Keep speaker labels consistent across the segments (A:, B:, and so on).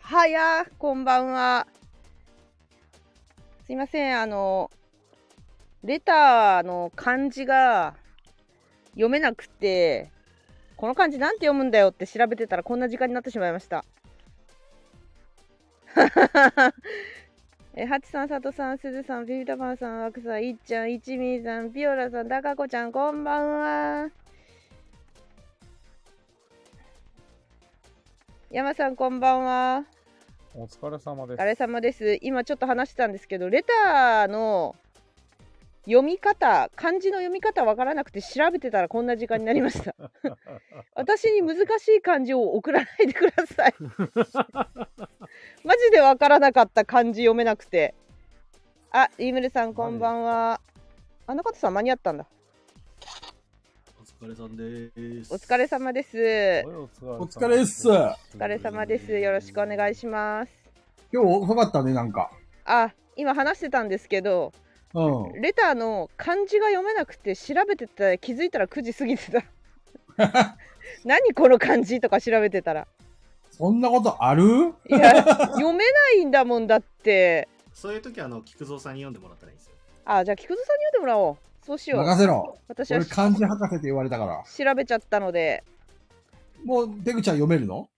A: はやー、こんばんは。すいません、あの、レターの漢字が読めなくて、この漢字なんて読むんだよって調べてたらこんな時間になってしまいました。 え、ハチさん、サトさん、すずさん、ビビタパンさん、アクさん、いっちゃん、いちみーさん、ピオラさん、たかこちゃん、こんばんは。山さん、こんばんは。
B: お疲れ様で
A: お
B: す。
A: 疲れ様です。今ちょっと話してたんですけど、レターの読み方、漢字の読み方わからなくて調べてたらこんな時間になりま した。私に難しい漢字を送らないでください。 マジでわからなかった漢字読めなくて。あ、リームルさんこんばんは。あの方さん間に合ったんだ。
C: お疲れさんです。
A: お疲れ様です。
B: お
D: お疲れっす
B: お
A: お疲れ様です。よろしくお願いします。
D: 今日遅かったね、なんか。
A: あ、今話してたんですけど、
D: うん。
A: レターの漢字が読めなくて調べてたら気づいたら9時過ぎて た何この漢字とか調べてたら
D: そんなことある
A: い や読めないんだもんだって
C: そういう時はあの菊蔵さんに読んでもらったらいいんですよ。
A: あじゃあ菊蔵さんに読んでもらおうそうしよう
D: 任せろ。
A: 私は
D: 俺、漢字博士って言われたから。
A: 調べちゃったので
D: もう、出口は読めるの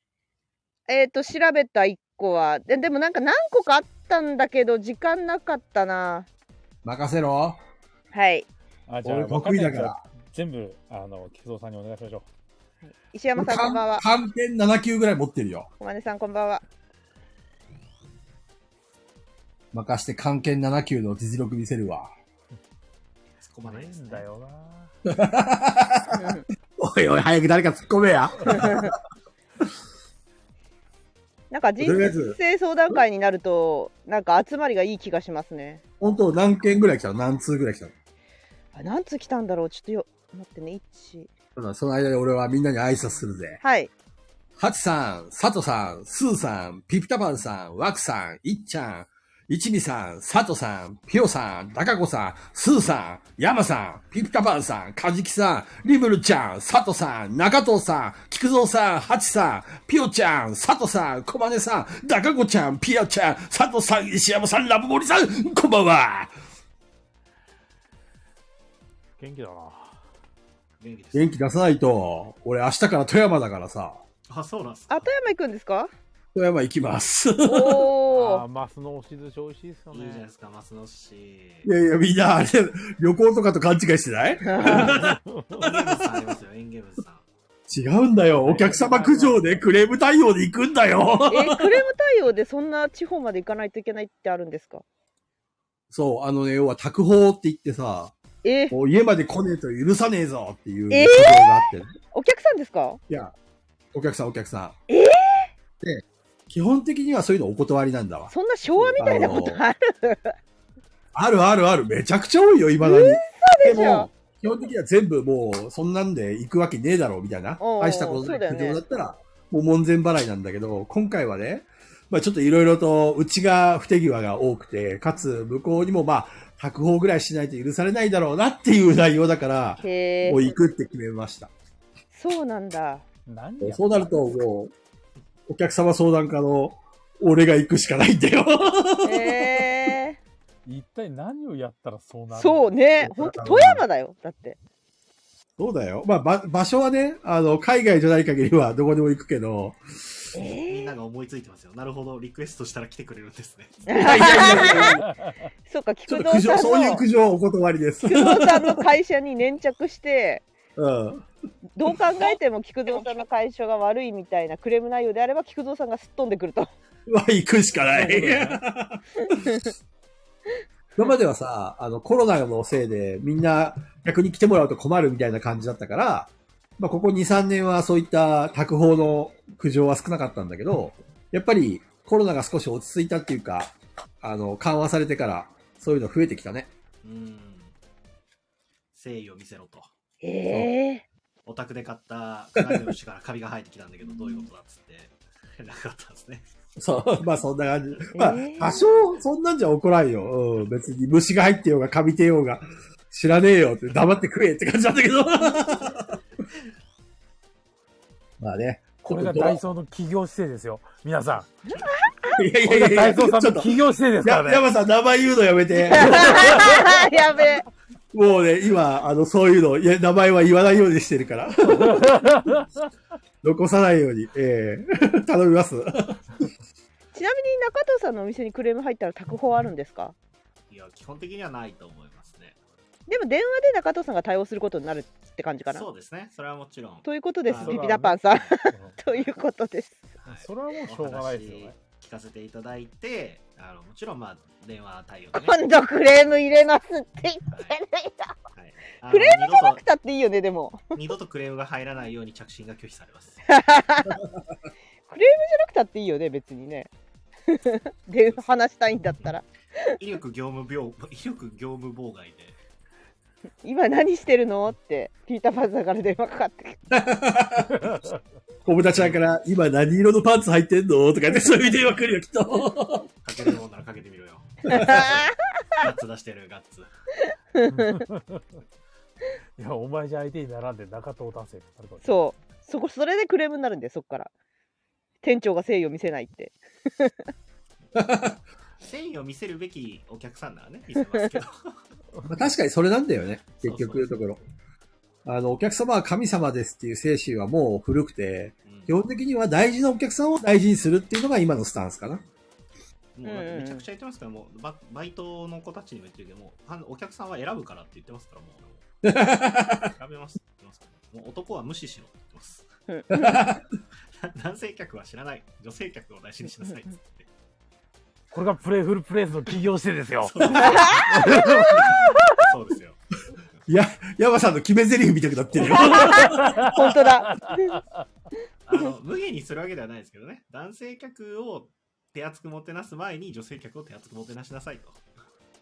A: えっ、と調べた1個はででもなんか何個かあったんだけど時間なかったな
D: 任せろ。
A: はい
B: あ、じゃあ、
D: 俺、得意だから。
B: 全部、あの、木造さんにお願いしましょ
A: 石山さんこんばんは
D: 漢点7級ぐらい持ってるよ。
A: 駒根さんこんばんは
D: 任して漢検7級の実力見せるわ。
C: 突っ込ま
B: う。
C: ないですね。
B: だよな。
A: うん
D: おいおい、早く誰か突っ込めや。
A: なんか人
D: とりあえず
A: 生相談会になるとなんか集まりがいい気がしますね
D: 本当何件ぐらい来たの何通ぐらい来たの
A: あ何通来たんだろうちょっとよ待ってね1
D: そうだその間に俺はみんなに挨拶するぜ。
A: はい
D: ハチさん、サトさん、スーさん、ピピタパンさん、ワクさん、いっちゃん、いちみさん、サトさん、ピオさん、ダカコさん、スーさん、ヤマさん、ピピタパンさん、カジキさん、リムルちゃん、サトさん、中藤さん、キクゾウさん、ハチさん、ピオちゃん、サトさん、コマネさん、ダカコちゃん、ピアちゃん、サトさん、石山さん、ラブモリさん、こんばんは。
B: 元気だな。
C: 元気です。
D: 元気出さないと、俺明日から富山だからさ、
C: あ、そうなんですか。
A: あ富山行くんですか
D: 富山行きます。
A: お
B: あー、
A: お
B: マスの押し寿司美味しいですよ
C: いいじゃないで
B: ね。
C: すか、松野市。
D: いやいや、みんな、あれ、旅行とかと勘違いしてない
C: エンゲームズさんありますよ、エンゲームズさん。
D: 違うんだよ。お客様苦情でクレーム対応で行くんだよ。
A: えクレーム対応でそんな地方まで行かないといけないってあるんですか
D: そう、あのね、要は宅法って言ってさ、
A: え
D: もう家まで来ねえと許さねえぞっていう
A: えー
D: 苦情があって、
A: お客さんですか
D: いや、お客さんお客さん。
A: えー
D: で、基本的にはそういうのお断りなんだわ。
A: そんな昭和みたいなこと ある
D: あるあるある、めちゃくちゃ多いよ、未だに。
A: でしょ
D: でも、基本的には全部もう、そんなんで行くわけねえだろう、みたいな。
A: おうおう
D: 大したことな
A: そう
D: い
A: だよね
D: 苦情だったら、もう門前払いなんだけど、今回はね、まあちょっといろいろと、うちが不手際が多くて、かつ向こうにもまあ、白法ぐらいしないと許されないだろうなっていう内容だから、
A: へえ
D: もう行くって決めました。
A: そうなんだ
B: 何や
D: そうなると、もう、お客様相談課の、俺が行くしかないんだよ。
A: へえ
B: 一体何をやったらそうなる
A: そう。ね本当富山だよだって
D: そうだよ。まあ、ば場所はね、あの、海外じゃない限りはどこでも行くけど、
C: みん
A: え
C: なが思いついてますよ。なるほど、リクエストしたら来てくれるんですね。
D: いやいやいやいや
A: そうか
D: ち
A: 菊
D: ょっと
A: 蔵
D: 苦
A: さ
D: 情、
A: ん
D: そういう
A: の
D: 苦情はお断りです。
A: 菊蔵さんの会社に粘着して
D: うん。
A: どう考えても菊蔵さんの会社が悪いみたいなクレーム内容であれば菊蔵さんがすっ飛んでくると
D: は行くしかな
B: そうだよ
D: い。
B: ね
D: 今まではさ、あの、コロナのせいでみんな逆に来てもらうと困るみたいな感じだったから、まあ、ここ2、3年はそういった宅法の苦情は少なかったんだけど、やっぱりコロナが少し落ち着いたっていうか、あの、緩和されてから、そういうの増えてきたね。
C: うん。誠意を見せろと。
A: ええ
C: お宅で買った鏡の牛からカビが生えてきたんだけど、どういうことだっつって。なかったんですね。
D: そう、 まあそんな感じ。まあ
A: えー、
D: 多少そんなんじゃ怒らんよ。うん、別に虫が入ってようが、カビてようが、知らねえよって 黙って食えって感じなんだけど。まあね、こ
E: これが
D: ドラ
E: ダイソーの企業姿勢ですよ。皆さ
D: いやい
E: ん。これ
D: や
E: が
D: いや
E: ダ
D: いや、
E: イソーさんの企業姿勢ですから
D: や
E: ね。
D: 山さん、名前言うのやめ て。
A: やべえ。
D: もうね、今、あの、そういうの、いや、名前は言わないようにしてるから。 残さないように、ええ 頼みます。
A: ちなみに中藤さんのお店にクレーム入ったら宅報あるんですか
C: いや、基本的にはないと思いますね。
A: でも電話で中藤さんが対応することになるって感じかな
C: そうですね。それはもちろん。
A: ということです
C: あ
A: ピピタパンさん
B: うん
A: ということです
C: はい
B: それはもうしょうがないですよね。
C: お話聞かせていただいて、あのもちろんまあ電話対応でね。
A: 今度クレーム入れますって言ってるよ
C: はい
A: クレ
C: ームじゃな
A: 来たっていいよねでも
C: 二度とクレームが入らないように着信が拒否されます。
A: 来なくたっていいよね別にね 電話話したいんだったら
C: 威力業務病威力業務妨害で。
A: 今何してるのってピーターパンさんから電話かかってきて
D: 小豚ちゃんから、今何色のパンツ入ってんのとか言って、そういう電話来るよ、きっと。
C: かけるもんならかけてみろよ。ガッツ出してる、ガッツ。
B: いや、お前じゃ相手に並んで中藤出せってなるかもしれない
A: そうそこそれでクレームになるんでそっから店長が誠意を見せないって
C: 誠意を見せるべきお客さんならね、見せますけど。
D: まあ確かにそれなんだよね、結局のところ。あの、お客様は神様ですっていう精神はもう古くて、
C: うん
D: 基本的には大事なお客さんを大事にするっていうのが今のスタンスかな。
C: もうだって
A: うんうん
C: めちゃくちゃ言ってますから、もうババイトの子たちにも言ってるけど、もうあのお客さんは選ぶからって言ってますから、も う。やめますって言ってますからもう男は無視しろって言ってます。 男性客は知らない。女性客を大事にしなさいって言って。
B: これがプレイフルプレイスの企業姿勢ですよ。
C: そうですよ。
D: いや、ヤマさんの決め台詞見たくなってるよ。
A: 本当だ
C: あの、無限にするわけではないですけどね。男性客を手厚くもてなす前に女性客を手厚くもてなしなさいと。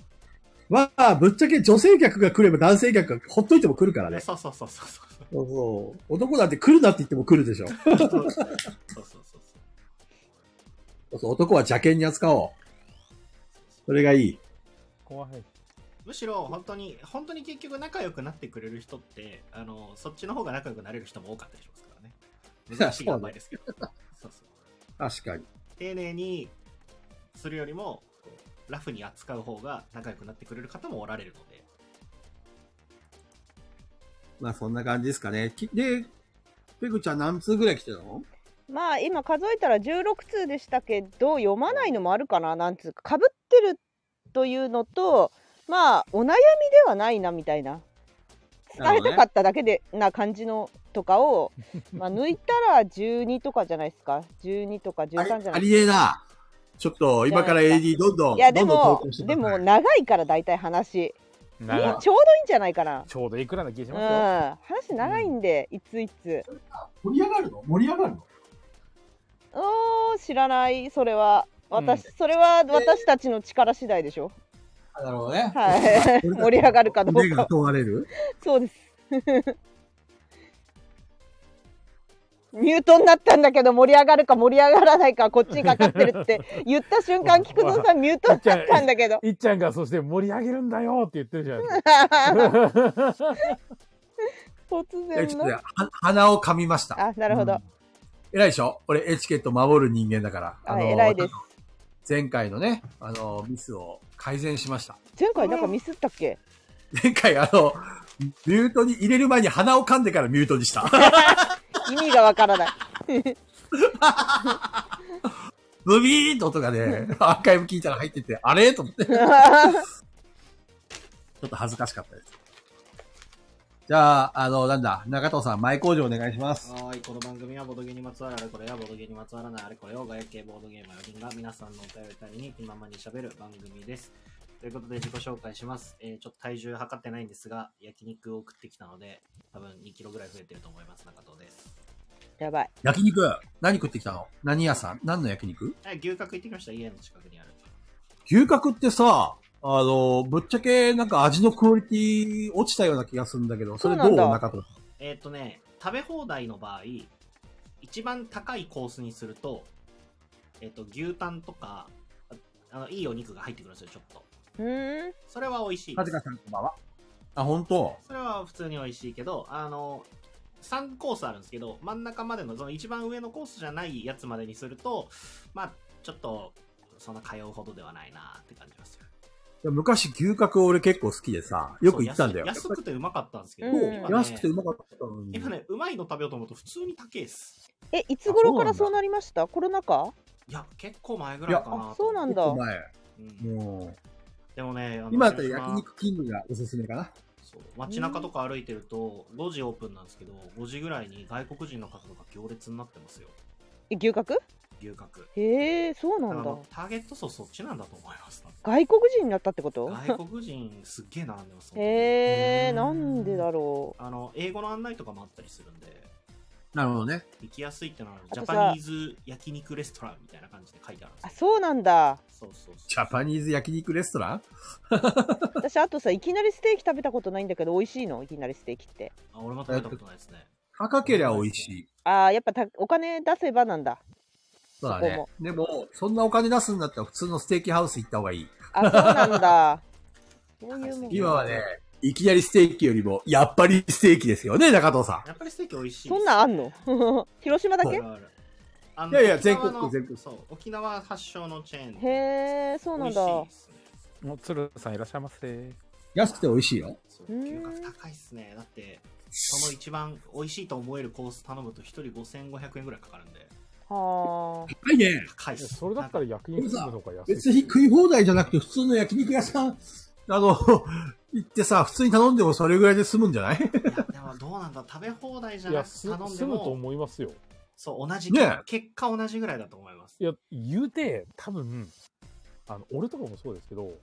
D: まあ、ぶっちゃけ女性客が来れば男性客がほっといても来るからね。
C: そうそうそう そうそう。
D: そうそう。男なんて来るなって言っても来るでしょ。
C: そうそうそうそう。
D: そうそう男は邪険に扱おう。それがいい。
B: 怖い。
C: むしろ本当に、本当に結局仲良くなってくれる人って、あの、そっちの方が仲良くなれる人も多かったりしますからね。難しい名前ですけど。 そうそう。
D: 確かに。
C: 丁寧にするよりも、こうラフに扱う方が仲良くなってくれる方もおられるので。
D: まあ、そんな感じですかね。きで、ペグちゃん何通ぐらい来てたの
A: まあ今数えたら16通でしたけど読まないのもあるかななんつうかかぶってるというのとまあお悩みではないなみたいな伝えたかっただけでな感じのとかを、 まあ抜いたら12とかじゃないですか12とか13じゃないです
D: あ
A: か。
D: りえな。ちょっと、今から AD どんどん、
A: いや
D: ど
A: で
D: んどん投
A: も
D: 稿してく
A: で
D: ださ
A: も
D: い
A: 長いから大体話ちょうどいいん
B: 長い
A: じゃないかな
B: ちょうどいくらな気がし
A: うん
B: ます
A: 話
B: よ。
A: 長いんで、いついつ
D: 盛り上がるの盛り上がるの
A: おー知らないそれは私、
B: う
A: それは私たちの力次第でしょ
D: あなるほどね。
A: はい。 盛り上がるかど
D: 腕
A: う
D: が
A: か。
D: 問われる
A: そうです。 ミュートになったんだけど盛り上がるか盛り上がらないかこっちにかかってる って言った瞬間菊蔵さんミュートになったんだけど
B: いっちゃんがそして盛り上げるんだよって言ってるじゃないですか。
A: 突
D: いやち
A: 然
D: ょっとね
A: の
D: は鼻を噛みました。
A: あなるほど、
D: 偉いでしょ俺エチケット守る人間だから。
A: あ偉いです
D: 前回のね、あの、ミスを改善しました。
A: 前回なんかミスったっけ
D: 前回あの、ミュートに入れる前に鼻を噛んでからミュート にした。
A: 意味がわから ない
D: ブビーンと音 がね、アーカイブ聞いたら入ってて、あれと思って。ちょっと恥ずかしかったです。じゃあ、あの、なんだ、中藤さん、前工場お願いします。
C: はーい、この番組はボードゲームにまつわるあれこれやボードゲームにまつわらないあれこれをガヤ系ボードゲーム4人が皆さんのお便りたりに気ままに喋る番組です。ということで自己紹介します。えーちょっと体重測ってないんですが、焼肉を食ってきたので、多分2キロぐらい増えてると思います、中藤です。
A: やばい
D: 焼肉何食ってきたの何屋さん何の焼肉
C: はい、牛角行ってきました、家の近くにある。
D: 牛角ってさ、あの、ぶっちゃけなんか味のクオリティ落ちたような気がするんだけど、それど
A: そううなんだ
D: 中藤さん。
C: えーっ、とね、食べ放題の場合、一番高いコースにすると、えーっ、と、牛タンとか、ああの、いいお肉が入ってくるんですよ、ちょっと。
A: うーん
C: それは美味しいです。
D: はじかさんこんばんは。あ、本当
C: それは普通に美味しいけど、あの、 3コースあるんですけど、真ん中までの、その一番上のコースじゃないやつまでにすると、まあ、ちょっと、そんな通うほどではないなって感じますよ。
D: 昔、牛角俺結構好きでさ、よく行ったんだよ。
C: そう安い安くてうまかったんですけ
A: う
C: ど、
A: ん
C: 今ね
D: 安くてうまかったのに。
C: 今ね、うまいの食べようと思うと普通に高いです。
A: えいつ頃から
D: あそ
A: そう
D: うな
A: な
D: んだ
A: りましたコロナ禍
C: いや、結構前ぐらいかなと
A: あそうなんだ
D: お前、
C: うん
D: も
C: でもね、あの
D: う、今だったら焼肉キングがおすすめかな。
C: そう街中とか歩いてると、5時オープンなんですけど、5時ぐらいに外国人の方とか行列になってますよ、
A: え牛角
C: 牛角。
A: へえそう
C: だ
A: な
C: か
A: ん
C: ら
A: だ
C: もうターゲット層そっちなんだと思います。
A: 外国人になったってこと
C: 外国人すっげえ並んでます。
A: へえ
B: うん
A: なんでだろ
C: あの英語の案内とかもあったりするんで、
D: なるほどね。
C: 行きやすいっての
A: あ
C: は、ジ
A: と
C: ャ
A: さ
C: パニーズ焼肉レストランみたいな感じで書いてあるん
A: うあ
C: ですよ。
A: そうなんだ
C: そうそうそう。
D: ジャパニーズ焼肉レストラン
A: 私あとさいきなりステーキ食べたことないんだけど美味しいのいきなりステーキって
C: あ俺も食べたことないですね。
D: 高けりゃ美味しい。
A: あーやっぱたお金出せばなんだ
D: そうだ
A: そ
D: ね
A: こ。
D: でも、そんなお金出すんだったら普通のステーキハウス行った方がいい。
A: あそうなん だそういうもん
D: 今はね、いきなりステーキよりも、やっぱりステーキですよね、中藤さ
C: やっぱりステーキ美味しいで
A: そ
C: す
A: んなんあんの 広島だけ
C: あるある
D: いやいや
C: あの沖縄の
D: 全国全国
C: そう、沖縄発祥のチェーンで。
A: へえそうなんだ
C: 美味しいですね
B: もう鶴さんいらっしゃいませ。
D: ん。安くて美味しいよ。
C: そう
A: うー
C: 牛
A: ん
C: 角高いっすね。だって、その一番美味しいと思えるコース頼むと、一人5500円ぐらいかかるんで、
A: はあ
D: はいね。
C: 高いっす。
B: それだったら焼肉のとか安い。
D: 別に食い放題じゃなくて、普通の焼肉屋さん、あの、 行ってさ、普通に頼んでもそれぐらいで済むんじゃない
C: いやでもどうなんだ食べ放題じゃ
B: い
C: な
B: や、
C: く
B: す
C: て頼ん
B: 済
C: で
B: むと
C: も
B: 思いますよ。
C: そう同じ、
D: ねえ
C: 結果同じぐらいだと思います
B: いや、言うて、多分、あの、俺とかもそうですけど、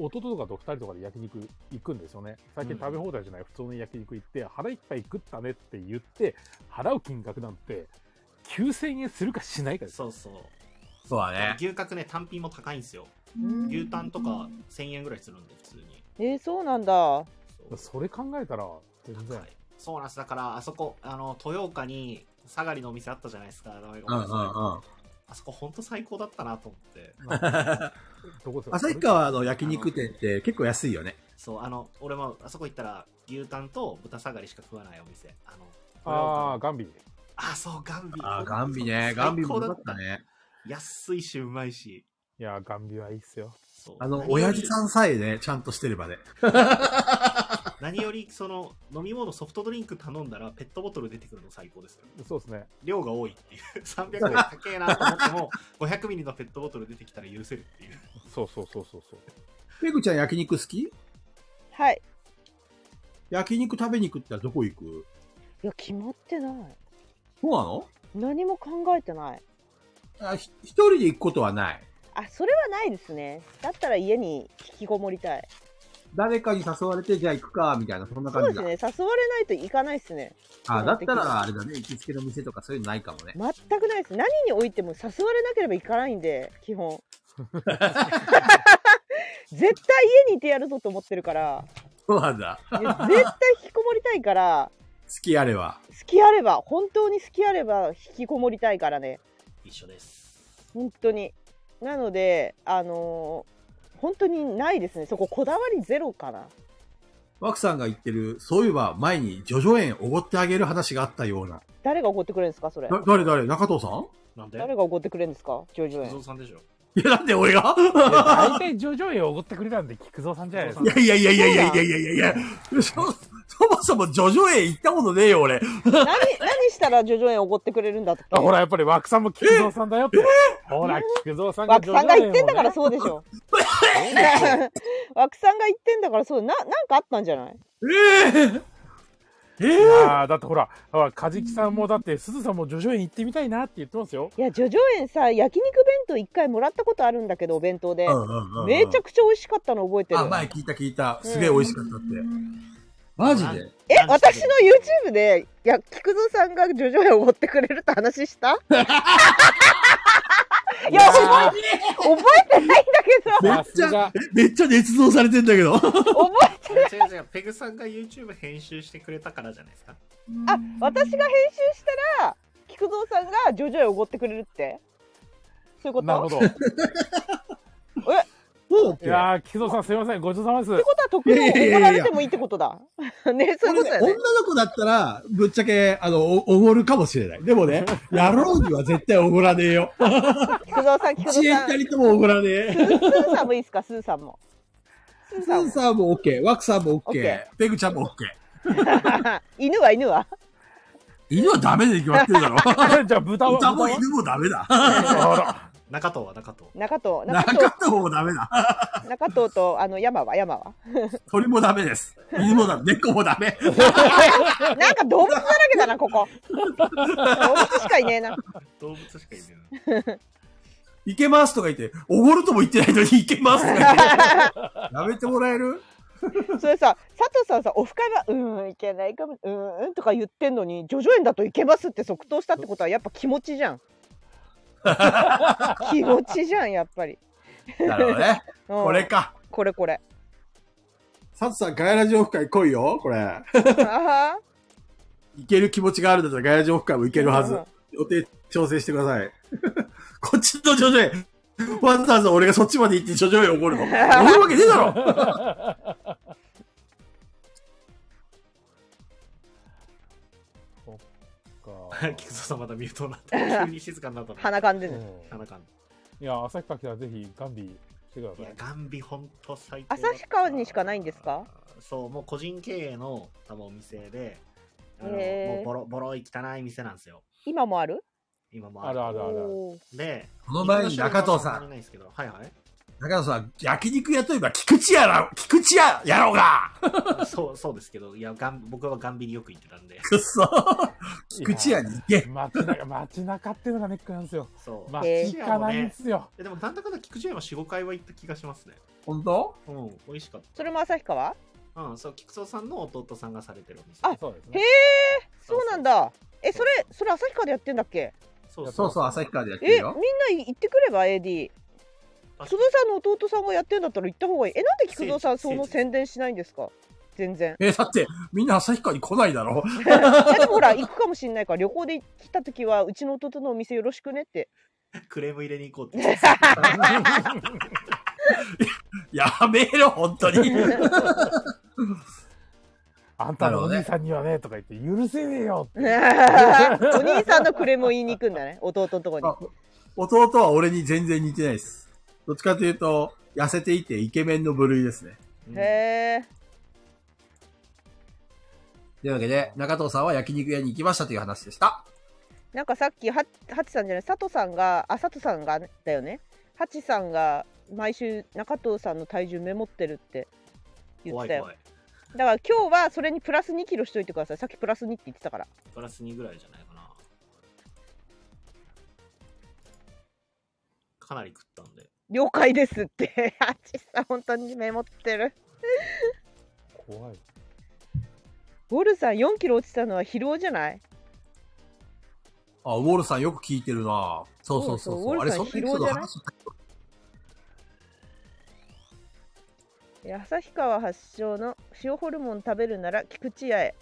B: 弟とかと二人とかで焼肉行くんですよね。最近
C: うん
B: 食べ放題じゃない、普通の焼肉行って、腹いっぱい食ったねって言って、払う金額なんて、9000円するかしないかです。
C: そうそう
D: そうだね。
C: 牛角ね単品も高いんですよ牛タンとか1000円ぐらいするんで普通に
A: えー、そうなんだ
C: そう
B: それ考えたら、全然
C: 高い。そうなんですだからあそこあの豊岡に下がりのお店あったじゃないですか名前
D: うん
C: が
D: う
C: 思
D: んう
C: い出
D: ん
C: せない。あそこほんと最高だったなと思って
B: どこですか
D: 旭川の焼肉店って結構安いよね。
C: そうあの俺もあそこ行ったら牛タンと豚下がりしか食わないお店あの
B: ああ、ガンビ。
C: あそうガンビ
D: あー、ガンビね。ガンビも
C: 最高
D: よか
C: だ
D: ったね。
C: 安いしうまいし
B: いや、ガンビはいいっすよ。
C: そう
D: あの、
C: 何より
D: 親父さんさえね、ちゃんとしてればね。
C: 何よりその飲み物ソフトドリンク頼んだらペットボトル出てくるの最高ですよね
B: そうですね。
C: 量が多いっていう300円高えなと思っても500ミリのペットボトル出てきたら許せるっていう
B: そうそうそうそう そう。
D: ペグちゃん焼肉好き
A: はい
D: 焼肉食べに行くったらどこ行く
A: いや決まってない
D: そうなの
A: 何も考えてない
D: あひ一人で行くことはない。
A: あそれはないですねだったら家に引きこもりたい
D: 誰かに誘われて、じゃあ行くか、みたいな、そんな
A: そう
D: 感
A: で
D: じ
A: す
D: だ。
A: ね誘われないと行かないですね
D: あ、だったらあれだね、行きつけの店とかそういうのないかもね。
A: 全くないです何においても誘われなければ行かないんで基 本絶対家にいてやるぞと思ってるから
D: そうなんだ。
A: いや絶対引きこもりたいから
D: 好きあれば。
A: 好きあれば本当に好きあれば引きこもりたいからね
C: 一緒です
A: 本当になのであのー本当にないですねそここだわりゼロかな
D: ワクさんが言ってる、そういえば前にジョジョ園おごってあげる話があったような。
A: 誰が怒ってくれるんですかそれ
D: だ、誰誰中藤さん
C: なんで
A: 誰が怒ってくれるんですかジョジョ
C: お
A: 園
C: さんで しょ
D: いや、なんで俺が
B: いや大体、ジョジョへおごってくれたんで、菊蔵さんじゃないですか
D: い。やいやいやいやいやいやいやいやいやそ、そもそもジョジョ園行ったことねえよ、俺。
A: 何何したらジョジョ園怒ってくれるんだって
B: あほら、やっぱり枠さんも菊蔵さんだよって。ほら、菊蔵さんが
A: 枠
B: ジョ
A: さん
B: ジ
A: が
B: ョ
A: 言
B: 園を
A: っ
B: ね
A: てんだからそうでしょ枠さんが言ってんだからそうななんかあったんじゃない
D: え
B: い
D: え
B: やーだってほら、ほら、カジキさんもだって、すずさんもジョジョ園行ってみたいなって言ってますよ。
A: いやジョジョ園さ焼肉弁当一回もらったことあるんだけどお弁当で、
D: うんうんうんうん
A: めちゃくちゃ美味しかったの覚えてる
D: あ、前聞いた聞いた。すげえ美味しかったって。マジで
A: え私の YouTube でいや菊蔵さんがジョジョ園を追ってくれるって話した いや覚え覚えてないんだけ
D: めっ
B: さす
D: ちゃ
B: が、
D: えめっちゃ捏造されてんだけど。
A: ど覚え
C: 違う違う違うペグさんが YouTube 編集してくれたからじゃないですか
A: あ私が編集したら菊蔵さんがジョジョ園を奢ってくれるってそういうこと
B: なるほど。
D: もう OK。
B: いやー、木戸さんすいません、ごちそうさまです。
A: ってことは特に
D: いやいやいや
A: 怒られてもいいってことだ。 ねそういうこと
D: 俺ね
A: だ、よ
D: 女
A: ね。
D: の子だったら、ぶっちゃけ、あの、おおごるかもしれない。でもね、野郎には絶対おごらねえよ。
A: 菊蔵さん、菊
D: 知恵
A: 蔵さん。
D: 二人ともおごらねえ。
A: スーさんもいいですか、スーさんも。スー
D: ス
A: さん
D: ー
A: も。
D: さんも OK、ワクさんも
A: OK
D: OK、ペグちゃんも OK。
A: 犬は犬は。
D: 犬はダメで決まってるだろ。
B: じゃあ豚は
D: 歌
B: 豚
D: も
B: は
D: 犬もダメだ。
B: あら
C: 中藤は中藤。
A: 中藤、中
D: 中藤もダメだ。
A: 藤、中藤と、あの山は山は。
D: 鳥もダメです。犬もダメ、猫もダメ。
A: なんか動物だらけだな、ここ。動物しかいねえな。
C: 動物しかいない。
D: いけますとか言って、おごるとも言ってないのにいけますとか言って。やめてもらえる
A: それさ、佐藤さんさ、オフ会は、うーん、いけないかも、うーん、とか言ってんのに、ジョジョ園だといけますって即答したってことは、やっぱ気持ちじゃん。気持ちじゃん、やっぱり。
D: なるほどね。
A: うん
D: これか。
A: これこれ。
D: サトさん、ガヤラジオフ会来いよ、これ。
A: あはい
D: ける気持ちがあるんだったらガヤラジオフ会もいけるは
A: う
D: ず
A: ん。
D: 予定調整してください。 こっちのジョジョ園。わざわざ俺がそっちまで行ってジョジョ園怒 るの。怒るわけねえだろ
B: そっ
C: 菊蔵さんまだミュートに なった。急に静かになった。
A: 鼻かんで
B: か
A: る。
C: 鼻かんだ。
B: いや、旭川来たらぜひガンビ来てくだ
C: い
B: さ
C: や
B: い、。
C: ガンビほんと最低。
A: 旭川にしかないんですか
C: そう、もう個人経営の多分お店で、あの
A: へー
C: もうボロボロい汚い店なんですよ。
A: 今もある
C: 今も
B: あるあるあるある。
A: おー
C: で、
D: この前に中藤さ
C: 行きましょうよそなに
D: ん、
C: ないですけどはいはい。
D: 中藤さん、焼肉屋といえば菊池やら、菊池屋やろうが
C: そう、そうですけど、いや、ガン僕はガンビによく行ってたんで、
D: くっそ菊池屋に行け。
B: 街中、街中っていうのがネックなんですよ。
C: そう。
B: 街行かないんですよ。
C: えでも、なんだかんだ菊池屋は4、5回は行った気がしますね。
D: 本当
C: うん、美味しかっ
A: それも旭川
C: た。うん、そう、菊蔵さんの弟さんがされてるお店。
A: あ
B: そうです
A: へ
B: ね。
A: えそうなんだえそれそれ旭川でやってんだっけ
C: そうそう
D: そうそう、旭川でやって
A: えみ
D: る
A: んな
D: よ。
A: 行ってくれば AD
C: 確か
A: 菊
C: に
A: 蔵さんの弟さんがやってんだったら行った方がいいえなんで菊蔵さん
C: 聖地
A: その
C: 聖地です
A: 宣伝しないんですか全然
D: え、だって、みんな旭川に来ないだろ
A: いやでもほら行くかもしんないから旅行で来た時はうちの弟のお店よろしくねって
C: クレーム入れに行こう って。
D: やめろ、本当に。
B: あんたのお兄さんにはね、とか言って、許せねえよ
A: お兄さんのクレームを言いに行くんだね弟のとこに
D: あ弟は俺に全然似てないです。どっちかというと、痩せていてイケメンの部類ですね。
A: へえ
D: というわけで、中藤さんは焼肉屋に行きましたという話でした。
A: なんかさっきはハチさんじゃない佐藤さんがあ佐藤さんがだよねハチさんが毎週中藤さんの体重メモってるって言っ
C: 怖
A: て
C: い
A: たよ
C: 怖い。
A: だから今日はそれにプラス2キロしといてくださいさっきプラス2って言ってたから
C: プラス2ぐらいじゃないかな。かなり食ったんで。
A: 了解ですって ハチさん本当にメモってる
B: 怖い。
A: ウォルさん4キロ落ちたのは疲労じゃない
D: あ、ウォールさんよく聞いてるなそうそうそ
A: そ
D: うそう。
A: うそうウォ
D: あ
A: ル
D: れ、
A: さん
D: そんなエピソード話した
A: え旭川発祥の塩ホルモン食べるなら菊池屋へ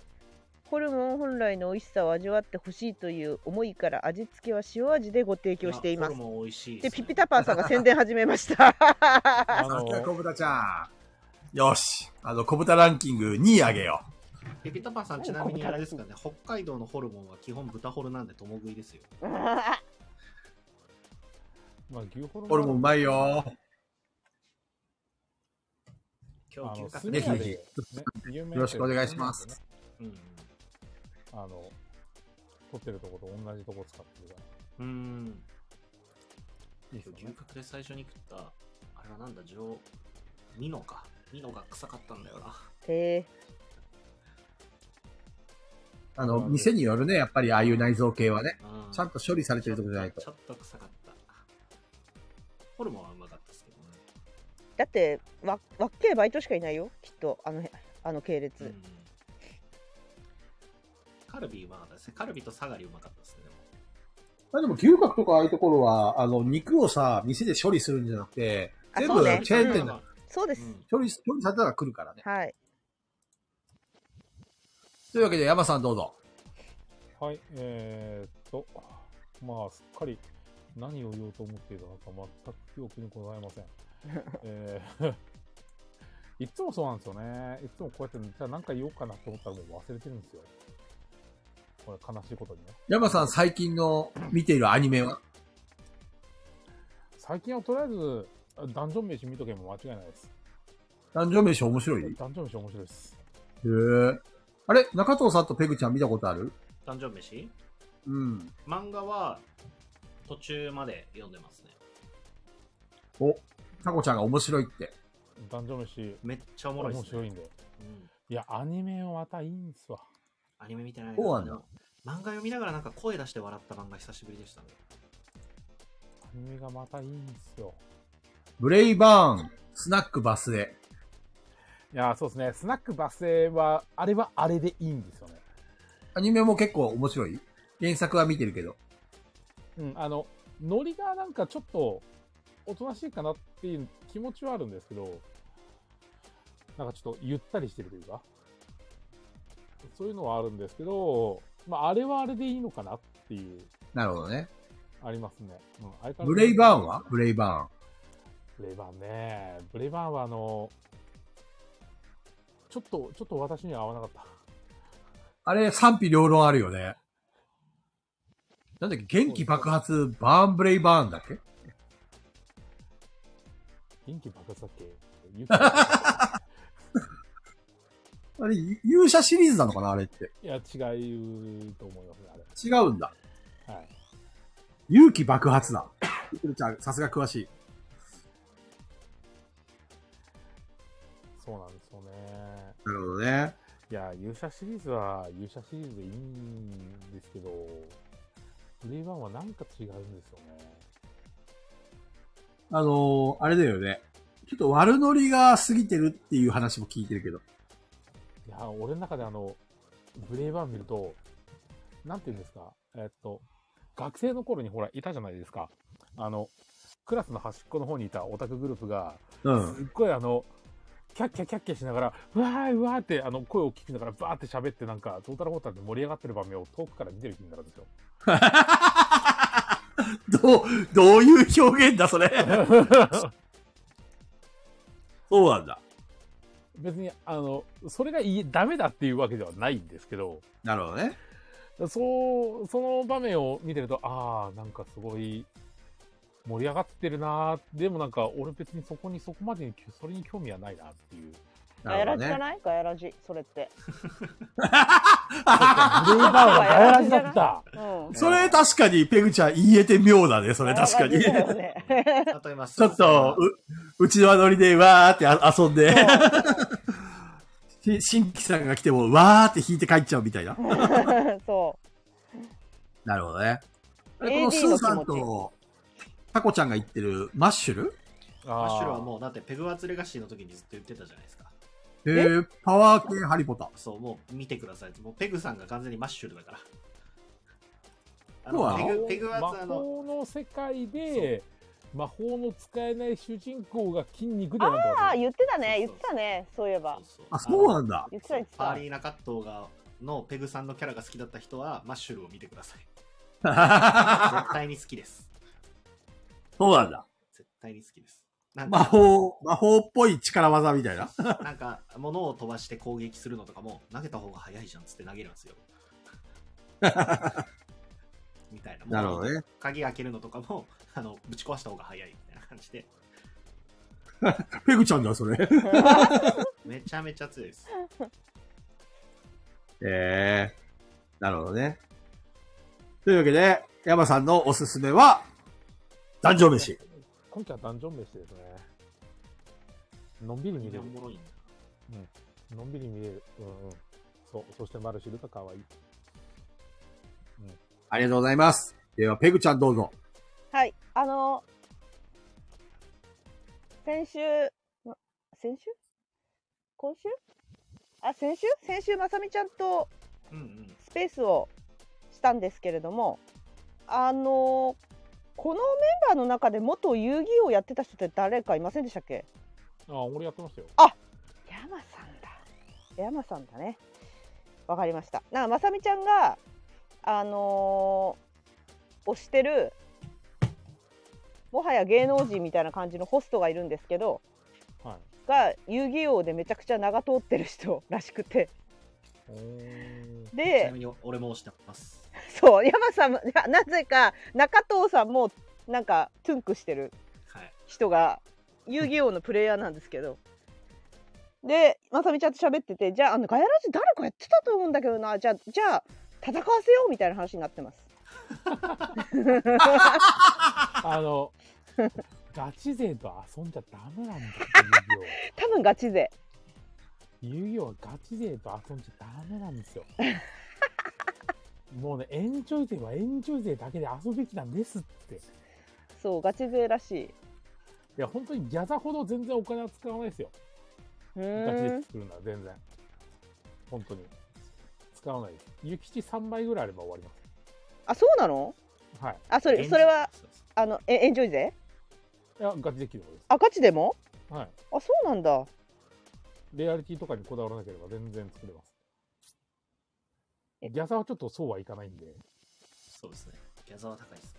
A: ホルモン本来の美味しさを味わってほしいという思いから味付けは塩味でご提供しています
C: やホルモン美味しい
A: で、
C: すね
A: ピピタパンさんが宣伝始めました。
B: あ
D: さすが小
B: の、
D: 豚ちゃん。よし。あの、小豚ランキング2位あげよ
C: ピピタパンさん、ちなみにあれですかね、北海道のホルモンは基本豚ホルなんで共食いですよ。
B: まあ、牛ホル
D: う。ホルモンうまいよ。
C: 今日
B: あ
C: 休
B: の、
C: 暇す
B: スー
D: ぜ
B: パー
D: ひぜ
B: で
D: ひ
B: ね有名なやつ
D: よろしくお願いします。
C: うん。
B: あの、撮ってるとこと同じとこ使ってるか
C: うん。
B: ら。いいですよ
C: 今日
B: ね
C: 牛。角で最初に食った、あれはなんだ、上、ミノか。ミノが臭かったんだよな。
A: え
D: あの、店によるね、やっぱりああいう内臓系はね。
C: うん
D: ちゃんと処理されてるとこじゃないと
C: ちょ。っと臭かった。ホルモンはうまかったですけどね。
A: だって、わ、わっけえバイトしかいないよ、きっと、あの、あの系列。
C: うんカルビうまかったですね。カルビとサガリうまかったですね。でも
D: まあでも牛角とかああいうところは、あの、肉をさ、店で処理するんじゃなくて、
A: あ
D: 全
A: そ
D: 部
A: うね
D: チェーン店
C: うん
D: で
A: そうです。
D: 処理、処理されたら来るからね。
A: はい。
D: というわけで、山さんどうぞ。
B: はい、えー、っと、まあ、すっかり何を言おうと思っていたのか全く記憶にございません。えー いつもそうなんですよね。いつもこうやって、じゃあ何か言おうかなと思ったらもう忘れてるんですよ。これ悲しいことにね。
F: 山さん最近の見ているアニメは
B: 最近はとりあえず、あダンジョン飯見とけば間違いないです。
F: 男女飯面白いへ
B: ダンジョン飯面白いです。
F: え。あれ中藤さんとペグちゃん見たことある
C: 誕生飯
F: うん。
C: 漫画は途中まで読んでますね。
F: お、タコちゃんが面白いって。
B: ダンジョン飯、
C: めっちゃおもろいで
B: 面
C: すね。
B: 白いんで。
C: うん
B: いや、アニメはまたいいんすわ。
C: アニメ見てない
F: そうなんだ
C: でも漫画読みながらなんか声出して笑った漫画久しぶりでしたね。
B: アニメがまたいいんすよ。
F: ブレイバーン、スナックバスへ。
B: いや、そうですね。スナックバス停は、あれはあれでいいんですよね。
F: アニメも結構面白い原作は見てるけど。
B: うん、あの、ノリがなんかちょっと、おとなしいかなっていう気持ちはあるんですけど、なんかちょっとゆったりしてるというか、そういうのはあるんですけど、まあ、あれはあれでいいのかなっていう、
F: なるほどね。
B: ありますね。うん、相変わらず
F: ブレイバーンはブレイバ
B: ブレイバーンね。ブレイバーンはあの、ちょっと、ちょっと私には合わなかった。
F: ーン。あれ賛否両論あるよね。なんだっけ元気爆発、バーンブレイバーンだっけ
B: 元気爆発だっけ言ってた
F: あれ、勇者シリーズなのかなあれって。
B: いや、違うと思いますね、あれ。
F: 違うんだ。
B: はい。
F: 勇気爆発だ。ゆくるちゃん、さすが詳しい。
B: そうなんですよね。
F: なるほどね。
B: いや、勇者シリーズは勇者シリーズでいいんですけど、ブレイバーンはなんか違うんですよね。
F: あのー、あれだよね。ちょっと悪ノリが過ぎてるっていう話も聞いてるけど。
B: いや、俺の中であの、ブレイバーン見ると、なんて言うんですか、えっと、学生の頃にほら、いたじゃないですか。あの、クラスの端っこの方にいたオタクグループが、
F: うん。
B: すっごいあの、キャッキャキャッキャしながら、うわーうわーって、あの、声を聞きながら、バーって喋って、なんか、トータルホータルで盛り上がってる場面を遠くから見てる気になるんですよ。
D: どう、どういう表現 だ、それ。そうなんだ。
B: 別にあのそれがいいダメだっていうわけではないんですけど
F: なるほどね。
B: そうその場面を見てるとああなんかすごい盛り上がってるなーでもなんか俺別にそこにそこまでにそれに興味はないなっていう
A: ガ
F: な
A: ヤ
F: るほ
A: ラ
F: ど
A: ジじゃ
F: ね。
A: ないガヤラジそれって
B: ブレイバーはガヤラジだった
A: うん
D: それ確かに、ペグちゃん言えて妙だね、そ
A: そ
D: れ確かに。
A: だよね
C: あと今、ち
D: ちょっと、う、うちの輪乗りでわーってあ遊んで、 し新規さんが来てもわーって弾いて帰っちゃうみたいな。
A: そ
F: なるほどね。あれ
A: AD
F: このスーさん
A: の気
F: と、タコちゃんが言ってるマッシュル
C: マッシュル
B: あ
C: はもうだってペグワーツレガシーの時にずっと言ってたじゃないですか。
F: えー、パワー系ハリポタ。
C: そう、もう見てください。もうペグさんが完全にマッシュルだから。あ
F: そうな
C: の
F: の
C: ペグペグワ
B: 魔
C: ーツあの、
B: 法の世界で魔法の使えない主人公が筋肉でなん
A: うあ
B: か
A: あ言ってたね言ってたねそういえば
C: そうそう
F: あ、そうな
C: の
F: ん だ。
A: 言ってた言って
C: パ
A: た
C: ーリーナカットがのペグさんのキャラが好きだった人はマッシュルを見てください。 絶対に好きです。
D: そうなんだ。
C: 絶対に好きです。なん
D: 魔
C: か、
D: 法、魔法っぽい力技みたいな。
C: なんか物を飛ばして攻撃するのとかも投げた方が早いじゃんっつって投げるんです よ。みたいな。もう
F: なるほどね。
C: 鍵開けるのとかも、 あの、ぶち壊した方が早いみたいな感じで、
D: ペグちゃんだ、それ。
C: めちゃめちゃ強いです。
F: ええなるほどね。というわけで、山さんのおすすめは、
D: ダンジョン飯。
B: 今期はダンジョン飯ですねのんびり見れ
C: お
B: る
C: もろいんだ
B: のんびり見れる。うんうん。そう。そしてマルシルと可愛い。
F: ありがとうございます。では、ペグちゃんどうぞ。
A: はい、あの、先週、ま先週今週あ、先週先週、まさみちゃんと
C: うんうん。
A: スペースをしたんですけれども、あの、このメンバーの中で元遊戯王やってた人って誰かいませんでしたっけ
B: ああ、俺やってましたよ。
A: 山さんだ山さんだねわかりましたなんかまさみちゃんがあのー推してるもはや芸能人みたいな感じのホストがいるんですけど
B: はい。
A: が遊戯王でめちゃくちゃ長通ってる人らしくて
B: お ー
C: ちな
A: で
C: みに俺も押してます。
A: そう山さんもななぜか中藤さんもなんかトゥンクしてる
C: はい。
A: 人が遊戯王のプレイヤーなんですけどでまさみちゃんと喋っててじゃああのガヤラジ誰かやってたと思うんだけどなじゃあじゃあ戦わせようみたいな話になって ます
B: あの、ガチ勢と遊んじゃダメなんだよ、
A: 多分ガチ勢
B: 遊戯王。遊戯王はガチ勢と遊んじゃダメなん ですよ。もうね、エンジョイ勢はエンジョイ勢だけで遊ぶべきなんですって。い
A: そうガチ勢らしい
B: や、本当にギャザほど全然お金は使わないですよ。
A: う
B: ガチ
A: ー
B: で
A: ん
B: 作るのは全然。本当に。使わないです。諭吉3倍ぐらいあれば終わりま
A: あそうなの
B: す。はい。
A: あそれそれはあのえエンジョイ勢
B: いや、ガチで切ることで
A: あガチでも
B: す。はい。
A: あそうなんだ
B: レアリティとかにこだわらなければ全然作れます。
A: え
B: ギャザはちょっとそうはいかないんで。
C: そうですね。ギャザは高いです。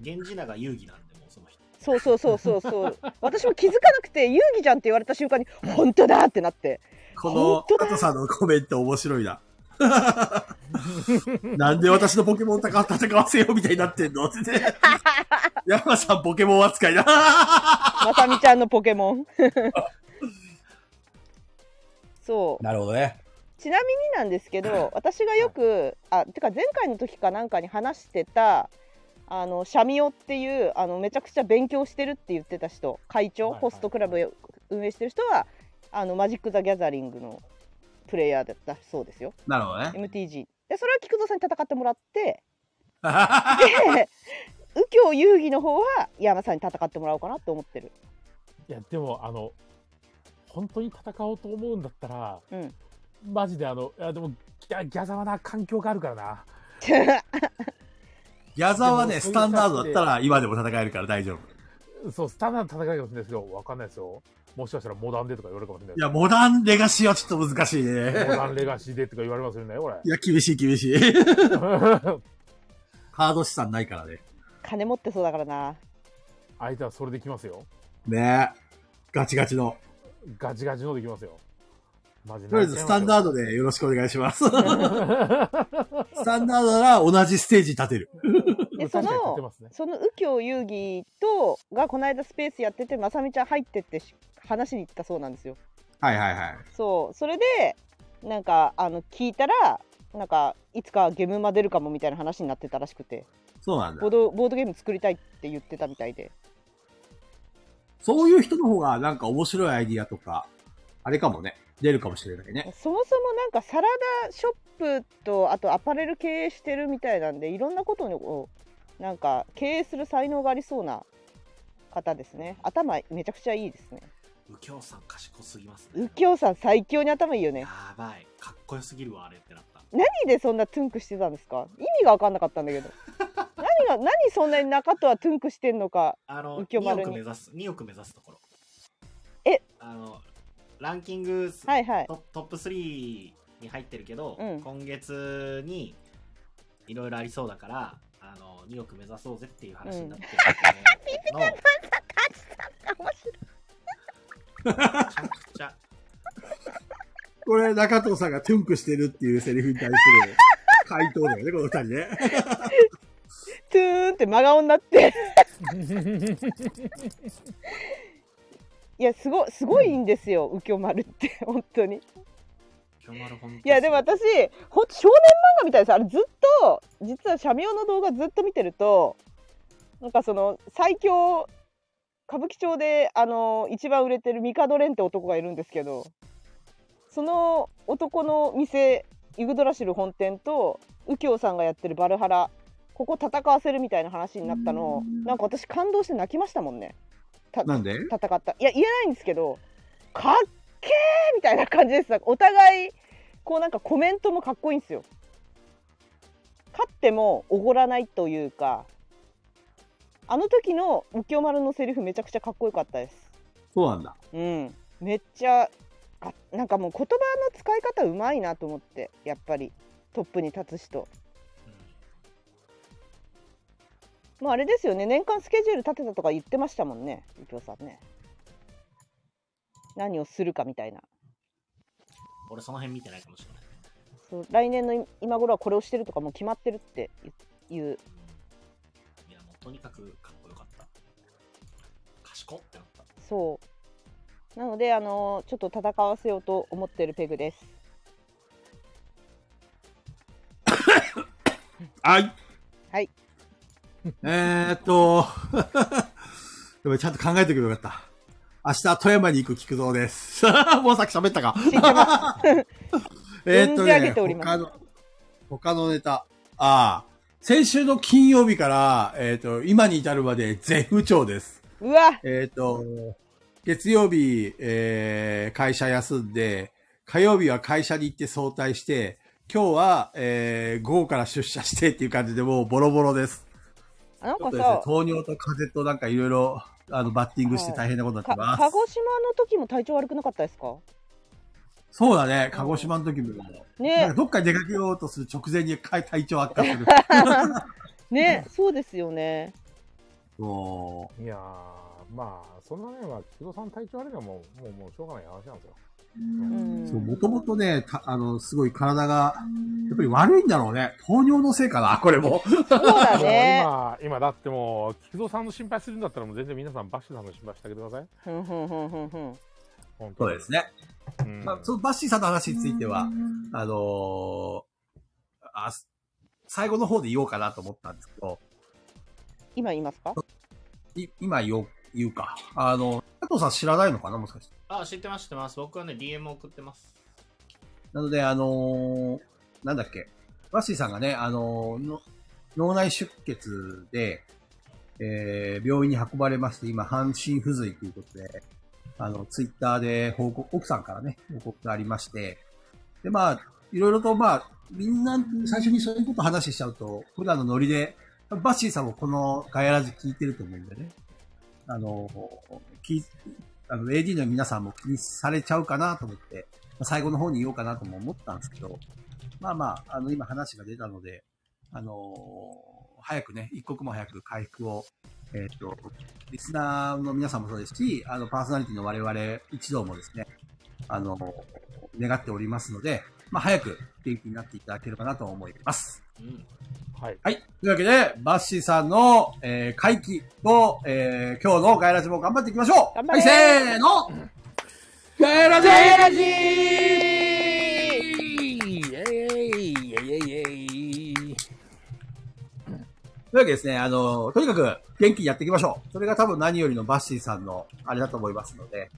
C: 源氏名が遊戯なんで、もうその人。
A: そうそうそうそうそう 私も気づかなくて遊戯じゃんって言われた瞬間に本当だってなって
D: こ
A: 本
D: の
A: 当、だ
D: 加藤さんのコメント面白いな。 なんで私のポケモン戦戦わせようみたいになってんのってね。山さんポケモン扱いだ。
A: まさみちゃんのポケモン そう
F: なるほどね。
A: ちなみになんですけど私がよくあてか前回の時かなんかに話してたあのシャミオっていうあのめちゃくちゃ勉強してるって言ってた人会長、
B: はいはい
A: ホストクラブ運営してる人はあのマジック・ザ・ギャザリングのプレイヤーだったそうですよ
D: なるほどね。
A: MTG でそれは菊蔵さんに戦ってもらって
D: あ
A: で右京遊戯の方は山さんに戦ってもらおうかなと思ってる
B: いや、でも、あの、本当に戦おうと思うんだったら、
A: うん
B: マジであの、いや、でも、ギャギャザはな、環境があるからな。
D: ギャザーは
B: で
D: ね、
B: もそうい
D: ス
B: う感じ
D: タン
B: で
D: ダードだったら今でも戦えるから大丈夫。
B: そう、スタンダードの戦いかもしれないですけど、わかんないですよ。もしかしたらモダンでとか言われるかもしれない
D: い
B: で
D: や、モダンレガシーはちょっと難しい
B: す。モ
D: ね。
B: ダンレガシーでとか言われますよね、これ
D: い。や、厳しい厳しい。 ハード資産ないからね。
A: 金持ってそうだからな
B: 相手はそれできますよ。
D: ねガチガチの。
B: ガチガチのできますよ。マジ
D: とりあえずスタンダードでよろしくお願いします。スタンダードなら同じステージ立てる。
A: でそ
B: その、確かに勝て
A: の
B: ますね
A: その右京遊戯とがこの間スペースやっててまさみちゃん入ってってし話しに行ったそうなんですよ
D: はいはいはい。
A: そうそれでなんかあの聞いたらなんかいつかゲームマ出るかもみたいな話になってたらしくて
D: そうなんだ
A: ボー。ドボードゲーム作りたいって言ってたみたいで
D: そういう人の方がなんか面白いアイディアとか、あれかもね、出るかもしれないね。
A: そもそもなんかサラダショップとあとアパレル経営してるみたいなんでいろんなことをなんか経営する才能がありそうな方ですね頭めちゃくちゃいいですね
C: 右京さん賢すぎますね。
A: 右京さん最強に頭いいよね
C: やばい。かっこよすぎるわ、あれってなった。
A: 何でそんなトゥンクしてたんですか意味が分かんなかったんだけど何が何そんなに中とはトゥンクしてんのか
C: あの、
A: 右京
C: 2
A: 丸に
C: 億目指す、2億目指すところ。
A: え
C: あの、ランキング、
A: はいはい
C: トトップ3に入ってるけど、
A: うん
C: 今月にいろいろありそうだから、あの、2億目指そうぜっていう話になってる の、めちゃくちゃ、
D: これ、中藤さんがトゥンクしてるっていうセリフに対する回答だよね、この二人ね。
A: トゥーンって真顔になっていやすごいすごいんですよ、右京丸って本当に
C: 今日丸ほんと
A: いやでも私ほんと少年漫画みたいですあれずっと実は社名の動画ずっと見てるとなんかその最強歌舞伎町であの一番売れてるミカドレンって男がいるんですけどその男の店ユグドラシル本店と右京さんがやってるバルハラここ戦わせるみたいな話になったのなんか私感動して泣きましたもんねた
D: なんで
A: 戦ったいや言えないんですけどかっけーみたいな感じですお互いこうなんかコメントもかっこいいんですよ勝ってもおごらないというかあの時の右京丸のセリフめちゃくちゃかっこよかったです
D: そうなんだ。
A: うんめっちゃあなんかもう言葉の使い方うまいなと思ってやっぱりトップに立つ人まああれですよね年間スケジュール立てたとか言ってましたもんね右京さんね何をするかみたいな
C: 俺その辺見てないかもしれない。
A: そう来年の今頃はこれをしてるとかもう決まってるっていう
C: いや、もうとにかくかっこよかった。賢ってなった。
A: そうなのであのちょっと戦わせようと思ってるペグです
D: はい。
A: はい。
D: えーっと、 でもちゃんと考えておけばよかった。明日、富山に行く菊蔵です。 もうさっき喋ったか。えーっと
A: 存じ上げ
D: ね、
A: ております
D: 他の、他のネタ。ああ、先週の金曜日から、えーっと、今に至るまで絶不調です。
A: うわ
D: えーっと、月曜日、えー会社休んで、火曜日は会社に行って早退して、今日は、えー午後から出社してっていう感じでもうボロボロです。
A: なん
D: ちょ
A: か
D: っとですね
A: さ、
D: 糖尿と風邪となんかいろいろ、あの、バッティングして大変なことにな
A: か
D: ってます。
A: 鹿児島の時も体調悪くなかったですか
D: そうだね、鹿児島の時も。なん
A: ね
D: かどっかに出かけようとする直前にか体調悪化する。
A: ねそうですよね
D: も
B: いやー、まあ、その辺は、木戸さん体調悪いのはもう、もう、もうしょうがない話なんですよ。
A: うん
D: う、そう、もともとね、たあの、すごい体が、やっぱり悪いんだろうね。糖尿のせいかな、これも。
A: そうだ
B: もう
A: ね
B: 今、今だってもう、木戸さんの心配するんだったら、もう全然皆さん、バッシュさんの心配してあげてください。
A: ふんふんふんふんふん
B: 本当
D: そう
B: に
D: ですね。
B: うん
D: まあ、そのバッシーさんの話については、あのーあ、最後の方で言おうかなと思ったんですけど、
A: 今言いますか
D: い今言おう、言うか。あの、佐藤さん知らないのかな、もしかして。
C: あ、知ってます、知ってます。僕はね、DM 送ってます。
D: なので、あのーなんだっけ、ワッシーさんがね、あのーの脳内出血で、えー病院に運ばれまして、今、半身不随ということで、あの、ツイッターで報告、奥さんからね、報告がありまして、で、まあ、いろいろと、まあ、みんな、最初にそういうこと話しちゃうと、普段のノリで、バッシーさんもこのガヤラジ聞いてると思うんでね、あの、きあの AD の皆さんも気にされちゃうかなと思って、まあ最後の方に言おうかなとも思ったんですけど、まあまあ、あの、今話が出たので、あのー早くね、一刻も早く回復を、えっ、と、リスナーの皆さんもそうですし、あの、パーソナリティの我々一同もですね、あの願っておりますので、まあ早く元気になっていただければなと思います。
C: うん。
B: はい。
D: はい。というわけで、バッシーさんの、えー、回帰と、えー、今日のガイラジも頑張っていきましょう
A: 頑張
D: は
A: れ
D: い、せーのガイラジ
A: ラジー
D: というわけでですね、あの、とにかく元気にやっていきましょう。それが多分何よりのバッシーさんのあれだと思いますので、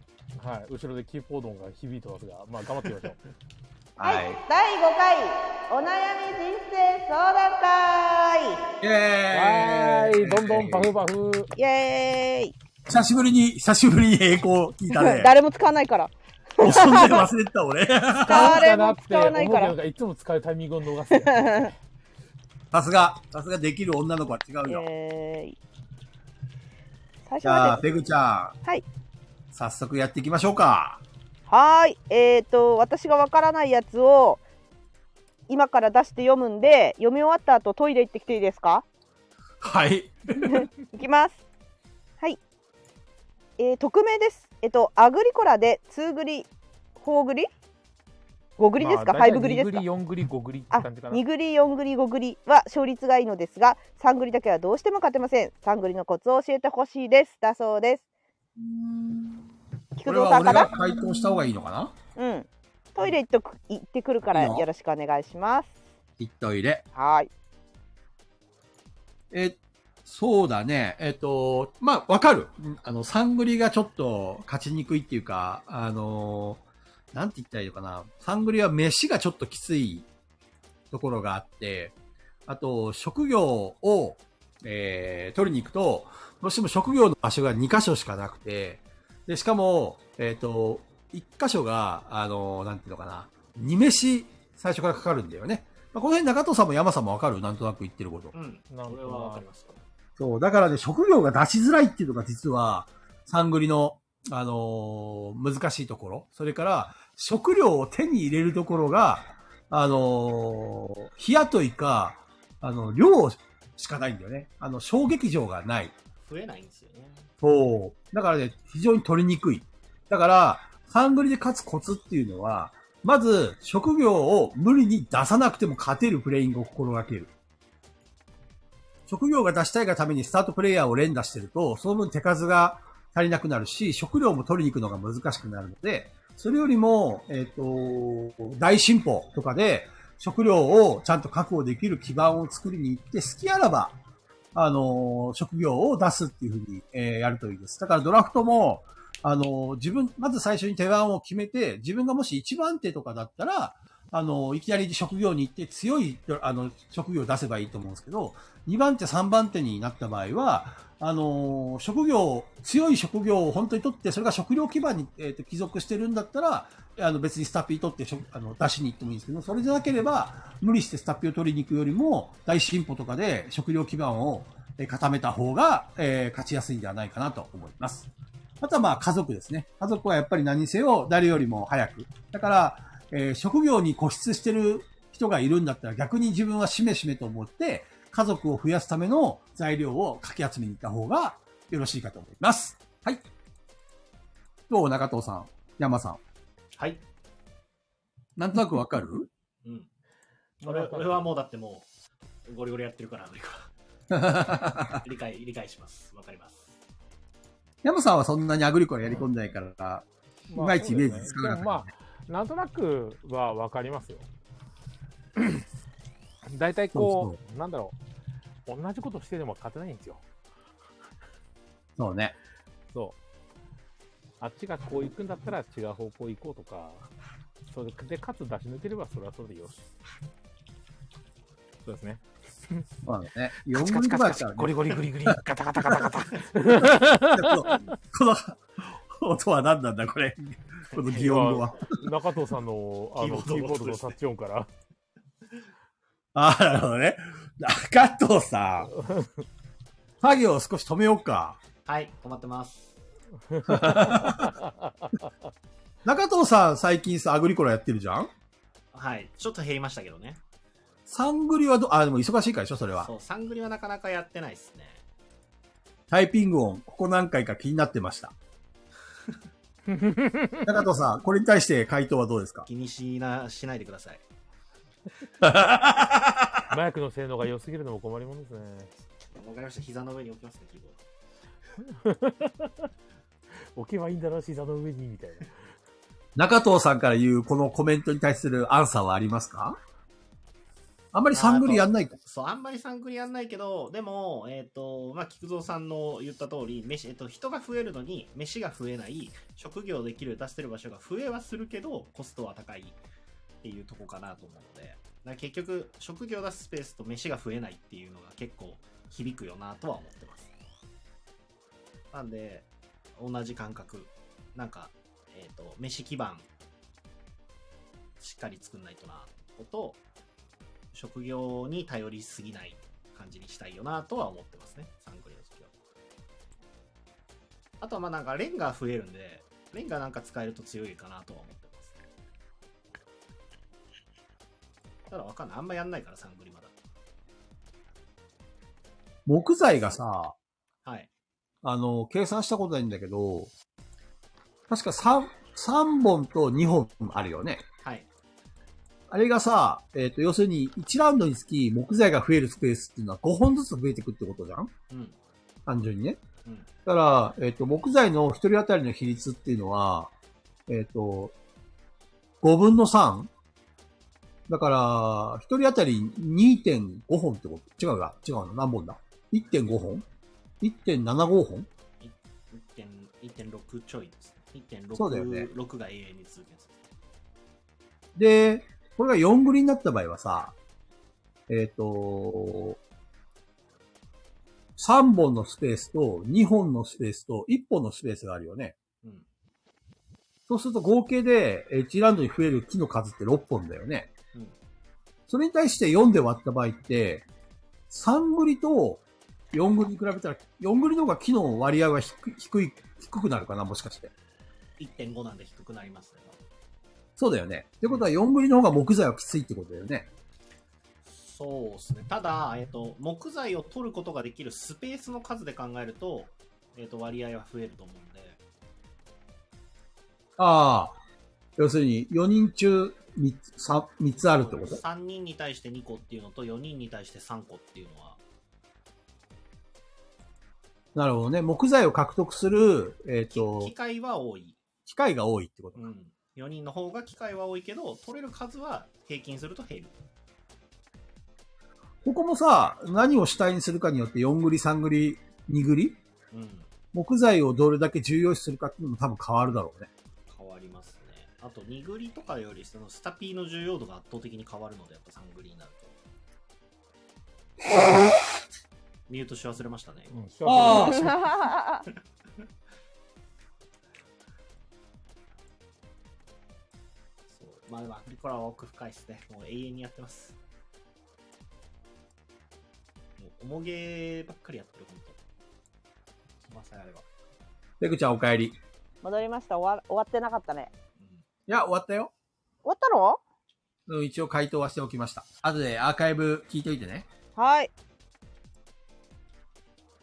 B: はい。後ろでキーボード音が響いてますが、まあ、頑張っていきましょう。
A: は
D: はいい。、
A: 第5回お悩み人生相談会
D: イェ
B: は
D: ー
B: ー
D: イ
B: い。どんどんパフパフ。
A: イエーイ、
D: 久しぶりに、久しぶりに栄光聞いたね。
A: 誰も使わないから
D: もうそんなの忘れてた俺。
A: 誰も使わないか
B: 思うけど
A: ら
B: んかいつも使うタイミングを逃すよ。
D: さすが、さすができる女の子は違う
A: イ
D: よ。
A: エーイ最初
D: じゃあ、
A: まで
D: ペグちゃん。
A: はい。
D: 早速やっていきましょうか。
A: はーいえーと私がわからないやつを今から出して読むんで読み終わった後トイレ行ってきていいですか
D: はい。
A: いきます。はい。えー、匿名です。えっと、アグリコラで、ツーグリ、フォーグリ。五グリですか、ファイブグリですか
B: 2。グリ、4グリ、5グリって
A: あ
B: 感じか、な。
A: 二グリ、四グリ、五グリは勝率がいいのですが、三グリだけはどうしても勝てません。三グリのコツを教えてほしいです。だそうです。
D: こ
A: 菊
D: れ
A: 蔵
D: は
A: さん
D: 俺
A: か
D: が
A: な。
D: 回答した方がいいのかな
A: うん。トイレ行っとく、行ってくるから、
D: いいの
A: よろしくお願いします。
D: 一トイレ。
A: はー い。
D: え、そうだね。えっと、まあ、わかる。うんあの、サングリがちょっと勝ちにくいっていうか、あのーなんて言ったらいいのかな。サングリは飯がちょっときついところがあって、あと、職業を、えー取りに行くと、どうしても職業の場所が2箇所しかなくて、で、しかも、えっ、と、1箇所が、あのーなんていうのかな。2飯、最初からかかるんだよね。まあ、この辺中藤さんも山さんもわかるなんとなく言ってること。
C: うん。
B: なんか
C: これはわかります。
D: そう、だからね、職業が出しづらいっていうのが実は、サングリの、あのー難しいところ。それから、食料を手に入れるところが、あのー日雇いか、あの、漁をしかないんだよね。あの、小劇場がない。
C: 増えないんですよね。
D: そう。だからね、非常に取りにくい。だから、サングリで勝つコツっていうのは、まず、職業を無理に出さなくても勝てるプレイングを心がける。職業が出したいがためにスタートプレイヤーを連打してると、その分手数が足りなくなるし、食料も取りに行くのが難しくなるので、それよりも、えっ、と、大進歩とかで、食料をちゃんと確保できる基盤を作りに行って、好きあらば、あのー、職業を出すっていうふうに、えーやるといいです。だからドラフトも、あのー、自分、まず最初に手腕を決めて、自分がもし一番手とかだったら、あのー、いきなり職業に行って強い、あの、職業を出せばいいと思うんですけど、2番手、3番手になった場合は、あのー職業、強い職業を本当に取って、それが食料基盤に、えーと帰属してるんだったら、あの別にスタッピー取ってしょあの出しに行ってもいいんですけど、それじゃなければ、無理してスタッピーを取りに行くよりも、大進歩とかで食料基盤をえー固めた方が、えー勝ちやすいんではないかなと思います。あとはまあ家族ですね。家族はやっぱり何せよ誰よりも早く。だから、えー職業に固執してる人がいるんだったら逆に自分はしめしめと思って、家族を増やすための材料をかき集めに行った方がよろしいかと思います。はい。どう中藤さん、山さん。
C: はい。
D: なんとなくわかる
C: うん。俺俺はもうだってもう、ゴリゴリやってるから、アメリカ は。理解、理解します。わかります。
D: 山さんはそんなにアグリコラやり込んでないから、いまいちイメージつかなかった
B: でもまあ、なんとなくは分かりますよ。大体こう、なんだろう、同じことしてでも勝てないんですよ。
D: そうね。
B: そう。あっちがこう行くんだったら違う方向行こうとか、それで、かつ出し抜ければそれはそれでよし。そうですね。
D: そうなんだね。4文字バーチャ
B: ゴ
D: ー
B: リゴリグリグリ、ガタガタガタガタ。
D: ね。この、この音は何なんだこ れ。この擬音語は。
B: 中藤さんの、あの、キ
C: キー
B: ー
C: ボ
B: ボ
C: ー
B: ー
C: ド
B: ド
C: の音で
B: の
C: す
B: タ
C: ね
B: ッチ音から。
D: ああ、なるほどね。中藤さん。作業を少し止めようか。
C: はい、止まってます。
D: 中藤さん最近さ、アグリコラやってるじゃん
C: はい。ちょっと減りましたけどね。
D: サングリはど、あ、でも忙しいからでしょそれは
C: そ。う、サングリはなかなかやってないですね。
D: タイピング音、ここ何回か気になってま した。中藤さん、これに対して回答はどうですか
C: 気にしな、しないでください。
B: マイクの性能が良すぎるのも困りものですね。
C: わかりました。膝の上に置きますね、キーボード。
B: 置けばいいんだな、膝の上に、みたいな。
D: 中藤さんから言うこのコメントに対するアンサーはありますかあんまりサングリやんないか。
C: そう、あんまりサングリやんないけど、でも、えっ、と、まあ、菊蔵さんの言った通り、飯、えっ、と、人が増えるのに、飯が増えない、職業できる、出してる場所が増えはするけど、コストは高いっていうとこかなと思うので、だから結局、職業出すスペースと飯が増えないっていうのが結構響くよなとは思ってます。なんで、同じ感覚。なんか、えっ、と、飯基盤、しっかり作んないとな、こと、職業に頼りすぎない感じにしたいよなとは思ってますね。サングリの時は。あとはまあなんかレンガ増えるんで、レンガなんか使えると強いかなとは思ってます。ただわかんない。あんまやんないからサングリまだ。
D: 木材がさ、
C: はい。
D: あの、計算したことないんだけど、確か3、3本と2本あるよね。
C: はい。
D: あれがさ、えっ、と、要するに1ラウンドにつき木材が増えるスペースっていうのは5本ずつ増えてくってことじゃん
C: うん。
D: 単純にね。
C: うん。
D: だから、えっ、と、木材の一人当たりの比率っていうのは、えっ、と、5分の 3? だから、一人当たり2.5本ってこと違うな、違うな、何本だ ?1.5 本 ?1.75 本
C: 1.1.6ちょいですね。
D: そうだよ
C: 1.6、
D: ね
C: 6が永遠に続くやつですね。
D: で、これが4グリになった場合はさ、えっ、と、3本のスペースと2本のスペースと1本のスペースがあるよね。
C: うん。
D: そうすると合計でえー1ラウンドに増える木の数って6本だよね。
C: うん
D: それに対して4で割った場合って、3グリと4グリに比べたら、4グリの方が木の割合は低い低い、低くなるかな、もしかして。
C: 1.5なんで低くなりますね。
D: そうだよね。ってことは4グリの方が木材はきついってことだよね。
C: そうですね。ただ、えっと、木材を取ることができるスペースの数で考えると、えっと、割合は増えると思うんで。
D: ああ。要するに、4人中3つ、三三つあるってこと
C: 3人に対して2個っていうのと、4人に対して3個っていうのは、
D: なるほどね。木材を獲得する、えっ、と
C: 機、械は多い。
D: 機械が多いってこと
C: う。ん。4人の方が機械は多いけど、取れる数は平均すると減る。
D: ここもさ、何を主体にするかによって、4ぐり、3ぐり、2ぐり
C: うん。
D: 木材をどれだけ重要視するかっていうのも多分変わるだろうね。
C: 変わりますね。あと、2ぐりとかより、そのスタピーの重要度が圧倒的に変わるので、やっぱ3ぐりにな ると。ミュートし忘れましたね。
B: うん、
F: あ
B: 幸せだ
C: そうまあ、でもアグリコラは奥深いですね。もう永遠にやってます。もう、重げばっかりやってる、ほんと。暇さえあれば。
D: ペグちゃんお帰り。い
A: 戻りました終わ終わってなかったね
C: うん
D: や、終わったよ。
A: 終わったの
D: うん一応回答はしておきました。後でアーカイブ聞いといてね。
A: はい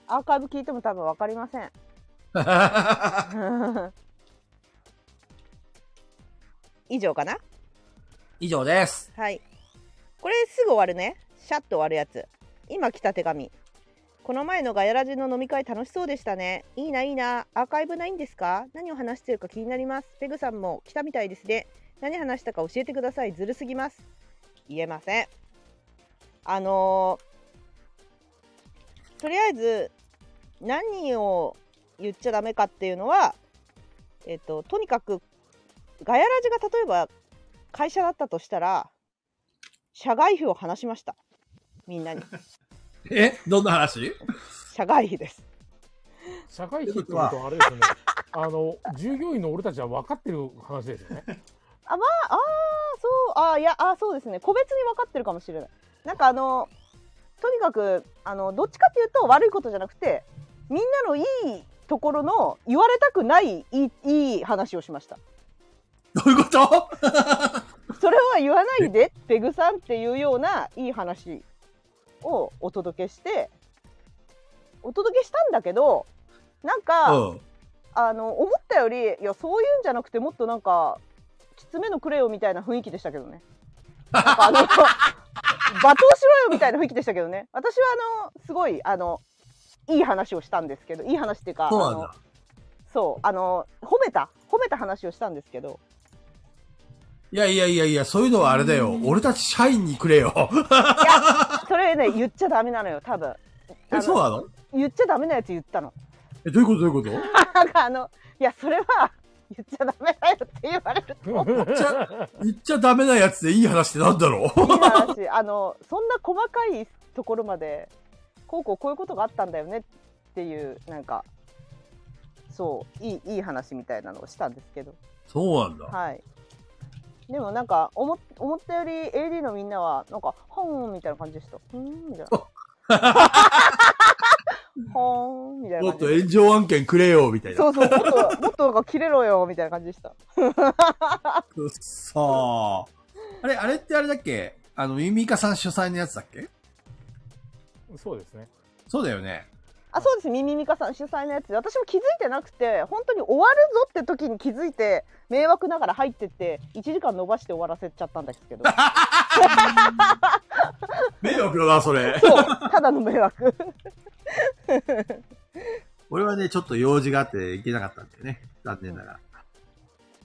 A: アーカイブ聞いても多分分かりません 以上かな
D: 以上です。
A: はい。これすぐ終わるね。シャッと終わるやつ。今来た手紙。この前のガヤラジの飲み会楽しそうでしたね。いいないいな。アーカイブないんですか何を話してるか気になります。ペグさんも来たみたいですね。何話したか教えてください。ずるすぎます。言えません。あのーとりあえず何を言っちゃダメかっていうのは、えっと、とにかくガヤラジが例えば会社だったとしたら社外費を話しましたみん なに
D: えどんな話
A: 社外費です
B: 社会費って言うとあれですよね。あの従業員の俺たちは分かってる話ですよね。
A: ああーそうあーいやあーそうですね個別に分かってるかもしれないなんかあのとにかくあのどっちかっていうと悪いことじゃなくてみんなのいいところの言われたくないいいいい話をしました
D: どういうこと
A: それは言わないでペグさんっていうようないい話をお届けしてお届けしたんだけどなんか、
D: うん。
A: あの思ったよりいやそういうんじゃなくてもっとなんかきつめのくれよみたいな雰囲気でしたけどね。なんか あの罵倒しろよみたいな雰囲気でしたけどね。私はあのすごいあのいい話をしたんですけどいい話っていうか
D: そうなん
A: あの
D: だ。
A: そうあの褒めた褒めた話をしたんですけど
D: いやいやいやいや、そういうのはあれだよ。俺たち社員にくれ よ。
A: それね言っちゃダメなのよ多分
D: え、そうなの
A: 言っちゃダメなやつ言ったの。
D: え、どういうことどういうこと
A: なんかあのいやそれは言っちゃダメだよって言われると
D: じゃ、言っちゃダメなやつでいい話ってなんだろう
A: いい話あのそんな細かいところまでこうこうこういうことがあったんだよねっていうなんかそういいいい話みたいなのをしたんですけど
D: そうなんだ。
A: はいでもなんか思っ思ったより AD のみんなはなんか「ほーん」みたいな感じでした「うーん」みたいな 「ほーん」みたいな
D: もっ
A: 感じ
D: と
A: で
D: 炎上案件くれよ、みたいな。
A: そうそうもっともっとなんか切れろよみたいな感じでした
D: くっそー。あれ、あれってあれだっけあの、ミミカさん主催のやつだっけ
B: そうですね。
D: そうだよね。
A: あそうですミミミカさん主催のやつで私も気づいてなくて本当に終わるぞって時に気づいて迷惑ながら入ってって1時間伸ばして終わらせちゃったんですけど
D: 迷惑だな、そ れ。
A: そうただの迷惑
D: 俺はね、ちょっと用事があって行けなかったんだよね。残念ながら。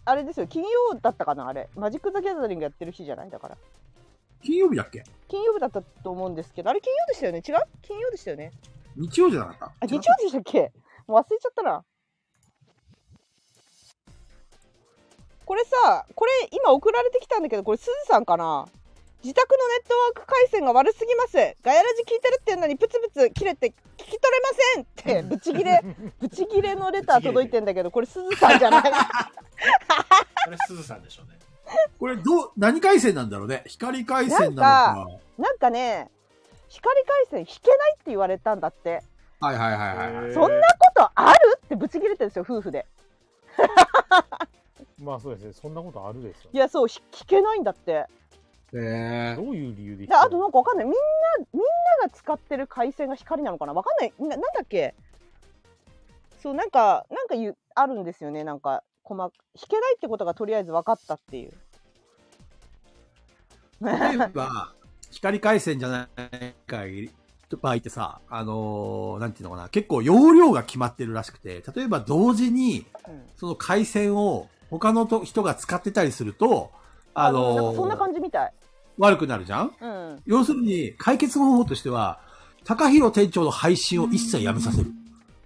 A: あれですよ金曜だったかなあれマジック・ザ・ギャザリングやってる日じゃないだから
D: 金曜日だっけ
A: 金曜日だったと思うんですけどあれ金曜でしたよね違う金曜でしたよね
D: 日曜じゃなか
A: あ
D: った
A: 日曜
D: 違う
A: でしたっけもう忘れちゃったなこれさこれ今送られてきたんだけどこれすずさんかな自宅のネットワーク回線が悪すぎますガヤラジ聞いてるってんのにプツプツ切れて聞き取れませんってブチギレブチギレのレター届いてんだけどこれすずさんじゃ ない
C: これ、すずさんでしょうね。
D: これ、どう、何回線なんだろうね。光回線なのか。
A: なんかね光回線引けないって言われたんだって
D: はいはいはいはいはい。
A: そんなことあるってブチギレてるんですよ夫婦で
B: まあそうですね。そんなことあるですよ
A: い。やそうひ聞けないんだって
F: ね
B: どういう理由で
A: であとなんかわかんないみんなみんなが使ってる回線が光なのかなわかんないななんだっけそうなんかなんかゆあるんですよねなんか細か弾けないってことがとりあえず分かったっていう
D: 例えば、光回線じゃない限り、場合ってさ、あのーなんていうのかな、結構容量が決まってるらしくて、例えば同時に、
A: うん
D: その回線を他のと人が使ってたりすると、あ
A: なん
D: の
A: かそんな
D: ー
A: 感じみたい
D: 悪くなるじゃん
A: うん
D: 要するに、解決方法としては、高弘店長の配信を一切やめさせる。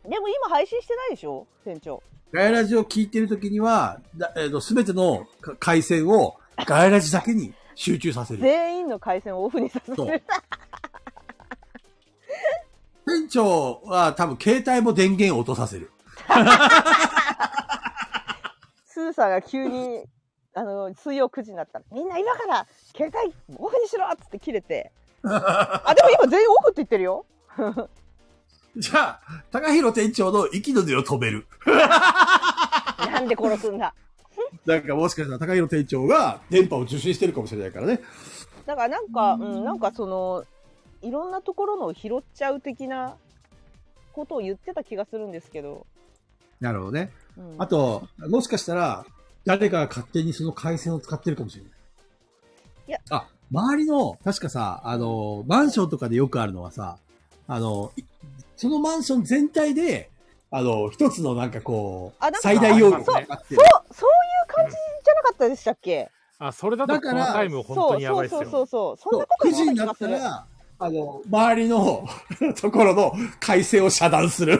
A: でも今配信してないでしょ店長
D: ガイラジを聞いてるときには、だえっ、と、すべてのか回線をガイラジだけに集中させる。
A: 全員の回線をオフにさせ
D: そう
A: る
D: 店長は多分携帯も電源を落とさせる。
A: スーさんが急に あの水曜9時になったらみんな今から携帯オフにしろっつって切れ てあでも今全員オフって言ってるよ
D: じゃあ、高弘店長の息の根を止める。
A: なんで殺すんだ
D: なんかもしかしたら高弘店長が電波を受信してるかもしれないからね。
A: だからなんか、うん、なんかそのいろんなところのを拾っちゃう的なことを言ってた気がするんですけど、
D: なるほどね。
A: うん、
D: あと、もしかしたら、誰かが勝手にその回線を使ってるかもしれない。
A: いや
D: あ、周りの、確かさ、あの、マンションとかでよくあるのはさ、あの、いそのマンション全体で、あの、一つのなんかこ
A: あなん
D: う
A: か、
D: 最大容量
A: そう
D: 使ってる
A: そうそういう感じじゃなかったでしたっけ
B: あ、それだと
D: だ
B: こ
D: か
B: の
D: ら
B: タイム本当にやばいっす
A: そう
B: よ。
A: そうそうそうそん
D: そう
A: なこと
D: 9
A: も
D: 時に
A: な
D: な
A: か
D: っ
A: った気が
D: た
A: する
D: ら、あの、周りの ところの回線を遮断する。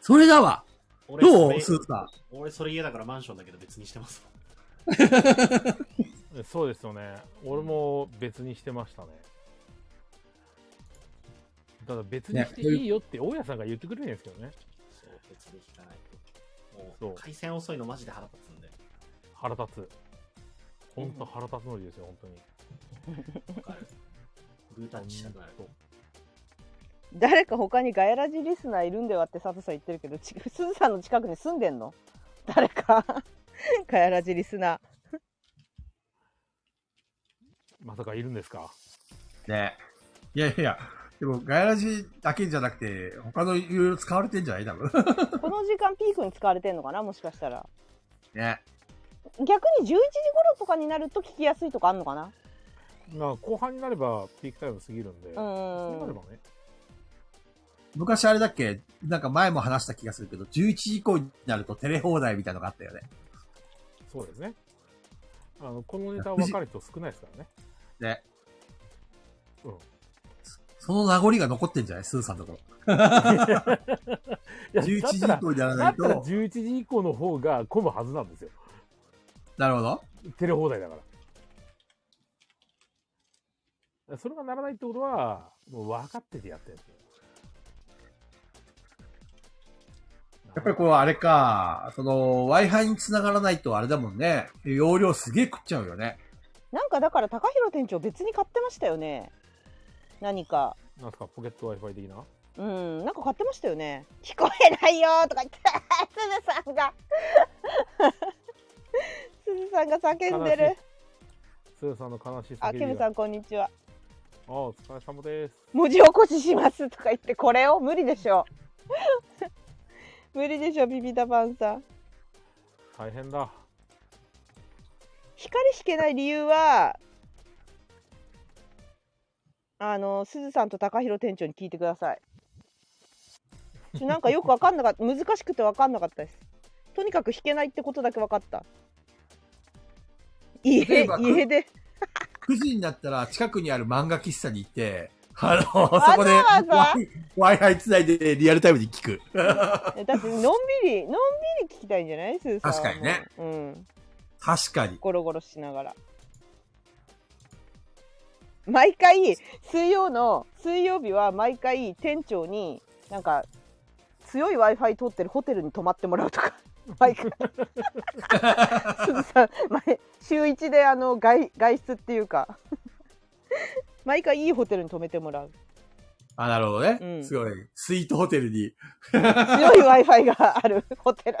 D: それだわ。
C: 俺
D: ど
C: そうれ
D: スーさん。
C: 俺それ家だからマンションだけど別にしてます
B: そうですよね。俺も別にしてましたね。ただ別にしていいよって大家さんが言ってくれるんですけどね。
C: そう別に引かないと
B: そ
C: も
B: う
C: う回線遅いのマジで腹立つんで
B: 腹立つ。ほんと腹立つのりですよ、本当に。
C: わかるグータッチしたくなる
A: 誰か他にガヤラジリスナーいるんではって佐藤さん言ってるけどちすずさんの近くに住んでんの誰か ガヤラジリスナー
B: まさかいるんですか
D: ねいやいやいや、でもガヤラジだけじゃなくて、他のいろいろ使われてんじゃない多分。
A: この時間ピークに使われてんのかなもしかしたら
D: ね。
A: 逆に11時頃とかになると聞きやすいとかあんのかな
B: まあ後半になればピークタイム過ぎるんで、
A: う
B: そうなれ
A: ん
B: ばね。
D: 昔あれだっけなんか前も話した気がするけど、11時以降になるとテレ放題みたいなのがあったよね。
B: そうですね。あの、このネタ分かる人少ないですからね。
D: ね。
B: うん。
D: その名残が残ってんじゃないスーさんのとこ
B: い
D: ろ。
B: や
D: 11時以
B: だった
D: 降になら
B: ら、
D: な
B: だ
D: い
B: ったら
D: と。
B: 11時以降の方が混むはずなんですよ。
D: なるほど。
B: テレ放題だから。それがならないってことは、もう分かっててやってるんですよ。
D: やっぱりこう、あれか、その、Wi-Fi に繋がらないとあれだもんね。容量すげえ食っちゃうよね。
A: なんかだから高弘店長別に買ってましたよね何か
B: なんですか、ポケット Wi-Fi 的な
A: うんなんか買ってましたよね聞こえないよーとか言って すずさんが すずさんが叫んで
B: 悲し
A: る
B: いスーさんの悲しい
A: あ
B: 叫
A: ケ
B: び
A: ム
B: が。
A: さ
B: あ
A: んこんにちは
B: お疲れ様です。
A: 文字起こししますとか言ってこれを無理でしょ無理でしょビビタパンさん
B: 大変だ。
A: 光引けない理由はあのすずさんと高弘店長に聞いてくださいちょなんかよく分かんなかった 難しくて分かんなかったですとにかく引けないってことだけ分かった家
D: 例えば
A: 家で
D: 9時になったら近くにある漫画喫茶に行って、あの、そこで
A: わざわざ
D: Wi- Wi-Fi 繋いでリアルタイムに聞く。
A: えだってのんびりのんびり聞きたいんじゃないすずさんは
D: 確かにね
A: もううん
D: 確かに。
A: ゴロゴロしながら毎回水曜の水曜日は毎回店長になんか強い w i f i 通ってるホテルに泊まってもらうとか 毎回すずさん毎週1であの外外出っていうか毎回いいホテルに泊めてもらう
D: あ、なるほどね。
A: うん
D: すごい。スイートホテルに。
A: 強い w i f i があるホテル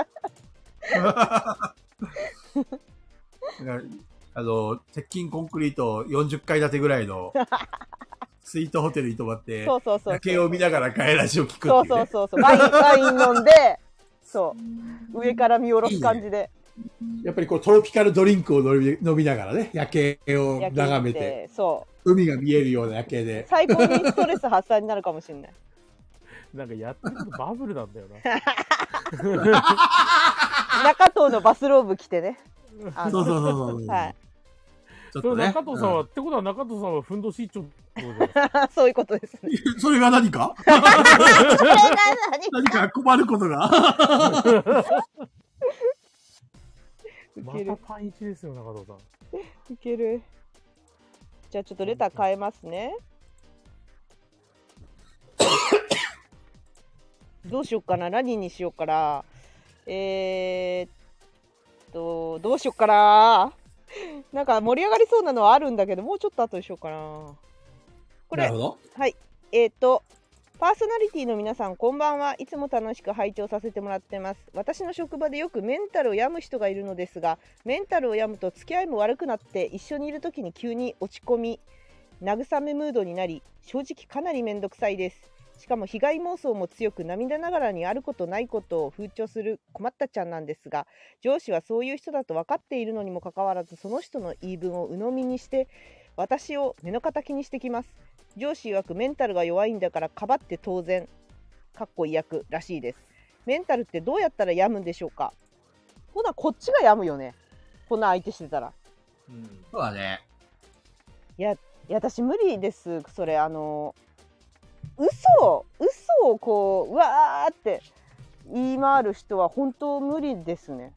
D: あの、鉄筋コンクリート40階建てぐらい の、スイートホテルに泊まって、
A: そうそうそう
D: 夜景を見ながら帰らしを聞く
A: そう
D: っていう
A: そうそ
D: ね。
A: うそうワインワイン飲んでそう上から見下ろす感じで
D: やっぱりこう、トロピカルドリンクを飲み飲みながらね、夜景を
A: 焼き
D: 眺め
A: 肉
D: て、
A: でそ
D: 海が見えるような夜景
A: う
D: で。
A: 最高にストレス発散になるかもしれない
B: なんかやってることバブルなんだよ な。
A: 中藤のバスローブ着てねあ
D: そ
A: の
D: うそうそうそう。
A: はい
D: ちょっ
B: そ
D: と
B: れ
D: ね。
B: 中藤さんは、ってことは中藤さんはふんどし一丁ってことじゃないですか。
A: そういうことです ね
D: うんそれが何か
A: それが
D: 何か困ることが
A: 何ウ
B: ま
A: ケる
B: たパンイチですよ、中藤さん。
A: いけるじゃあちょっとレター変えます ねどうしよっかな何にしようかなえー、っとどうしよっかななんか盛り上がりそうなのはあるんだけどもうちょっと後にしようかなこれ
D: なるほど。
A: えー、とパーソナリティの皆さんこんばんはいつも楽しく拝聴させてもらってます私の職場でよくメンタルを病む人がいるのですがメンタルを病むと付き合いも悪くなって一緒にいる時に急に落ち込み慰めムードになり正直かなり面倒くさいですしかも被害妄想も強く涙ながらにあることないことを風潮する困ったちゃんなんですが上司はそういう人だと分かっているのにもかかわらずその人の言い分を鵜呑みにして私を目の敵にしてきます上司曰くメンタルが弱いんだからかばって当然かっこいい役らしいですメンタルってどうやったら病むんでしょうかほなこっちが病むよねこんな相手してたら
C: うん。
D: そうだね。
A: いや私無理ですそれあの嘘を嘘をこううわーって言い回る人は本当無理ですね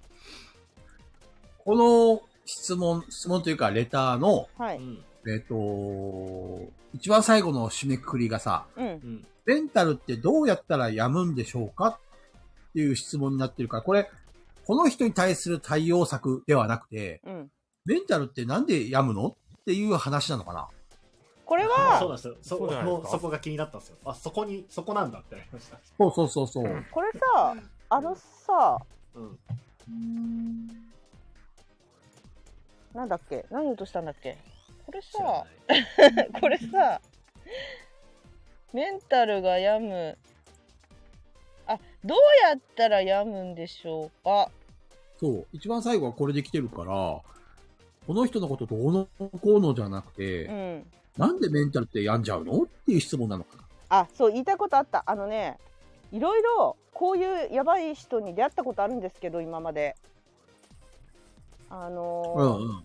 D: この質問、質問というか、レターの、
A: は
C: う
A: い
C: ん。
D: えっ、と、一番最後の締めくくりがさ、
A: うん
C: うん。
D: メンタルってどうやったら病むんでしょうかっていう質問になってるから、これ、この人に対する対応策ではなくて、
A: うん
D: メンタルってなんで病むのっていう話なのかな
A: これ
C: あそう
A: は
C: なんですよ。そ
B: そうじゃないです
C: も
B: か
C: うそこが気になったんですよ。あ、そこに、そこなんだってなりました。
D: そうそうそうそう。
A: これさあのさ
C: うん。
A: なんだっけ何言おうとしたんだっけこれ
C: 知らな
A: さ
C: い
A: これさメンタルが病むあどうやったら病むんでしょうか
D: そう。一番最後はこれで来てるから、この人のことどうのこうのじゃなくて、
A: うん
D: なんでメンタルって病んじゃうのっていう質問なのかな
A: あそう言いたいことあったあのねいろいろこういうやばい人に出会ったことあるんですけど今まであのー
D: うんうん。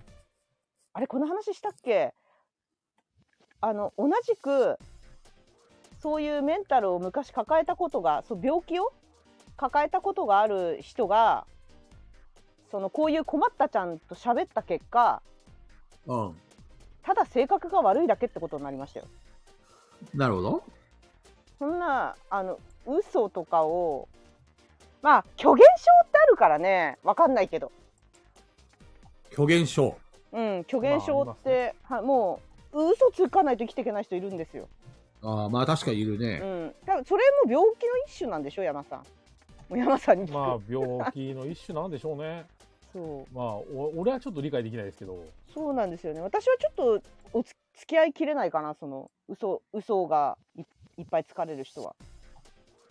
A: あれこの話したっけあの同じくそういうメンタルを昔抱えたことがそう病気を抱えたことがある人がそのこういう困ったちゃんと喋った結果
D: うん。
A: ただ性格が悪いだけってことになりましたよ。
D: なるほど。
A: そんなあの嘘とかをまあ虚言症ってあるからねわかんないけど、
D: 虚言症。
A: うん、虚言
B: まああり
A: 症
B: ま
A: っ
B: すね
A: て、はもう嘘つかないと生きていけない人いるんですよ。
D: ああ、まあ確かにいる
A: う
D: ね。
A: ん、多分それも病気の一種なんでしょ山さん。もう山さんに聞く。
B: まあ、病気の一種なんでしょうね。
A: そう
B: まあ、お俺はちょっと理解できないですけど。
A: そうなんですよね。私はちょっとおつ付き合いきれないかなその嘘嘘がいいっぱい疲れる人は。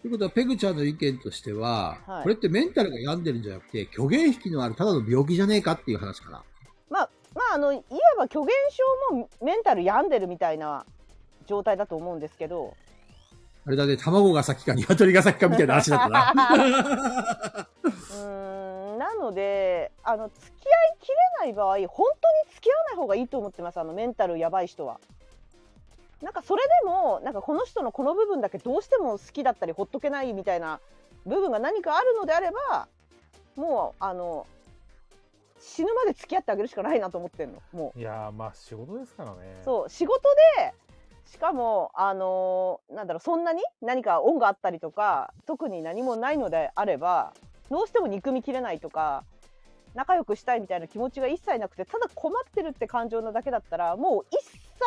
D: ということは、ペグちゃんの意見としては、
A: はい
D: これってメンタルが病んでるんじゃなくて、虚言癖のあるただの病気じゃねえかっていう話かな。
A: まああのいわば虚言症もメンタル病んでるみたいな状態だと思うんですけど。
D: あれだね、卵が先か鶏が先かみたいな話だったな。
A: うーんなのであの付き合いきれない場合本当に付き合わない方がいいと思ってますあのメンタルやばい人は。なんかそれでもなんかこの人のこの部分だけどうしても好きだったりほっとけないみたいな部分が何かあるのであればもうあの死ぬまで付き合ってあげるしかないなと思ってんのも
B: いやー、まあ仕事ですからね
A: う。そう仕事でしかもあのなんだろうそんなに何か恩があったりとか特に何もないのであればどうしても憎みきれないとか仲良くしたいみたいな気持ちが一切なくてただ困ってるって感情なだけだったらもう一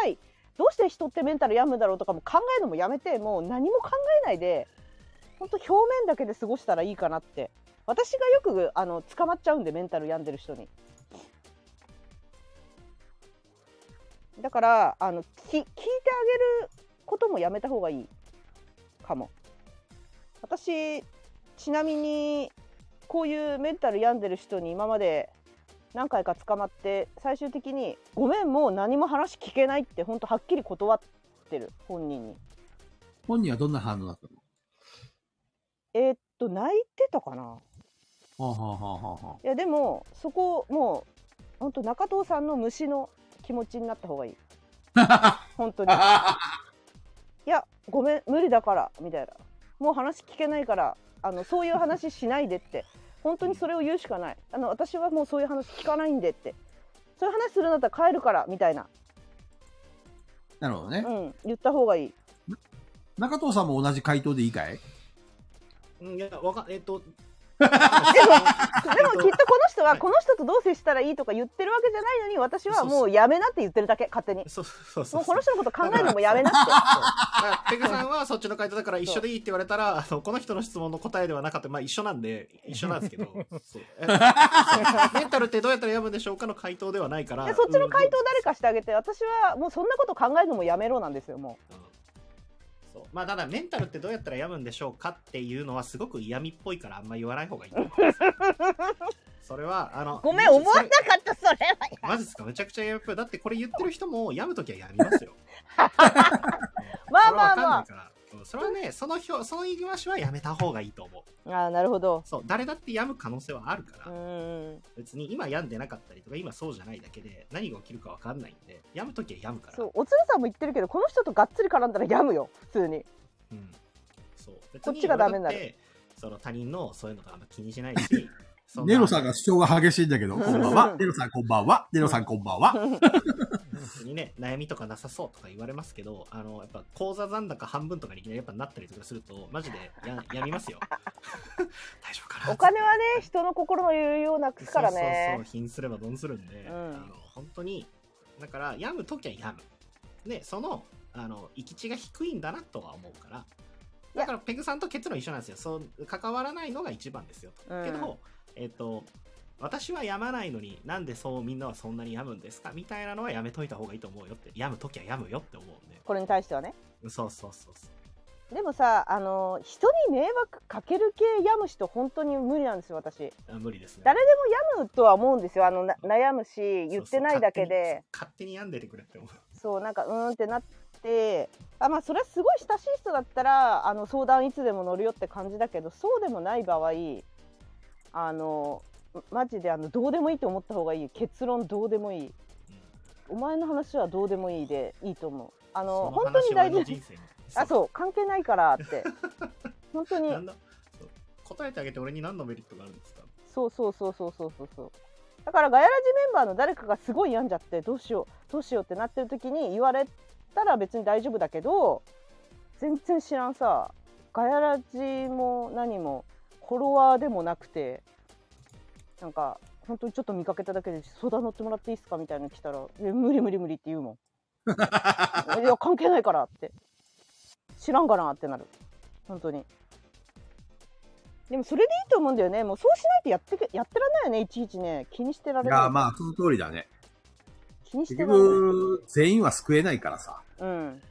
A: 切どうして人ってメンタル病むんだろうとかも考えるのもやめてもう何も考えないで本当表面だけで過ごしたらいいかなって私がよくあの捕まっちゃうんでメンタル病んでる人にだからあのき聞いてあげることもやめた方がいいかも私ちなみにこういうメンタル病んでる人に今まで何回か捕まって最終的に「ごめんもう何も話聞けない」って本当はっきり断ってる本人に。
D: 本人はどんな反応だった
A: えーっと泣いてたかな
D: のはあ、はあはあはあ、
A: いやでもそこもう本当中藤さんの虫の気持ちになった方がいい本当にいやごめん無理だからみたいなもう話聞けないからあのそういう話しないでって本当にそれを言うしかないあの私はもうそういう話聞かないんでってそういう話するんだったら帰るからみたいな、
D: なるほどね
A: う。ん、言った方がいい
D: 中藤さんも同じ回答でいいかい
C: うんいや、わかん、え っと、
A: でもきっとこの人はこの人とどう接したらいいとか言ってるわけじゃないのに私はもうやめなって言ってるだけ勝手に
C: そうそうそう。
A: もうこの人のこと考えるのもやめなっ
C: そ う
A: て
C: だからペグさんはそっちの回答だから一緒でいいって言われたら、あのこの人の質問の答えではなかった。まあ一緒なんで、一緒なんですけ ど。そうえそうメンタルってどうやったらやむんでしょうかの回答ではないから。
A: でそっちの回答誰かしてあげて私はもうそんなこと考えるのもやめろなんですよも
C: うんそうまあただメンタルってどうやったら病むんでしょうかっていうのはすごく嫌味っぽいからあんま言わない方がいいと 思いますそれはあの
A: うごめん思わな
C: そ
A: か
C: れ
A: ったそれは
C: マジですかめちゃくちゃ嫌味っぽいだってこれ言ってる人も病む時はやみま すよ
A: まあまあまあ
C: それはわかんないからうんそれはねその表その言い回しはやめた方がいいと思う
A: ああなるほど
C: そう誰だって病む可能性はあるか
A: う
C: ら、
A: ーん
C: 別に今病んでなかったりとか今そうじゃないだけで何が起きるかわかんないんで病む時は病むから
A: そうおつるさんも言ってるけどこの人とがっつり絡んだらやむよ普通 に
C: うん、そう別
A: こっちがダメになる
C: 俺だってその他人のそういうのとかあんま気にしない しそな
D: ネロさんが主張が激しいんだ けど、こんばんは。ネロさんこんばんは。ネロさんこんばんは。
C: 別にね悩みとかなさそうとか言われますけどあのやっぱ口座残高半分とかにいきなりやっぱなったりとかするとマジでやや みますよ大丈夫かな
A: お金はね人の心の余裕をなくすから
C: そうそう
A: ね
C: そう貧すればどんするんで、
A: うん
C: あの本当にだから病む時は病むでそのあの行き地が低いんだなとは思うからだからペグさんと結論一緒なんですよそう関わらないのが一番ですよと、
A: うん
C: けどえっ、と私は病まないのになんでそうみんなはそんなに病むんですかみたいなのはやめといた方がいいと思うよって病む時は病むよって思うんで
A: これに対してはね
C: そうそうそうそう
A: でもさあの人に迷惑かける系やむ人本当に無理なんですよ私
C: あ無理ですね
A: 誰でもやむとは思うんですよあのな悩むし言ってないだけで
C: 勝手に病んでてくれって思う
A: そうなんかうーんってなってあまあそれはすごい親しい人だったらあの相談いつでも乗るよって感じだけどそうでもない場合あのマジであのどうでもいいと思った方がいい結論どうでもいいお前の話はどうでもいいでいいと思うあの
C: そ
A: 本当に大
C: 話は俺の
A: 事
C: 人生に
A: あそう関係ないからって 本当に
C: なんだそう答えてあげて俺に何のメリットがあるんですか
A: そうそうそうそうそうそうそうだからガヤラジメンバーの誰かがすごい病んじゃってどうしようどうしようってなってる時に言われたら別に大丈夫だけど全然知らんさガヤラジも何もフォロワーでもなくてなんか本当にちょっと見かけただけで相談乗ってもらっていいですかみたいなの来たらいや「無理無理無理」って言うも んいや関係ないからって知らんかなってなる本当にでもそれでいいと思うんだよねもうそうしないとやってけやってらんないよねいちいちね気にしてら
D: い
A: れない
D: や、まあ、その通 りだね。
A: 気にして
D: 結
A: られない
D: 局、全員は救えないからさ。
A: うん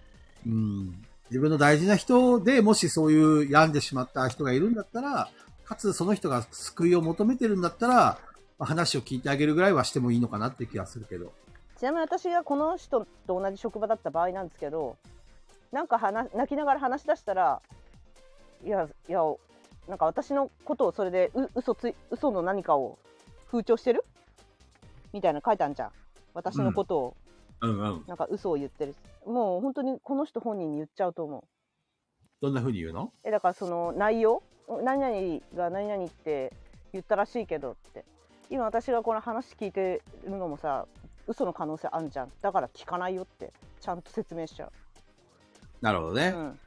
D: うん。自分の大事な人でもしそういう病んでしまった人がいるんだったら、かつその人が救いを求めてるんだったら、まあ話を聞いてあげるぐらいはしてもいいのかなって気がするけど。
A: ちなみに私がこの人と同じ職場だった場合なんですけどなんか話泣きながら話し出したらいやいやなんか私のことをそれでう嘘つい嘘の何かを風潮してるみたいなの書いたんじゃん私のことを、
D: うんうん。
A: なんか嘘を言ってるもう本当にこの人本人に言っちゃうと思う
D: どんな風に言うの
A: えだからその内容何々が何々って言ったらしいけどって今私がこの話聞いてるのもさ嘘の可能性あんじゃんだから聞かないよってちゃんと説明しちゃ
D: なるほど
A: う、
D: ね
A: う。ん、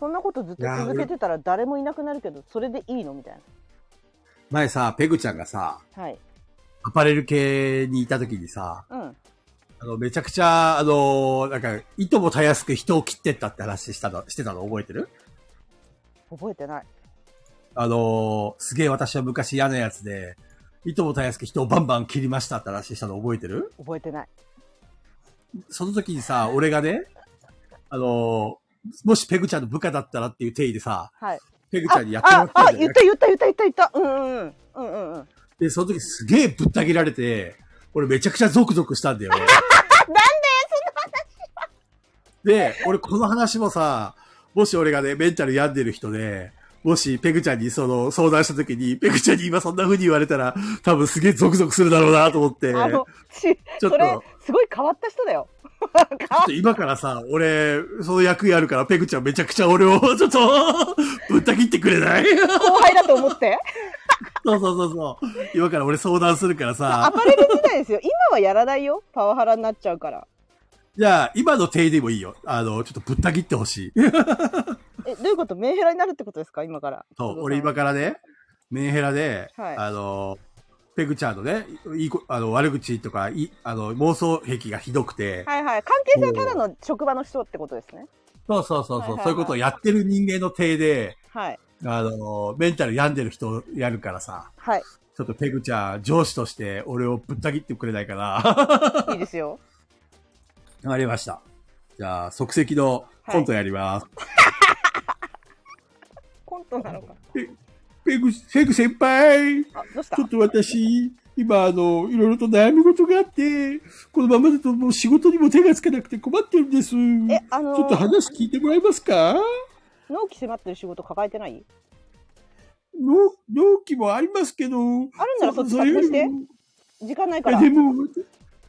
A: そんなことずっと続けてたら誰もいなくなるけどそれでいいのみたい
D: 前さ、ペグちゃんがさ、
A: なはい
D: アパレル系にいた時にさ、
A: うん
D: あの、めちゃくちゃ、あの、なんか、いともたやすく人を切ってったって話したの、してたの覚えてる
A: 覚えてない
D: あのーすげえ私は昔嫌なやつで、いともたやすく人をバンバン切りましたって話したの覚えてる
A: 覚えてない
D: その時にさ、俺がね、あのーもしペグちゃんの部下だったらっていう定義でさ、
A: はい。
D: ペグち
A: あ
D: ゃんにやってもらっ、た
A: あ、
D: んだ
A: 言
D: よ
A: っ
D: ね。
A: た言った言った言った言った。うんうんうんうんうん。
D: で、その時すげえぶった切られて、俺めちゃくちゃゾクゾクしたんだよね。で、俺この話もさ、もし俺がね、メンタル病んでる人で、もしペグちゃんにその相談した時に、ペグちゃんに今そんな風に言われたら、多分すげえゾクゾクするだろうなと思って、ち
A: あ
D: ょ
A: の、し、
D: っ
A: それ
D: と、、
A: すごい変わった人だよ。
D: ちょっと今からさ、俺、その役やるから、ペグちゃんめちゃくちゃ俺を、ちょっと、ぶった切ってくれない
A: 後輩だと思って。
D: そうそうそうそう。今から俺相談するから
A: ア
D: さ、
A: パレル時代ですよ。今はやらないよ。パワハラになっちゃうから。
D: じゃあ、今の手でもいいよ。あの、ちょっとぶった切ってほしい。
A: え、どういうことメンヘラになるってことですか今から。
D: そう、俺今からね、メンヘラで、
A: はい
D: あの、ペグちゃんのね、いいこあの悪口とかいあの、妄想癖がひどくて、
A: はいはい。関係性はただの職場の人ってことですね。
D: そうそうそうそ
A: はい
D: う、
A: はいはい
D: そういうことをやってる人間の手で、
A: はい。
D: あの、メンタル病んでる人やるからさ、
A: はい。
D: ちょっとペグちゃん、上司として俺をぶった切ってくれないかな。
A: いいですよ。
D: わかりました。じゃあ、即席のコントやります。
A: コントなのか。
D: ペグ、ペグ先輩
A: あ、どうした
D: ちょっと私、今、あの、いろいろと悩み事があって、このままだともう仕事にも手がつかなくて困ってるんです。ち
A: え
D: ょ、
A: あの
D: っと
A: ー、
D: 話聞いてもらえますか
A: 納期迫ってる仕事抱えてない
D: 納納期もありますけど。
A: あるんならそっち
D: れ
A: 確
D: よ
A: 認
D: り
A: して
D: も。
A: 時間ないから。
D: でも、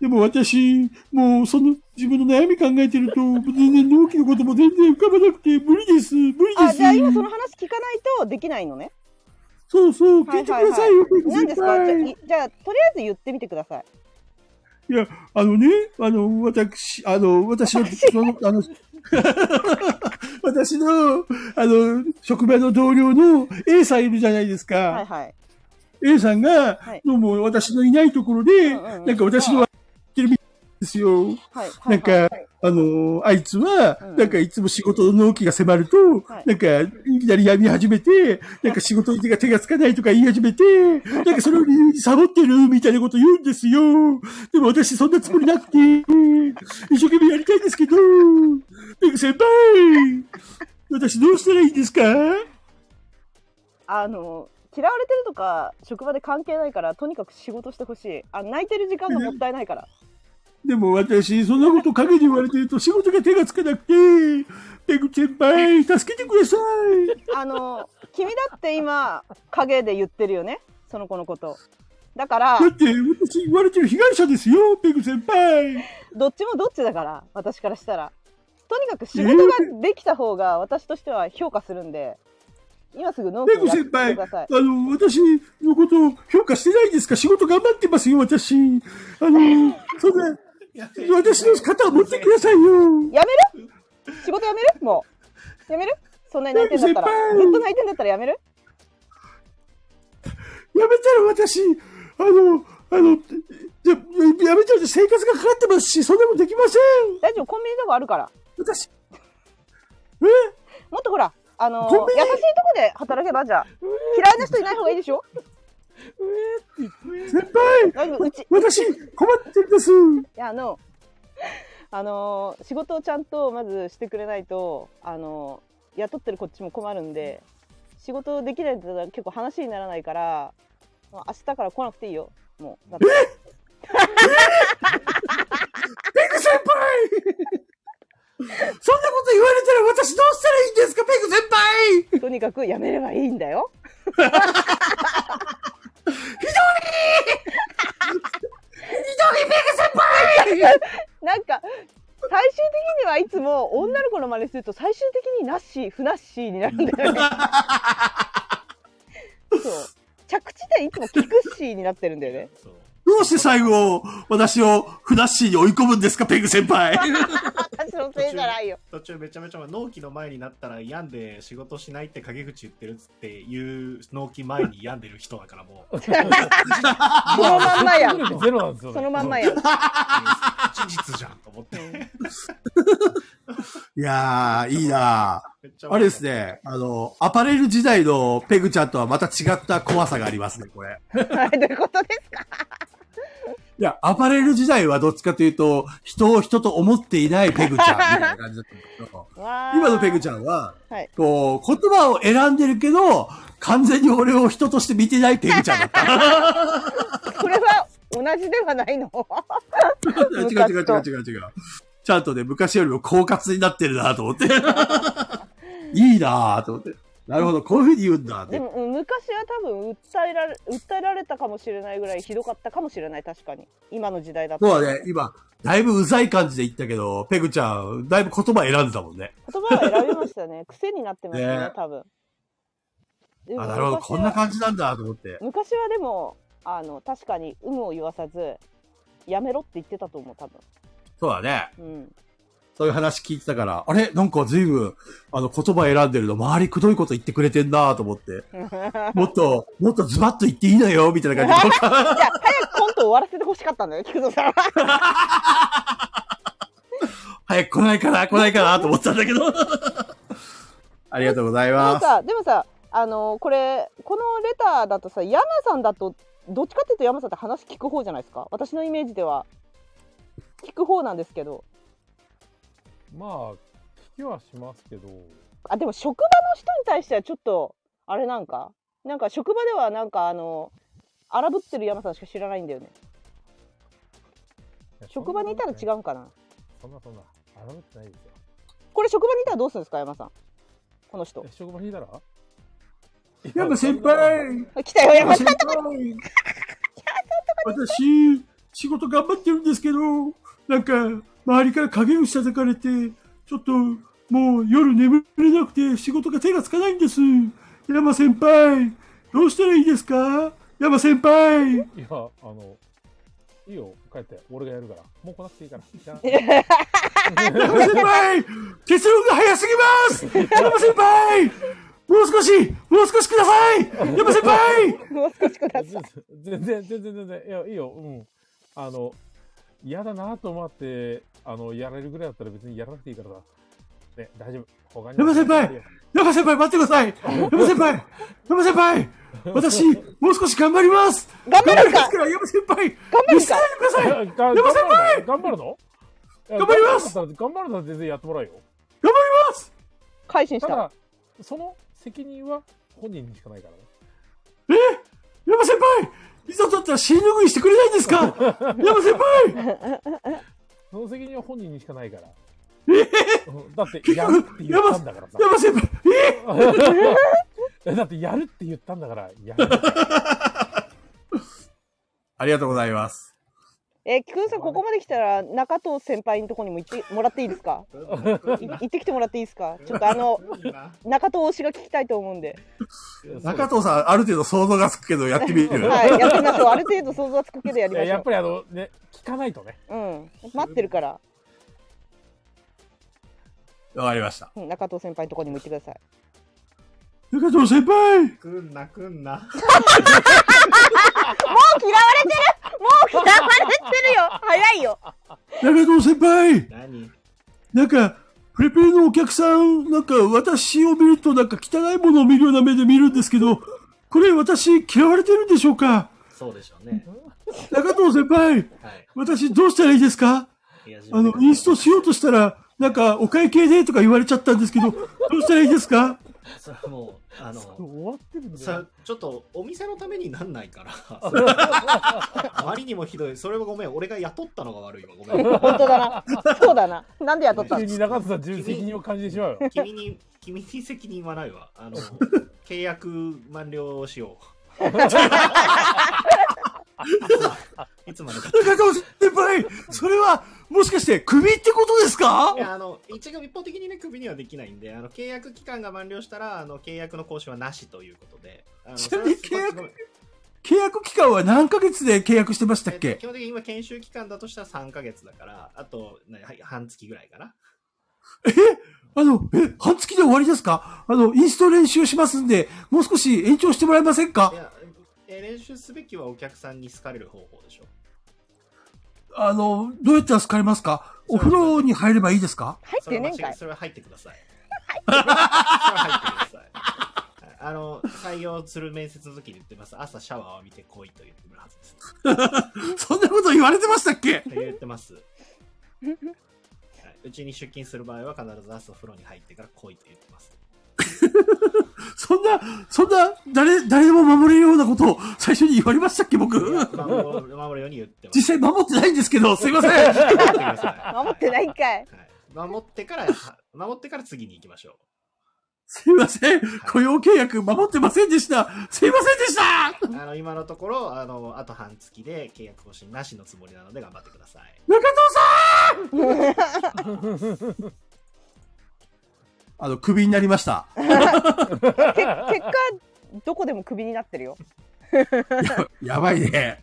D: でも私、もうその自分の悩み考えてると、全然納期のことも全然浮かばなくて、無理です、無理で
A: あ、
D: す
A: じゃ。あ今その話聞かないとできないのね。
D: そうそう、
A: は
D: 聞
A: い
D: いてく
A: はいはい
D: ださいよ、ペグ
A: 何
D: 先
A: ですかじゃあ
D: 輩
A: いじゃあ、とりあえず言ってみてください。
D: あのね、あの、私、あの、私の、その、 あの、私の、あの、職場の同僚の A さんいるじゃないですか。
A: はいはい。
D: A さんが、
A: はい
D: どうも私のいないところで、
A: うんうんうん
D: なんか私の、ってるみたいですよ。
A: はい。はい
D: なん
A: はい
D: か、あの、あいつは
A: うんう、ん
D: なんかいつも仕事の納期が迫ると、
A: はい
D: なんか、いきなり病み始めて、なんか仕事に手が手がつかないとか言い始めて、 なんかそれを理由にサボってるみたいなこと言うんですよ。でも私そんなつもりなくて、一生懸命やりたいんですけど、なんか先輩、私どうしたらいいんですか
A: あの、嫌われてるとか、職場で関係ないから、とにかく仕事してほしい。あ、泣いてる時間がもったいない から。
D: でも私、そんなこと陰に言われてると仕事が手がつかなくて、ペグ先輩、助けてください。
A: あの、君だって今、影で言ってるよね。その子のこと。だから
D: だ、って私言われてる被害者ですよ、ペグ先輩。
A: どっちもどっちだから、私からしたら。とにかく仕事ができた方が、私としては評価するんで、今すぐ納
D: ペ
A: 期
D: グ
A: やって
D: 先輩、
A: くだ
D: あ
A: さい。
D: の、私のことを評価してないですか仕事頑張ってますよ、私。あの、そんな、私の肩を持ってくださいよ。
A: やめる仕事やめるもう。やめるそんなに泣いてんだったら。
D: ペグ先輩
A: ずっと泣いてんだったらやめる
D: やめたら私、あの、あの、じゃやめたら生活がかかってますし、そんなことできません。
A: 大丈夫、コンビニとかあるから。
D: 私、え
A: もっとほら、あのー
D: コンビニ
A: 優しいとこで働けばじゃあ嫌いな人いない方がいいでしょ
D: 先輩
A: 大丈夫うちい
D: 私、困ってるんです。
A: やあのあのー仕事をちゃんとまずしてくれないとあのー雇ってるこっちも困るんで仕事できないと結構話にならないからまあ明日から来なくていいよもうだって
D: ペグ先輩そんなこと言われたら私どうしたらいいんですか、ペグ先輩
A: とにかくやめればいいんだよなんか最終的にはいつも女の子の真似すると最終的にナッシーフナッシーになるんだよねそう着地点いつもキクッシーになってるんだよね
C: そう
D: どうして最後、私をフナッシーに追い込むんですか、ペグ先輩。
A: 私のせいじゃないよ
C: 途中めちゃめちゃ納期の前になったら病んで仕事しないって陰口言ってるっつっていう納期前に病んでる人だからも う
A: そのまんまやん
B: 説得力ゼロなんですよね
A: そのまんまやん
C: 事実じゃんと思って
D: いやー、いいな
C: めっちゃ
D: ー。あれですね、あの、アパレル時代のペグちゃんとはまた違った怖さがありますね、これ。
A: はい、どういうことですか
D: いや、暴れる時代はどっちかというと、人を人と思っていないペグちゃんみたいな感じだったんだけど、
A: わー
D: 今のペグちゃんは、
A: はい
D: こう、言葉を選んでるけど、完全に俺を人として見てないペグちゃんだった。
A: これは同じではないの
D: 違う違う違う違う違う。ちゃんとね、昔よりも狡猾になってるなと思って。 いいなと思って。なるほど、こういうふうに言うんだっ
A: で
D: て。
A: もうん昔は多分訴えられ訴えられたかもしれないぐらいひどかったかもしれない確かに今の時代だと
D: そうだね、今、だいぶうざい感じで言ったけど、ペグちゃん、だいぶ言葉選んでたもんね。
A: 言葉は選びま したね癖になってますね
D: ね
A: 多分でも
D: あ、なるほど、
A: 昔は
D: こんな感じなんだと思って。
A: 昔はでもあの確かに有無を言わさずやめろって言ってたと思う多分
D: そうだね。
A: うん
D: そういう話聞いてたから、あれなんか随分、あの、言葉選んでるの、周りくどいこと言ってくれてんなと思 って。 もっと、もっとズバッと言っていいのよ、みたいな感 じで。
A: じゃあ早くコント終わらせてほしかったんだよ菊蔵さんは
D: 早く来ないかな、来ないかな、と思ってたんだけど。 ありがとうござい
A: でも
D: ます。
A: さでもさあのこれこのレターだとさ山さんだとどっちかっていうと山さんって話聞く方じゃないですか私のイメージでは聞く方なんですけど
B: まあ、聞きはしますけど、
A: あでも職場の人に対してはちょっとあれなんかなんか職場ではなんかあの荒ぶってる山さんしか知らないんだよね職場にいたら違
B: う。
A: うんかな
B: そんなそんな、洗ってないですよ。
A: これ職場にいたらどうするんですか山さんこの人
B: え職場にいたら
D: やっぱ先輩、
A: 来たよ
D: やっぱ
A: 山さん
D: 先輩、私、仕事頑張ってるんですけど、なんか、周りから影をしたたかれて、ちょっと、もう夜眠れなくて仕事が手がつかないんです。山先輩、どうしたらいいですか山先輩。
B: いや、あの、いいよ、帰って、俺がやるから。もう来なくていいから。じゃあ
D: 山先輩結論が早すぎます山先輩もう少しもう少しください山先輩
A: もう少しください
B: 全然、全然、全然、いや、いいよ、うん。あの、嫌だなと思って、あの、やられるぐらいだったら別にやらなくていいからさ。ね、大丈夫。他に
D: 山先輩山先輩待ってください山先輩山先輩私、もう少し頑張ります
A: 頑張るん
D: ま
A: か
D: すから山先輩
A: 頑張
D: 見
A: るん
D: せな
A: か
D: いでください
B: が頑
D: 山先
B: 張るの頑張るのいや
D: 頑張ります
B: 頑張るんだったら頑張るんだったら全然やってもらうよ。
D: 頑張ります
A: 改心したた
B: だ、その責任は本人にしかないからね。
D: 山先輩いざとなったら死ぬぐいしてくれないんですか山先輩
B: その責任は本人にしかないから。うんだって、
D: 結
B: やるって
D: 局、
B: 言った
D: 山
B: んだからさ。
D: 山先輩え
B: だって、やるって言ったんだから、やる。
D: ありがとうございます。
A: えー、菊蔵さんここまで来たら中藤先輩のところにも行ってもらっていいですかい行ってきてもらっていいです かちょっとあの中藤推しが聞きたいと思うん で
D: 中藤さん、ある程度想像がつくけど、やってみる。
A: はいやってみましょうある程度想像はつくけどやり
B: い
A: ま
B: や
A: しょ
B: や
A: う
B: っぱりあのね聞かないとね
A: うん待ってるから、
D: わかりました。
A: うん中藤先輩のところにも行ってください
D: 中藤先輩
C: くんなくんな。
A: もう嫌われてるもう嫌われてる よ早いよ
D: 中藤先 輩
C: 何
D: なんか、プレペイのお客さん、なんか私を見るとなんか汚いものを見るような目で見るんですけど、これ私嫌われてるんでしょうか
C: そうでしょうね。
D: 中藤先輩、
C: はい。
D: 私どうしたらいいですか
C: いや
D: あの、インストしようとしたら、なんかお会計でとか言われちゃったんですけど、どうしたらいいですか
C: それはもう、あ
B: それ
C: の、
B: 終わってるんだ
C: さ
B: よ
C: ちょっとお店のためになんない から。あまりにもひどい。それはごめん。俺が雇ったのが悪いわ。ごめ ん。
A: 本当だなそうだななんで雇った
B: 急
A: の
B: に中津さん自由責任を感じてしまうよ
C: 君に、君に責任はないわ。あ の、契約満了しよう。いつまでか。
D: 中藤先輩、それは、もしかして、クビってことですか
C: いやあの一応一方的にねクビにはできないんであの契約期間が満了したらあの契約の更新はなしということであの
D: ちなみに契約
C: それは
D: 契約期間は何ヶ月で契約してまし
C: え
D: たっ
C: っと
D: け
C: 基本的に今研修期間だとしたら3ヶ月だからあとなはい半月ぐらいかな
D: あの、え、半月で終わりですかあの、インスト練習しますんで、もう少し延長してもらえませんか
C: いやえ練習すべきはお客さんに好かれる方法でしょ
D: あの、どうやったら好かれますかお風呂に入ればいいですか
A: 入っ
C: それ
A: て
C: は
A: ね
C: 間
A: ん かい
C: 違いそれは入ってくださいそれは入ってくださいあの、採用する面接の時に言ってます。朝シャワーを浴びて来いと言ってくるはず です。
D: そんなこと言われてましたっけ
C: 言ってます。 はいうちに出勤する場合は必ず朝風呂に入ってから来いと言って ます。
D: そんな、そんな、誰、誰でも守れるようなことを最初に言われましたっけ、僕
C: いや守る守るように言っ てます。
D: 実際守ってないんですけど、すいません。
C: 守ってくださ
A: 守ってないんかい。
C: はい守ってから、は守ってから次に行きましょう。
D: すいません。雇用契約守ってませんでした。すいませんでした。
C: あの今のところあのあと半月で契約更新なしのつもりなので頑張ってください。
D: 中藤さんあの、クビになりました。
A: け結果どこでもクビになってる よ。
D: やばいね。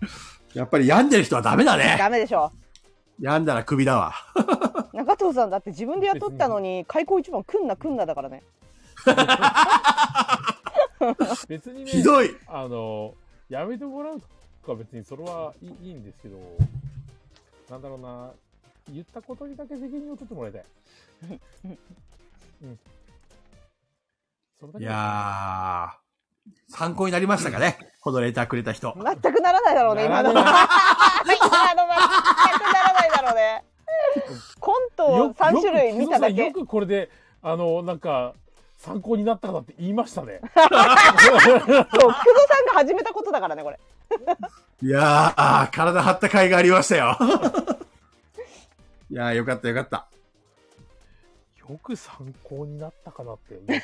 D: やっぱり病んでる人はダメだね。
A: ダメでしょ。
D: 病んだらクビだわ。
A: 中藤さんだって自分で雇ったのに開口一番くんなくんなだからね。
B: 別にね、
D: ひどい。
B: あの、やめてもらうか別にそれはいいいいんですけど、なんだろうな、言ったことにだけ責任を取ってもらいたい。うん。それだ
D: い
B: け
D: やー、参考になりましたかねこのレーターくれた人。
A: 全く ならないだろうね今の。今のは全くならないだろうね。コントを三種類見ただ
B: よ
A: け
B: く。よくこれで、あの、なんか、参考になったかなって言いましたね。
A: そう福蔵さんが始めたことだからねこれ。
D: いやー、体張った甲斐がありましたよ。いやー、よかったよかった。
B: よく参考になったかな って言っ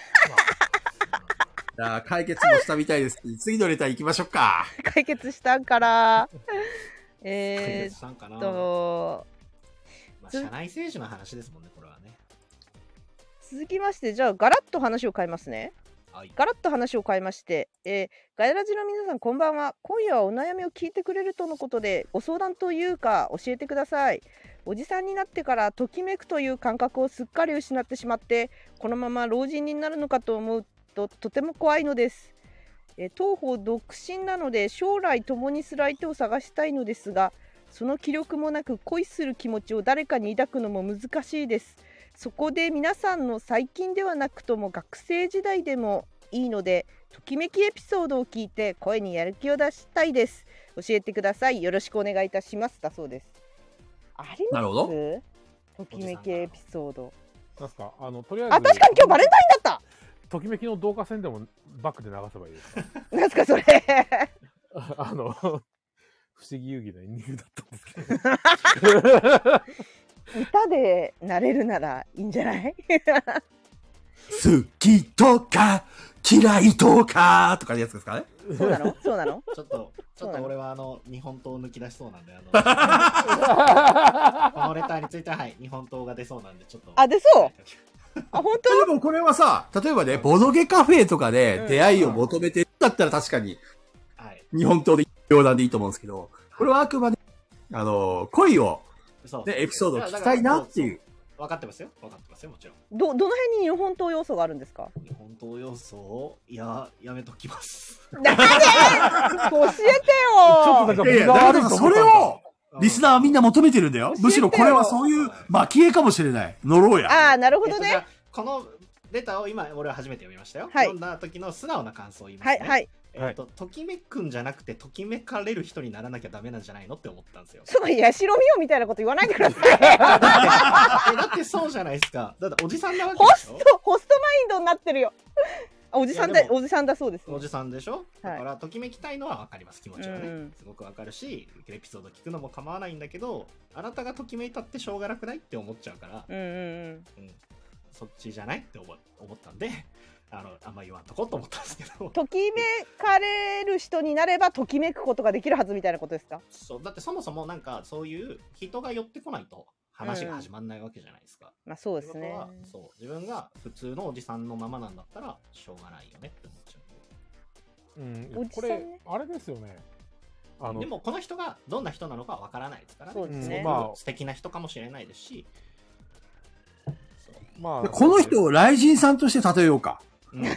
D: いやー解決もしたみたいです。次のレター行きましょうか。
A: 解決したんから。 えー
C: さんかな
A: っ。と
C: まあ、社内政治の話ですもんね、これはね。
A: 続きましてじゃあガラッと話を変えますね。
C: はい。
A: ガラッと話を変えまして、えーガヤラジの皆さんこんばんは今夜はお悩みを聞いてくれるとのことでご相談というか教えてくださいおじさんになってからときめくという感覚をすっかり失ってしまってこのまま老人になるのかと思うととても怖いのです、えー当方独身なので将来共にする相手を探したいのですがその気力もなく恋する気持ちを誰かに抱くのも難しいですそこで皆さんの最近ではなくとも学生時代でもいいのでときめきエピソードを聞いて声にやる気を出したいです教えてくださいよろしくお願いいたしますだそうですありま
D: なるほど。
A: すときめきエピソード
B: た。なんすかあの、とりあえず。
A: あ確かに今日バレンタインだっ
B: ときめきの動画戦でもバックで流せばいいですか
A: たなんすかそれ
B: あの、不思議遊戯のエンディングだったんですけど。
A: 歌 でなれるならいいんじゃない
D: 好きとか、嫌いとか、とかいうやつですかね。
A: そうなのそうなの
C: ちょっと、ち
A: そ
C: ょ
A: うな
C: っと
A: の
C: 俺はあの、日本刀を抜き出しそうなんで、あ の、このレターについては、はい、日本刀が出そうなんで、ちょっと。
A: あ出そうあ本当
D: でもこれはさ、例えばね、ボドゲカフェとかで出会いを求めてるんだったら確かに
C: はい。
D: 日本刀で冗談でいいと思うんですけど、これはあくまで、あの、恋を、
C: そう
D: ね、エピソードを聞きたいなっていう。。
C: 分かってますよ。分かってますよ、もちろん。
A: どどの辺に日本刀要素があるんですか
C: 日本刀要素を、いや、やめとき ます。
A: なんで教えて
B: ちょっ
A: よ
B: となんか
D: いやいや、だからそれを、リスナーはみんな求めてるんだよ。むしろこれはそういう蒔絵かもしれない。呪おうや。
A: ああなるほど
C: えっとじゃ
A: ね
C: あこのレターを今俺は初めて読みましたよ、
A: はい
C: 読んだ時の素直な感想を言います
A: はい
C: ね、
A: はい
C: えっとときめくんじゃなくてときめかれる人にならなきゃダメなんじゃないのって思った んですよ
A: そのヤシロミオみたいなこと言わないでく ださい
C: えだってそうじゃないですかだっておじさんなわけ
A: ホ
C: で
A: ス
C: しょ
A: トホストマインドになって るよあおじさん
C: い
A: だ
C: やでも
A: おじさんだそうです
C: おじさんでしょだから、ときめきたいのは分かります気持ちはね、
A: うん
C: すごく分かるしエピソード聞くのも構わないんだけどあなたがときめいたってしょうがなくないって思っちゃうから、
A: うんうんうん
C: うんそっちじゃないって思思ったんであのあんま言わんとこうと思ったんですけど
A: ときめかれる人になればときめくことができるはずみたいなことですか
C: そうだってそもそもなんかそういう人が寄ってこないと話が始まんないわけじゃないですか。
A: まあそう
C: っ
A: で
C: て
A: す
C: こと
A: ね
C: はそう自分が普通のおじさんのままなんだったらしょうがないよねって思っちゃ
B: うん
A: おじさ
B: こ
A: んね
B: れ、あれですよね。あ
C: う。
B: の
C: で、もこの人がどんな人なのかわからないですから、
A: そうですね
C: ごく
B: まあ
C: 素敵な人かもしれないですし。
B: まあ、
D: この人を雷神さんとして例えようか。
C: うん、
B: い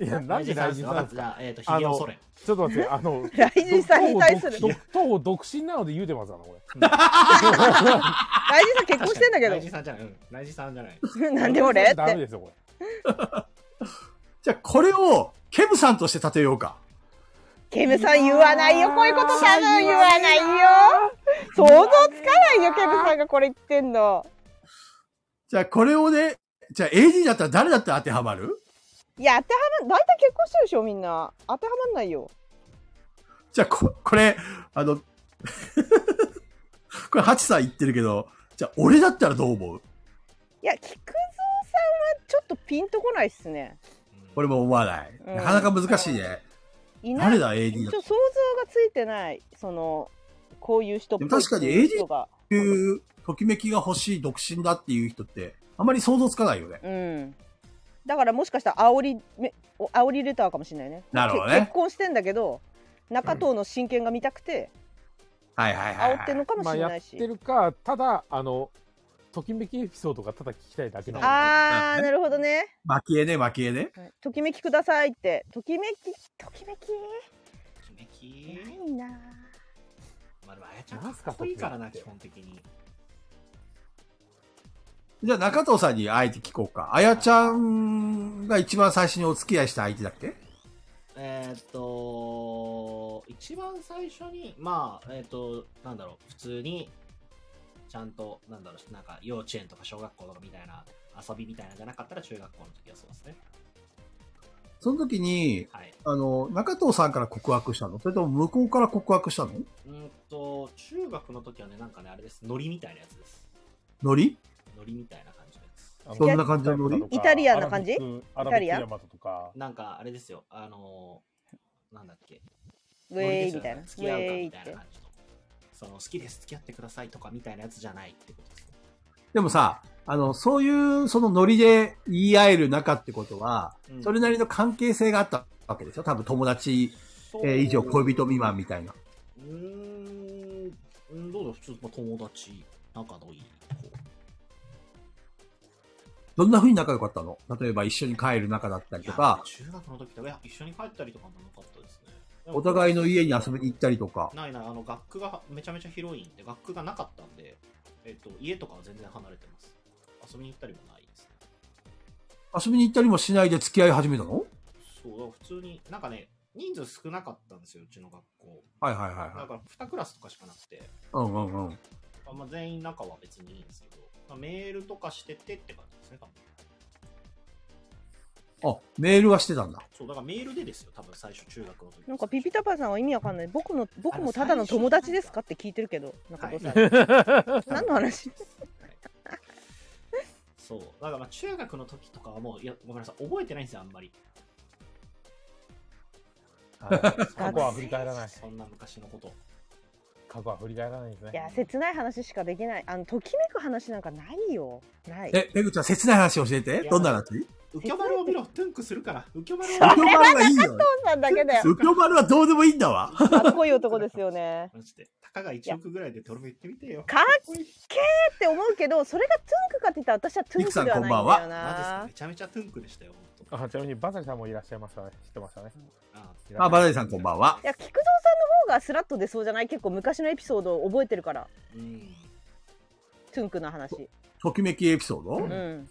B: や、なんで大事なんです
C: じ
B: か
C: ゃあ、えっ、と、ヒゲをそれ。
B: ちょっと待って、あの、
A: 雷神さんに対する
B: どどど独身なので言うてますわな、これ。
A: 大事さん結婚してんだけ
C: ライジ
A: ど
C: さんじゃない。うん、ライジさんじゃない。
A: なんで俺っ
B: ダメ
A: て
B: ですよ、これ。
D: じゃあ、これを、ケムさんとして立てようか。
A: ケムさん言わないよ。こういうこと多分言わないよ。想像つかないよ、ケムさんがこれ言ってんの。
D: じゃあ、これをね、じゃあ、AD だったら誰だって当てはまる
A: いや、当てはまん、大体結婚してるでしょ、みんな。当てはまんないよ。
D: じゃあ、こ、これ、あの、 これ、ハチさん言ってるけど、じゃあ、俺だったらどう思う
A: いや、菊蔵さんはちょっとピンとこないっすね。
D: 俺も思わない。
A: うん
D: なかなか難しいね。
A: いない。ち
D: 誰
A: ょ
D: だ、AD だ
A: っ
D: っ
A: と想像がついてない。その、こういう人っぽい
D: でも確かに
A: っていう人が。
D: ていう、ときめきが欲しい、独身だっていう人って、あまり想像つかないよね。
A: うん。だからもしかしたら煽りめお煽りレターかもしれないね。
D: なるほどね
A: け結婚してんだけど中藤の親権が見たくて
D: はいはいはい、
A: 煽
D: は
A: ってん
D: い。
A: のかも
B: まあ
A: しれ
B: や
A: な
B: っ。
A: いして
B: るかただあのときめきエピソードがただ聞きたいだけなの
A: あーなるほどね。
D: 負けね、負けね。
A: ときめきくださいってときめきときめき
C: 決めき
A: ないなぁ。
C: まあでもあやちゃん
B: なんすか
C: かっこいいからな
B: とき
C: 基
B: め
C: 本的に
D: じゃあ、中藤さんにあえて聞こうか。あやちゃんが一番最初にお付き合いした相手だっけ
C: えーっと一番最初にまあえーっとなんだろう普通にちゃんとなんだろうなんか幼稚園とか小学校とかみたいな遊びみたいなのじゃなかったら中学校の時はそうですね
D: その時に、
C: はい
D: あの、中藤さんから告白したのそれとも向こうから告白したの
C: うーんと中学の時はねなんかねあれですノリみたいなやつです
D: ノリ
C: ノリみたいな感じです
B: あの
D: どんな感じのノリ
A: イタリアンな感じ
B: アラビックアラ
A: イタ
B: ビ
A: リ
B: ッ
A: ア
B: ク
A: ン
B: ヤマトと か
C: なんかあれですよあのーなんだっけ
A: ウェイみたいな。ウ
C: 付き合うか
A: ェイ
C: み
A: った
C: いな
A: て
C: 感。じのその好きです付き合ってくださいとかみたいなやつじゃないってことですね
D: でもさ、あの、そういう、そのノリで言い合える仲ってことは、
C: うん
D: それなりの関係性があったわけでしょ多分友達、えー以上恋人未満みたいな。
C: うーんうんどうだろう普通の友達仲のいい子
D: どんな風に仲良かったの例えば一緒に帰る仲だったり
C: い
D: と
C: や
D: か、
C: 中学の時とかいや一緒に帰ったりとかもなかったですね
D: お互いの家に遊びに行ったりとか。
C: ないないあの学区がめちゃめちゃ広いんで学区がなかったんで、えっと家とかは全然離れてます遊びに行ったりもないですね
D: 遊びに行ったりもしないで付き合い始めたの
C: そうだから普通になんかね人数少なかったんですようちの学校
D: はいはいはいは
C: だ
D: い。
C: から2クラスとかしかなくて、
D: うんうんうん。
C: あまあ、全員仲は別にいいんですけど、まあ、メールとかしててって感じですね多分
D: あ、メールはしてたんだ。
C: そうだからメールでですよ多分最初中学の時
A: なんかピピタパンさんは意味わかんない。僕の僕もただの友達ですかって聞いてるけど、中
C: はい
A: 藤さん。 何の話？
C: そうだからまあ中学の時とかはもういやごめんなさい覚えてないんですよあんまり
B: 過去は振り返らない
C: そんな昔のこと
B: 過去は振り返らないですね
A: いや切ない話しかできない。あのときめく話なんかないよ。ない。
D: え、ペグちゃん、切ない話教えて。どんな話浮
C: 浮き丸を見ろトゥンクするから浮き丸を見
D: 世丸はいいよ。
A: さんだけだ よ。
D: 浮世丸はどうでもいいんだわ。
C: ろ
A: かっこいい男ですよね。
C: マジでたかが1億ぐらいで俺も言ってみてよ
A: かっ
C: こいい
A: って思うけど、それがトゥンクかって言ったら私はトゥンクではないんだ
D: リクさ
A: よ
C: マジっすか
A: な。
C: め。ちゃめちゃトゥンクでしたよ本当
B: あちなみにバザリさんもいらっしゃいましたね知ってましたね
C: あ
D: あ、バラエさんこんばんはい
A: や菊蔵さんの方がスラッと出そうじゃない結構昔のエピソードを覚えてるから
C: うん
A: トゥンクの話
D: ときめきエピソード、
A: うん、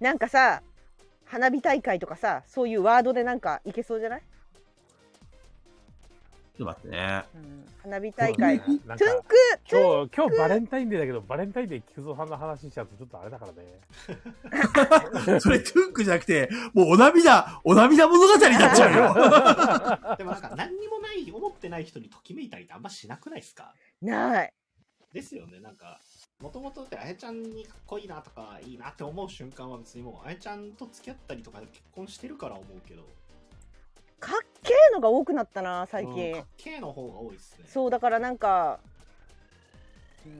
A: なんかさ花火大会とかさそういうワードでなんかいけそうじゃない、
D: ちょっと待ってね。
A: うん、花火
B: そう
A: 大会ト
B: ねなんか
A: ゥンクトゥン
B: 今日今日バレンタインデーだけどバレンタインデー菊蔵さんの話しちゃうとちょっとあれだからね
D: それ、トゥンクじゃなくて、もうお涙、お涙物語になっちゃうよ。
C: でもなんか何にもない思ってない人にときめいたりってあんましなくないですか
A: ない
C: ですよねなんかもともとってあやちゃんにかっこいいなとかいいなって思う瞬間は別にもうあやちゃんと付き合ったりとか結婚してるから思うけど
A: かっけえのが多くなったな最
C: うん
A: 近、
C: かっけーの方が多いですね
A: そうだからなんか、うん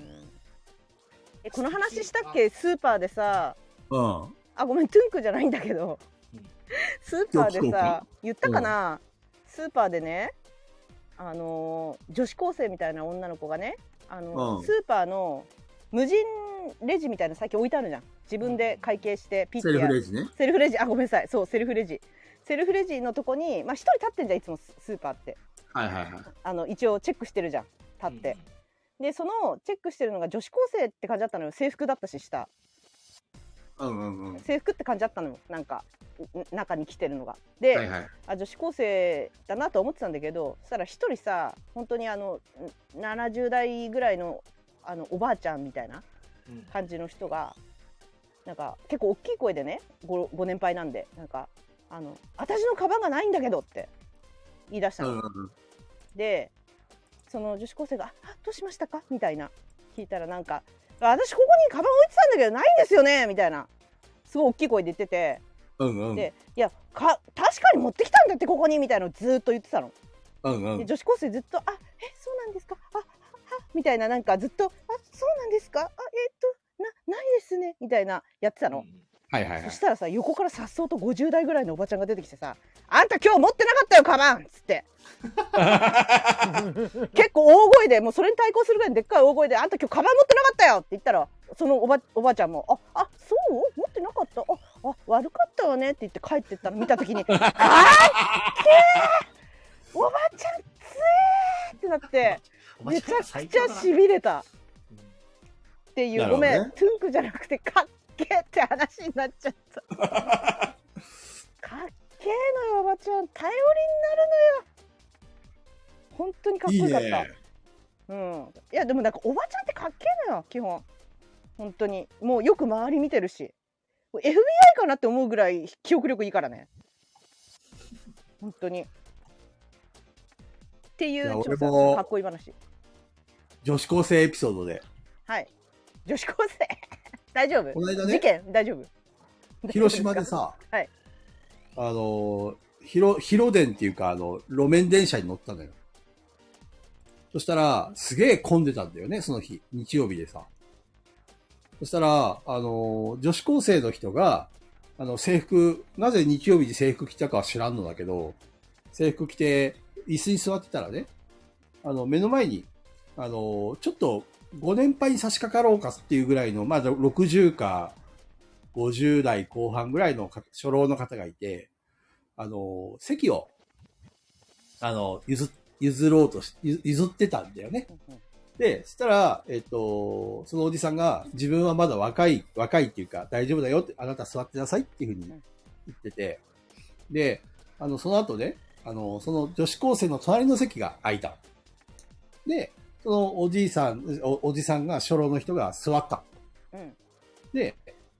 A: えこの話したっけスーパーでさ
D: うん。
A: あごめんトゥンクじゃないんだけど、
C: うん
A: スーパー
D: ど
A: で
D: う聞
A: さ言ったかな、スーパーでねあのー女子高生みたいな女の子がねあのー、
D: うん
A: スーパーの無人レジみたいなの最近置いてあるじゃん自分で会計してピッ
D: セ
A: て
D: ル
A: や
D: フ
A: る
D: レジね。
A: セルフレジあごめんなさいそうセルフレジセルフレジのとこにまあ一人立ってんじゃんいつもススーパーって
D: はいはいはい。
A: あの一応チェックしてるじゃん立って、でそのチェックしてるのが女子高生って感じだったのよ制服だったし下
D: うんうんうん。
A: 制服って感じだったのよなんかん中に着てるのが。で、
D: はいはい。
A: あ女子高生だなと思ってたんだけどそしたら一人さ本当にあのん70代ぐらいのあのおばあちゃんみたいな
C: うん
A: 感じの人がなんか結構大きい声でねごご年配なんでなんかあの「私のカバンがないんだけど」って言い出した
D: う
A: の。
D: んうん
A: でその女子高生が「あどうしましたか?」みたいな聞いたらなんか「あ私ここにカバン置いてたんだけどないんですよね」みたいなすごい大きい声で言ってて。
D: うんうん。
A: で「いやか確かに持ってきたんだってここに」みたいなのをずーっと言ってたの。
D: うんう
A: で
D: ん。
A: 女子高生ずっと「あえそうなんですかあははみたいななんかずっと「あそうなんですかあえっとなないですね」みたいなやってたの。
F: はいはいは
A: そ
F: い
A: し。たらさ横からさっそうと50代ぐらいのおばちゃんが出てきてさ「あんた今日持ってなかったよカバン!」っつ って結構大声でもうそれに対抗するぐらいのでっかい大声で「あんた今日カバン持ってなかったよ!」って言ったらそのおばおばあちゃんも「ああそう持ってなかったああ悪かったわね」って言って帰ってったの見た 時に「あーっけーおばあちゃんつえー!」ってなって
C: おば
A: め
C: ち
A: ち
C: ゃん
A: ゃ
C: 最
A: くち
C: 強
A: ゃ
C: だな
A: しびれたっていう、
F: なる
A: ご
F: ほどね
A: めんトゥンクじゃなくてかっけーって話になっちゃった かっけーのよおばちゃん頼りになるのよ本当にかっこ
F: いい
A: よかった
F: ね。
A: うん、いやでもなんかおばちゃんってかっけえのよ基本本当にもうよく周り見てるし FBI かなって思うぐらい記憶力いいからね本当にっていう
D: いや
A: ちょっ
D: 俺も
A: とかっこいい話
D: 女子高生エピソードで。
A: はい女子高生 大丈夫
D: この間
A: 事
D: ね、
A: 件大丈夫
D: 広島でさ、
A: はい
D: あのー、広、広電っていうか、あの、路面電車に乗ったのよ。そしたら、すげえ混んでたんだよね、その日。日曜日でさ。そしたら、あのー、女子高生の人が、あの、制服、なぜ日曜日に制服着たかは知らんのだけど、制服着て、椅子に座ってたらね、あの、目の前に、あのー、ちょっと、ご年配に差し掛かろうかっていうぐらいの、まあ、60か50代後半ぐらいのか初老の方がいて、あの、席を、あの、譲っ、譲ろうとし、ゆ譲ってたんだよね。
A: うんうん
D: で、そしたら、えっと、そのおじさんが、自分はまだ若い、若いっていうか、大丈夫だよって、あなた座ってなさいっていうふうに言ってて、で、あの、その後ね、あの、その女子高生の隣の席が空いた。で、そのおじいさん、おおじさんが、初老の人が座った。
A: うん
D: で、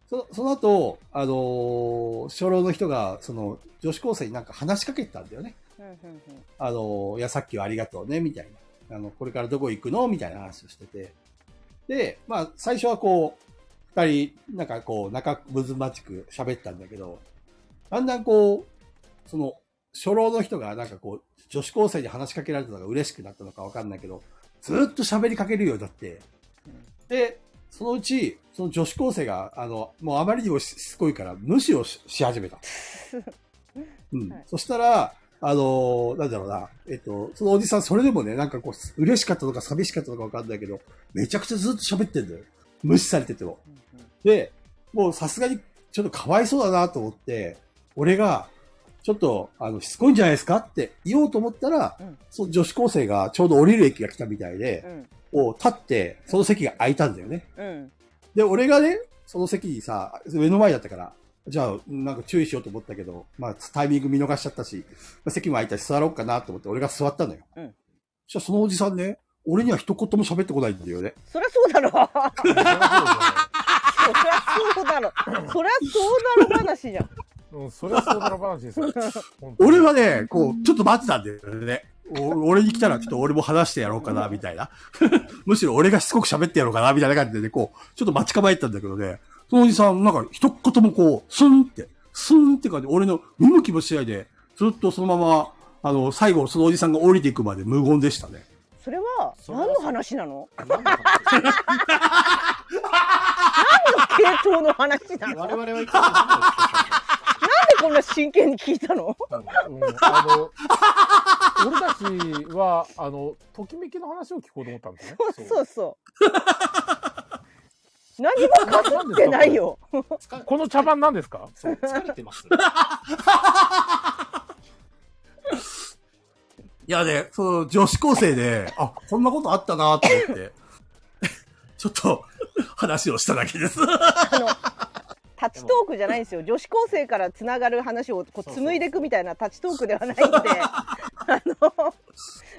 D: そその後、あのー初老の人が、その、女子高生になんか話しかけてたんだよね。
A: うんうんうん
D: あのーいや、さっきはありがとうね、みたいな。あの、これからどこ行くのみたいな話をしてて。で、まあ、最初はこう、二人、なんかこう、仲睦まじく喋ったんだけど、だんだんこう、その、初老の人がなんかこう、女子高生に話しかけられたのが嬉しくなったのかわかんないけど、ずーっと喋りかけるようになって、で、そのうち、その女子高生が、あの、もうあまりにもししつこいから、無視をしし始 めた。うん。
A: はい
D: そしたら、あのーなんだろうな、えっと、そのおじさん、それでもね、なんかこう、嬉しかったのか寂しかったのかわかんないけど、めちゃくちゃずっと喋ってんだよ。無視されてても。で、もうさすがにちょっとかわいそうだなと思って、俺が、ちょっと、あの、しつこいんじゃないですかって言おうと思ったら、
A: うん
D: その女子高生がちょうど降りる駅が来たみたいで、
A: うん
D: こう立って、その席が空いたんだよね。
A: うん
D: で、俺がね、その席にさ、目の前だったから、じゃあ、なんか注意しようと思ったけど、まあ、タイミング見逃しちゃったし、まあ席も空いたし座ろうかなと思って、俺が座ったのよ。
A: うん
D: そしたらそのおじさんね、俺には一言も喋ってこないんだよね。
A: そりゃそうだろそりゃそうだろそりゃそうだろ話じゃん
B: うん、それはそうだろ話ですよ。本当に
D: 俺はね、こう、ちょっと待ってたんだよね。お俺に来たらちょっと俺も話してやろうかな、みたいな。 むしろ俺がしつこく喋ってやろうかな、みたいな感じでね、こう、ちょっと待ち構えてたんだけどね、そのおじさん、なんか一言もこう、スンって、スンって感じで、俺の見向きもしないで、ずっとそのまま、あの、最後、そのおじさんが降りていくまで無言でしたね。
A: それは
C: それは
A: 何の話なの
C: 何の話
A: 系統の話なのなん
C: 我
A: で
C: 々は一体何
A: こんな真剣に聞いたの
C: をしてた
B: うん、あの、俺たちは、あの、ときめきの話を聞こうと思ったんですね。
A: そうそうそう何もか
B: ななん
A: ぶっ
B: です
A: て
B: か
A: ないよ
C: の疲れ
B: この茶番なんですか
C: そう疲れてます。
D: いやね、その女子高生で、あ、こんなことあったなと思って、ちょっと話をしただけです。
A: あの立ちトークじゃないんですよ女子高生からつながる話をこう紡いでいくみたいな立ちトークではないんであの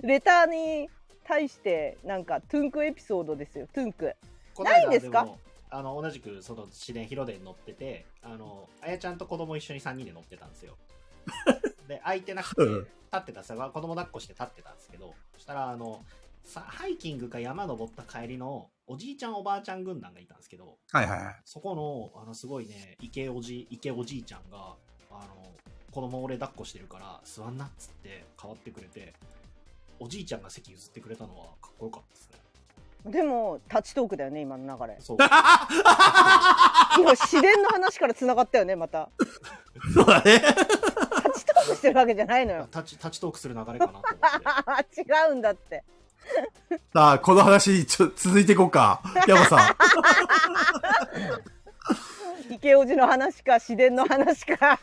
A: レターに対してなんかトゥンクエピソードですよトゥンク
C: こ
A: ないんですか
C: の間もあの同じくその市電広電に乗っててあのあやちゃんと子供一緒に3人で乗ってたんで すよで空いてなくて
D: うん
C: 立ってたさ子供抱っこして立ってたんですけどそしたらあのさハイキングか山登った帰りのおじいちゃんおばあちゃん軍団がいたんですけど
D: はいはいはい。
C: そこのあのすごいね池おじ池おじいちゃんがあの子供俺抱っこしてるから座んなっつって変わってくれておじいちゃんが席譲ってくれたのはかっこよかったですね
A: でも立ちトークだよね今の流れ
C: そう
A: 今自然の話からつながったよねまた
D: そうだね。
A: 立ちトークしてるわけじゃないの よ
C: 立ち立ちトークする流れかなと思って
A: 違うんだって
D: さあ、この話、ちょ、続いていこうか。山さん。
A: 池おじの話か自然の話か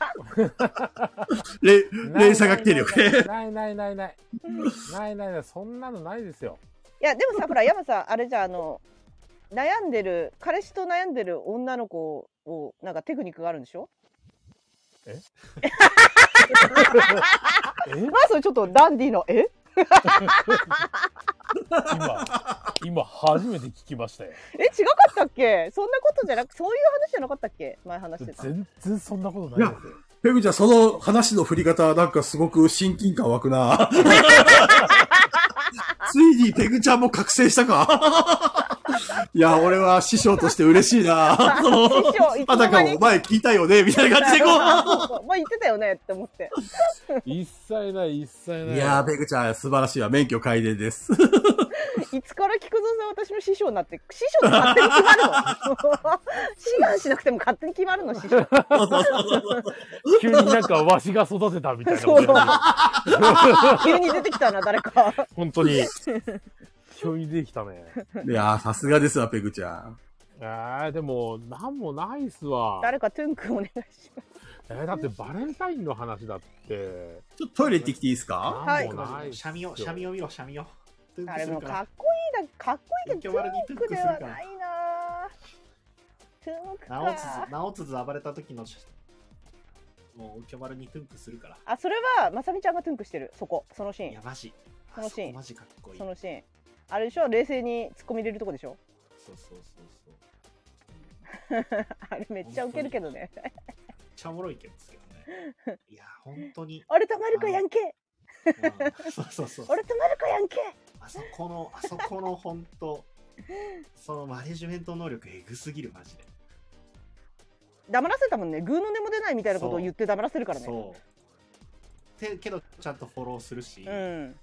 B: な
D: れ、
B: い
D: 連鎖が来てるよね。
B: ないないないない。ないないない。そんなのないですよ。
A: いやでもさほら山さんあれじゃんあの悩んでる彼氏と悩んでる女の子をなんかテクニックがあるんでしょ ま
B: え
A: あそれちょっとダンディのえ
B: 今、今初めて聞きましたよ。
A: え違かったっけそんなことじゃなくそういう話じゃなかったっけ前話してた
B: 全然そんなことないですよ。
D: ペグちゃん、その話の振り方、なんかすごく親近感湧 くな。ついにペグちゃんも覚醒したか。いや、俺は師匠として嬉しいな。 その
A: 師匠いつの間に
D: あたかも前聞いたよね、みたいな感じでこう。
A: そうそうまあ言ってたよねって思って
B: 一切ない、一切ない。
D: いやー、ペグちゃん、素晴らしいわ。免許改 伝です。
A: いつから菊蔵さん私の師匠になって師匠って勝手に決まるの 志願しなくても勝手に決まるの師匠
B: 急になんかわしが育てたみたいな
A: そう
B: こと言う。
A: 急に出てきたな誰か
B: 本当に。急にできたね。
D: いやー、さすがですわ、ペグちゃん。
B: えー、でも、なんもないっすわ。
A: 誰かトゥンクお願いします
B: えーだってバレンタインの話だって。
D: ちょっとトイレ行ってきていいですか
A: はい
B: なんもないっすよ
C: シャミをシャミを見ろシャミをトゥン
A: あ
C: ク
A: れ
C: す
A: も
C: る
A: う
C: か
A: からっこいいだかっこいいけどトゥンクではないなトゥンク
C: なおつ
A: か
C: ずなおつず暴れた時のもうキョバルにトゥンクするから
A: あそれはまさみちゃんがトゥンクしてるそこそのシー
C: い
A: ン
C: やマジ
A: そのシーン
C: あそこマジかっこい
A: そ
C: いそう
A: のシーンあれでしょ冷静に突っ込み入れるとこでしょ
C: そうそうそう
A: あれめっちゃウケるけどね
C: めっちゃおもろいけどですけどねいや本当 に、
A: あれたまるかやんけ
C: うんそうそうそう
A: あれたまるかやんけ
C: あそこのあそこの本当そのマネジメント能力えぐすぎるマジで
A: 黙らせたもんねグーの根も出ないみたいなことを言って黙らせるからね
C: そうてけどちゃんとフォローするし、
A: うん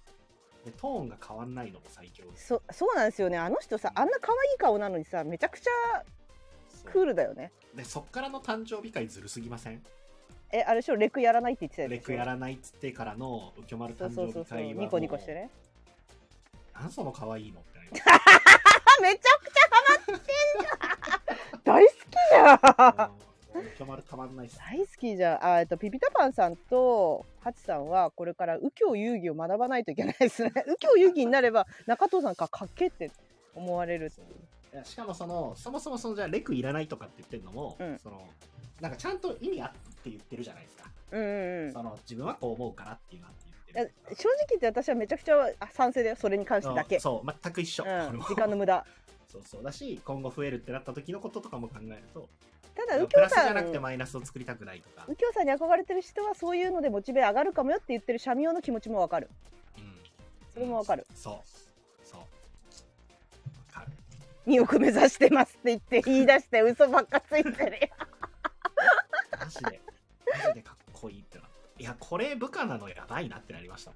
C: でトーンが変わんないのも最強です
A: そそうなんですよねあの人さあんな可愛い顔なのにさめちゃくちゃ
C: そう
A: クールだよね
C: でそっからの誕生日会ずるすぎません
A: えあれでしょレクやらないって言ってたよね
C: レクやらないっつってからの右京丸
A: そ
C: 誕
A: うそうそう
C: 生日
A: そう
C: 会は
A: ニコニコしてね
C: 何その可愛いのってな ります
A: あめちゃくちゃハマってんじゃん大好きじゃん
C: うん右京丸たまんないっす
A: 大好きじゃん。あ、えっと、ピピタパンさんと、ハチさんは、これから右京遊戯を学ばないといけないですね。右京遊戯になれば、中藤さんかかっけって思われるっていう。
C: いやしかもそのそもそもそのじゃあレクいらないとかって言ってるのも、
A: うん
C: そのなんかちゃんと意味あって言ってるじゃないですか、
A: うんうんうん
C: その自分はこう思うからっていうのあって
A: いや
C: 言ってる
A: 正直言って私はめちゃくちゃあ賛成だよ。それに関してだけ。
C: そう全く一緒、こ
A: う
C: れ
A: ん、
C: も
A: 時間の無駄。
C: そうそうだし今後増えるってなった時のこととかも考えると
A: ただ、右
C: プ
A: 京
C: ラスじ
A: さ
C: ゃ
A: ん、
C: なくて
A: 右
C: マイナスを作りたくないとか、
A: 京さんに憧れてる人は、そういうのでモチベ上がるかもよって言ってるシャミオの気持ちもわかる。
C: うん
A: それもわかる
C: そうそうわかる
A: 2億目指してますって言って、言い出して嘘ばっかついてるよ。
C: マジでマジでかっこいいってなったいやこれ部下なのやばいなってなりました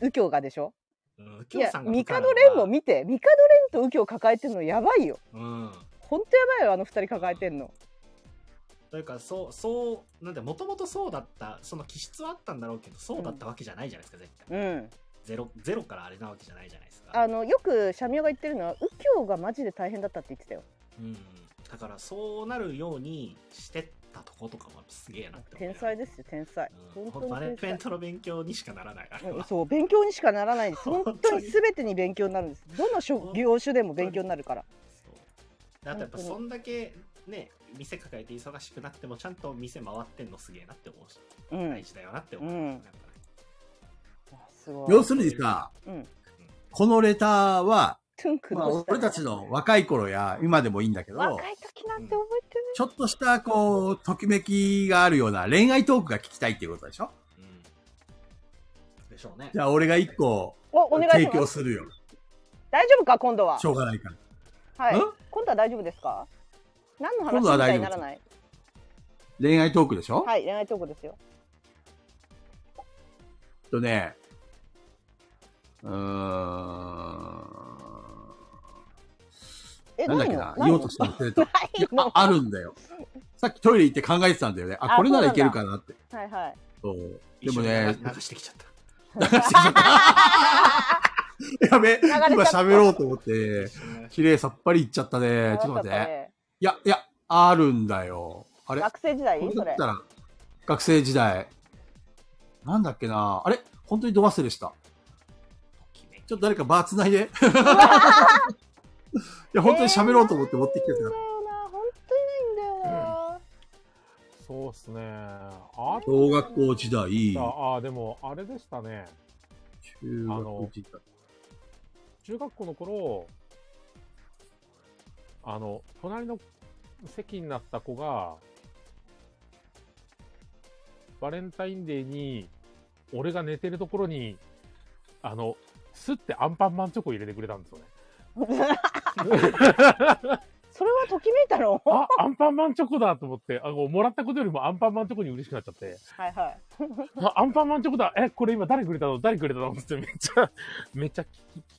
A: 右京がでしょ
C: もん、うん、
A: い
C: 右京
A: や
C: さん、が
A: ミ
C: 部下
A: カ
C: な
A: ド
C: の
A: レンを
C: は
A: 見て、ミカドレンと右京抱えてるのやばいよ。
C: うん
A: ほんとやばいよあの二人抱えてんの
C: というかそうそうなんでもともとそうだったその気質はあったんだろうけどそうだったわけじゃないじゃないですか絶対、
A: うん
C: ゼロゼロからあれなわけじゃないじゃないですか
A: あのよくシャミオが言ってるのは右京がマジで大変だったって言ってたよ
C: うんだからそうなるようにしてったとことかもすげえなって思
A: 天
C: いながら
A: 才ですよ天才
C: うん、
A: 本当
C: マネ
A: に
C: ジメ
A: 天
C: ン
A: 才
C: トの勉強にしかならないあれ
A: うん
C: は
A: そう勉強にしかならないです 本
C: 本当
A: 当
C: に
A: に全てに勉強になるんですどの職業種でも勉強になるから
C: そうあとやっぱそんだけね店抱えて忙しくなっても、ちゃんと店回ってんのすげえなって思うし、
A: う
C: 大
A: ん。
C: 事だよなって思うし、
A: うん
C: やっぱね
A: すごい。
D: 要するにさ、
A: うん。
D: このレターは、
A: トゥンクど
D: まあ、
A: うした
D: 俺たちの若い頃や今でもいいんだけど、
A: 若い時なんて覚えて
D: ちょっとした、こう、ときめきがあるような恋愛トークが聞きたいっていうことでしょ
C: うんでしょうね。
D: じゃあ俺が一個
A: ない。お、お願い
D: 提
A: しま
D: 供
A: す。
D: するよ。
A: 大丈夫か、今度は
D: し。ょうがないから。
A: はい
D: ん。
A: 今度は大丈夫ですか。何の話
D: 今
A: み
D: 度は
A: たい
D: 大
A: に
D: 丈
A: な
D: 夫
A: らない。
D: 恋愛トークでしょ、
A: はい、恋愛トークですよ。
D: えっとね、うーん。
A: え、
D: なんだ
A: な
D: っ
A: い
D: け
A: の。ない
D: な言おう
A: の
D: としたの忘 れた。いや
A: の
D: あるんだよ。さっきトイレ行って考えてたんだよね。あ、
A: あ
D: これならいけるかなって。
A: はいはい。
D: そう。で
C: 一緒
D: も
C: に
D: ね、
C: 流してきちゃ った。
D: 流してきちゃった。やべ、
A: れちゃった
D: 今喋ろうと思っ
C: 一
D: て、
C: 緒に流して
D: 綺麗さっぱりいっちゃったね。ちょ
A: 長
D: っと待
A: か
D: っ
A: ってた
D: ね。
A: ね
D: いや、いや、あるんだよ。あれ
A: 学生時代
D: これ
A: そ
D: だ
A: れ
D: っ。たら、学生時代。なんだっけなあれ本当にド忘れした。ちょっと誰かバーつない で。いや、本当に喋ろうと思って持ってきてた
A: ないん。だよな、本当にないんだよな。
B: そうっすね。あった
D: 小学校時代、中
B: あ、でも、あれでしたね。
D: 学校時代。
B: 中学校の頃、あの、隣の席になった子が、バレンタインデーに、俺が寝てるところに、あの、すってアンパンマンチョコ入れてくれたんですよね。
A: それはときめいたの。は
B: あ、アンパンマンチョコだと思って、あの、もらったことよりもアンパンマンチョコに嬉しくなっちゃって、
A: いはい。
B: あアンパンマンチョコだえ、これ今誰くれたの誰くれたのってめっちゃ、 めっちゃ聞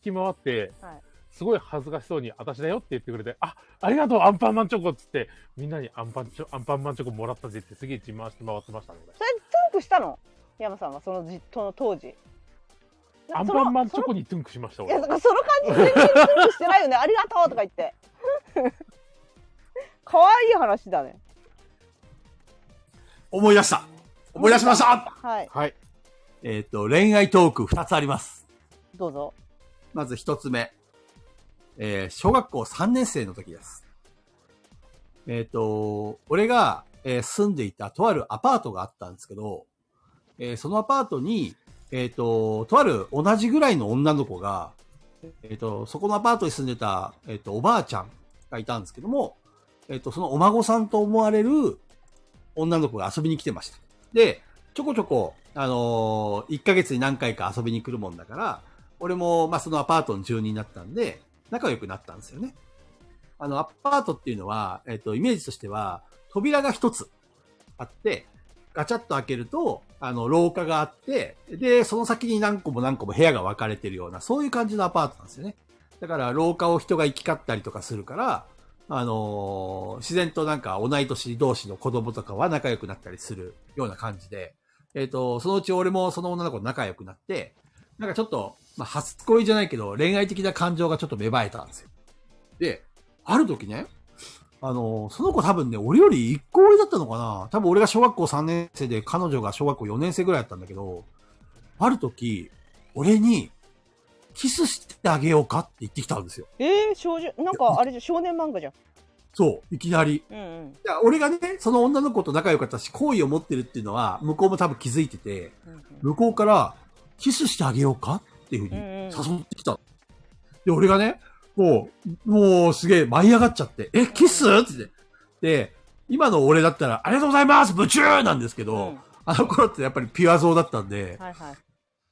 B: き聞き回って、
A: はい
B: すごい恥ずかしそうに、私だよって言ってくれて、あ、ありがとう、アンパンマンチョコっつって、みんなにアンパンチョ、アンパンマンチョコもらったぜってすげえ自慢して回ってましたね。
A: それ、トゥンクしたの。山さんはそのじ、その当時。
B: アンパンマンチ
A: その
B: ョコにトゥンクしました、
A: いや、
B: 俺。
A: だからその感じ全然ツンクしてないよね。 ありがとうとか言って。可愛い話だね。
D: 思い出した思い出しました
A: はい、
B: はい。
D: えっ、と、恋愛トーク2つあります。
A: どうぞ。
D: まず1つ目。えー小学校3年生の時です。えっ、と、俺が、えー住んでいたとあるアパートがあったんですけど、えーそのアパートに、えっ、と、とある同じぐらいの女の子が、えっ、と、そこのアパートに住んでた、えっ、と、おばあちゃんがいたんですけども、えっ、と、そのお孫さんと思われる女の子が遊びに来てました。で、ちょこちょこ、あのー、1ヶ月に何回か遊びに来るもんだから、俺も、まあ、そのアパートの住人だったんで、仲良くなったんですよね。あの、アパートっていうのは、えっ、と、イメージとしては、扉が一つあって、ガチャッと開けると、あの、廊下があって、で、その先に何個も何個も部屋が分かれてるような、そういう感じのアパートなんですよね。だから、廊下を人が行き交ったりとかするから、あのー自然となんか同い年同士の子供とかは仲良くなったりするような感じで、えっ、と、そのうち俺もその女の子と仲良くなって、なんかちょっと、まあ、初恋じゃないけど、恋愛的な感情がちょっと芽生えたんですよ。で、ある時ね、あの、その子多分ね、俺より一個上だったのかな多分俺が小学校3年生で、彼女が小学校4年生ぐらいだったんだけど、ある時、俺に、キスしてあげようかって言ってきたんですよ。
A: えー、少女、なんかあれじゃん、少年漫画じゃん。
D: そう、いきなり。
A: うんうん。
D: いや俺がね、その女の子と仲良かったし、好意を持ってるっていうのは、向こうも多分気づいてて、
A: うんうん
D: 向こうから、キスしてあげようかっていうふうに
A: うんうん
D: 誘ってきたの。で、俺がね、もう、もうすげえ舞い上がっちゃって、え、キスって言って。で、今の俺だったら、ありがとうございます夢中なんですけど、
A: うん
D: あの頃ってやっぱりピュア像だったんで、
A: はいはい。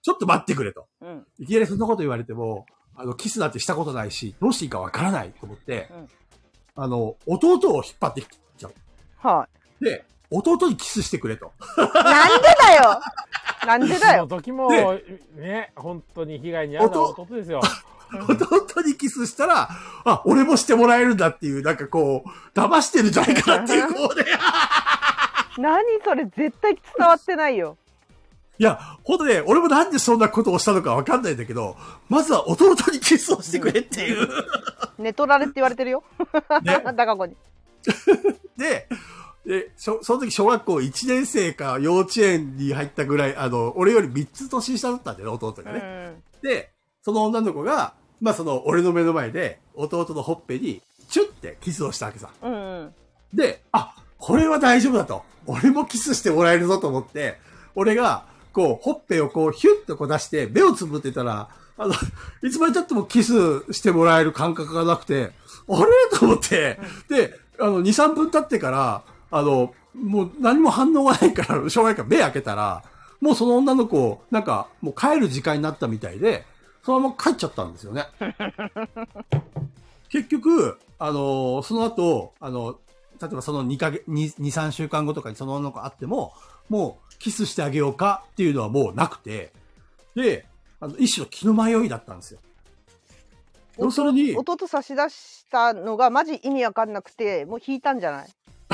D: ちょっと待ってくれと。
A: うん。
D: いきなりそんなこと言われても、あの、キスなんてしたことないし、どうしていいかわからないと思って、
A: うん
D: あの、弟を引っ張ってきちゃう。
A: は
D: で、弟にキスしてくれと。
A: い。なんでだよ。なんでだ
B: その
A: よ。
B: 時も、ね、本当に被害に遭うのは
D: 音
B: 弟ですよ。
D: 弟にキスしたら、あ、俺もしてもらえるんだっていう、なんかこう、騙してるんじゃないかなっていう、こうね。
A: 何それ、絶対伝わってないよ。
D: いや、ほんとね、俺もなんでそんなことをしたのかわかんないんだけど、まずは弟にキスをし てくれっていう。
A: 寝取られって言われてるよ。
D: ね
A: ダカ子に。
D: で、で、しょその時小学校1年生か幼稚園に入ったぐらい、あの、俺より3つ年下だったんだよね、弟
A: う
D: がね。
A: ん。
D: で、その女の子が、まあその、俺の目の前で、弟のほっぺに、チュッてキスをしたわけさ。
A: うんうん。
D: で、あ、これは大丈夫だと。俺もキスしてもらえるぞと思って、俺が、こう、ほっぺをこう、ヒュッとこう出して、目をつぶってたら、あの、いつまで経ってもキスしてもらえる感覚がなくて、あれと思って、で、あの、2、3分経ってから、あの、もう何も反応がないから、しょうがないから目開けたら、もうその女の子、なんか、もう帰る時間になったみたいで、そのまま帰っちゃったんですよね。結局、あの、その後、あの、例えばその2か月、2、3週間後とかにその女の子会っても、もうキスしてあげようかっていうのはもうなくて、で、あの、一種の気の迷いだったんですよ。要するに、
A: 弟差し出したのがマジ意味わかんなくてもう引いたんじゃない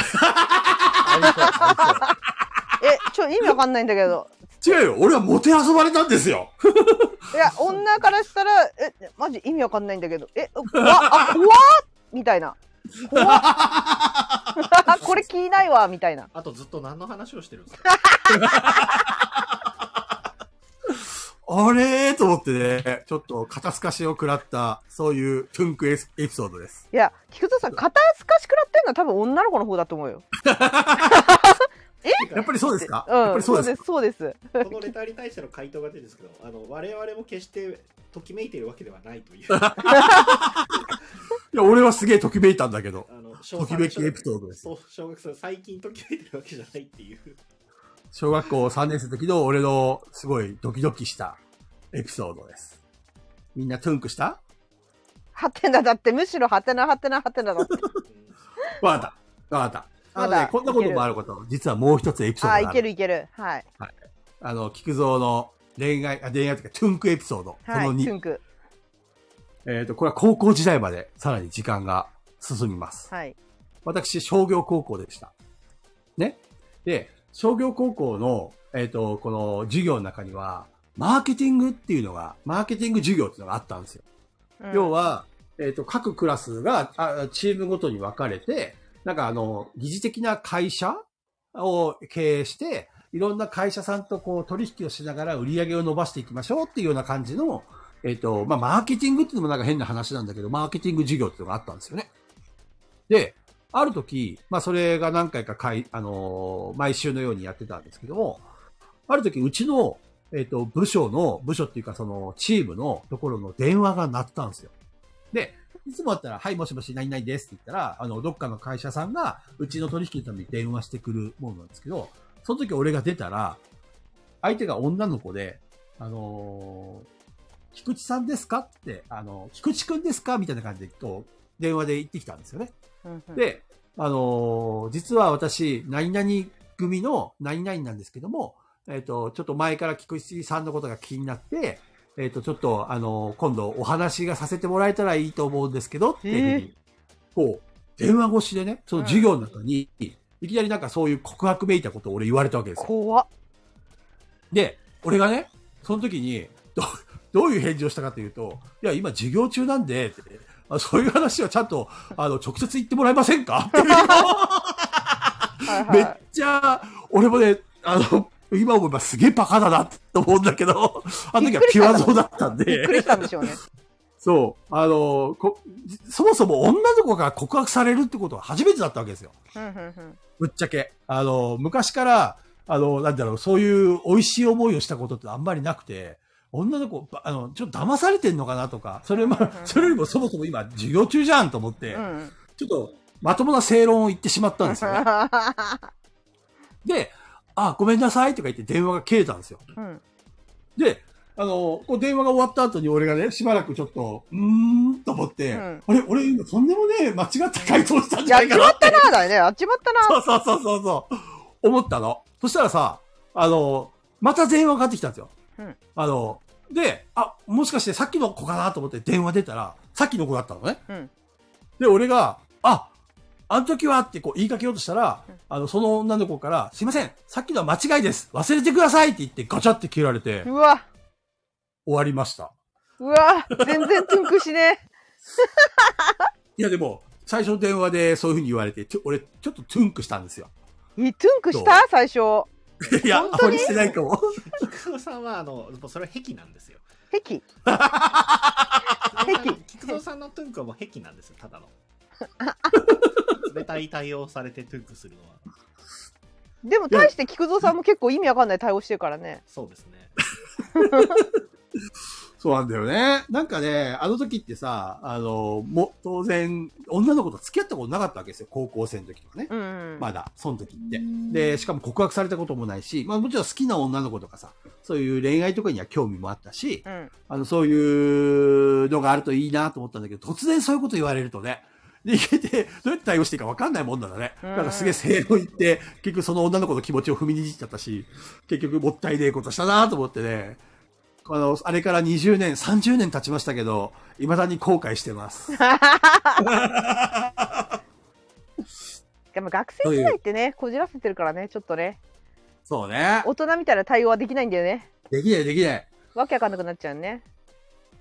A: えちょ意味わかんないんだけど
D: 違うよ、俺はモテ遊ばれたんですよ。
A: いや女からしたらえマジ意味わかんないんだけど えわあ怖っみたいな怖っ これ気ないわみたいな
C: あとずっと何の話をしてるん ですか
D: あれーと思ってね、ちょっと肩透かしを食らった、そういうトゥンクエスエピソードです。
A: いや菊田さん片透かし食らってるのは多分女の子の方だと思うよ
D: やっぱりそうですか、
A: うん
D: やっぱりそうですか
A: そうですそうです
C: このレターに対しての回答が出てるんですけど、あの我々も決してときめいているわけではないと いう、あ
D: いや、俺はすげえときめいたんだけど。
C: の
D: ときめきエピソードです
C: そう小学生最近ときめいてるわけじゃないっていう。
D: 小学校3年生の時の俺のすごいドキドキしたエピソードです。みんなトゥンクした
A: ハテナだってむしろハテナハテナハテナだ って
D: わかった。わかった。あの
A: ま
D: ね
A: だ、
D: こんなこともあること、実はもう一つエピソードが
A: あーい
D: ある。
A: けるいけるはい
D: あの、菊蔵の恋愛、あ恋愛というか、トゥンクエピソード。
A: はい
D: その
A: トゥ
D: 2。
A: ンク
D: えっ、と、これは高校時代までさらに時間が進みます。
A: はい
D: 私、商業高校でした。ね。で、商業高校の、えっ、と、この授業の中には、マーケティングっていうのが、マーケティング授業っていうのがあったんですよ。
A: うん
D: 要は、えっ、と、各クラスがあ、チームごとに分かれて、なんかあの、疑似的な会社を経営して、いろんな会社さんとこう取引をしながら売り上げを伸ばしていきましょうっていうような感じの、えっ、と、まあ、マーケティングっていうのもなんか変な話なんだけど、マーケティング事業っていうのがあったんですよね。で、ある時、まあ、それが何回かかい、あのー毎週のようにやってたんですけども、ある時、うちの、えっ、と、部署の、部署っていうか、その、チームのところの電話が鳴ったんですよ。で、いつもだったら、はい、もしもし、何々ですって言ったら、あの、どっかの会社さんが、うちの取引のために電話してくるものなんですけど、その時俺が出たら、相手が女の子で、あのー菊池さんですかって、あの、菊池くんですかみたいな感じで、こう、電話で言ってきたんですよね。
A: うんうん
D: で、あのー実は私、何々組の何々なんですけども、えっ、と、ちょっと前から菊池さんのことが気になって、えっ、と、ちょっと、あのー今度お話がさせてもらえたらいいと思うんですけど、っていうふうに、こう、電話越しでね、その授業の中に、いきなりなんかそういう告白めいたことを俺言われたわけですよ。
A: 怖っ
D: で、俺がね、その時に、ど、どういう返事をしたかというと、いや、今授業中なんで、ってあそういう話はちゃんと、あの、直接言ってもらえませんかっていうのを
A: はい
D: めっ
A: は
D: ちゃ、俺もね、あの、今思えばすげえバカだなと思うんだけど、あの時はピュア像だったん
A: いびっ
D: で
A: く、りしたんでしょうね
D: そう、あのこ、そもそも女の子が告白されるってことは初めてだったわけですよ。
A: うんうんうん
D: ぶっちゃけ。あの、昔から、あの、なんだろう、そういう美味しい思いをしたことってあんまりなくて、女の子、ばあの、ちょっと騙されてんのかなとか、それも、それよりもそもそも今授業中じゃんと思って、
A: うん
D: ちょっとまともな正論を言ってしまったんですよね。で、あ、ごめんなさいとか言って電話が切れたんですよ。
A: うん
D: で、あの、こう電話が終わった後に俺がね、しばらくちょっと、うーんと思って、
A: うん
D: あれ、俺今とんでもねえ間違った回答したんじゃ
A: やっ
D: ない
A: ち
D: か
A: ま
D: な
A: っ
D: って。
A: たなだよねやっちまったな
D: そうそうそうそうそう。思ったの。そしたらさ、あの、また電話がかかってきたんですよ。
A: うん
D: あの、で、あ、もしかしてさっきの子かなと思って電話出たら、さっきの子だったのね。
A: うん
D: で、俺が、あ、あの時はってこう言いかけようとしたら、
A: うん
D: あの、その女の子から、すいません、さっきのは間違いです。忘れてくださいって言ってガチャって切られて、
A: う
D: 終
A: わ
D: わりました。
A: うわ全然トゥンクしね
D: いや、でも、最初の電話でそういうふうに言われて、ちょ俺、ちょっとトゥンクしたんですよ。
A: え えトゥンクした最初
D: いや、
A: 本
D: あ
A: 当
D: ま
A: に
D: りしてないかも。
C: 菊蔵さんはあのもうそれは癖なんですよ。
A: 壁
C: 菊蔵さん
A: 癖
C: 菊蔵さんのトゥンクはもう癖なんですよただの。冷たい対応されてトゥンクするのは、
A: でも対して菊蔵さんも結構意味わかんない対応してるからね。
C: そうですね。
D: そうなんだよね。なんかね、あの時ってさ、あの、も、当然、女の子と付き合ったことなかったわけですよ。高校生の時とかね。
A: うん。
D: まだ、その時って。で、しかも告白されたこともないし、まあもちろん好きな女の子とかさ、そういう恋愛とかには興味もあったし、
A: うん。
D: あの、そういうのがあるといいなと思ったんだけど、突然そういうこと言われるとね、人間ってどうやって対応していいか分かんないもんだね。
A: うん
D: なんかすげえ正論言って、結局その女の子の気持ちを踏みにじっちゃったし、結局もったいねえことしたなと思ってね、あの、あれから20年、30年経ちましたけど、未だに後悔してます。
A: でも学生時代ってね、こじらせてるからね、ちょっとね。
D: そうね。
A: 大人みたいな対応はできないんだよね。
D: できないできない。
A: わけわかんなくなっちゃうね。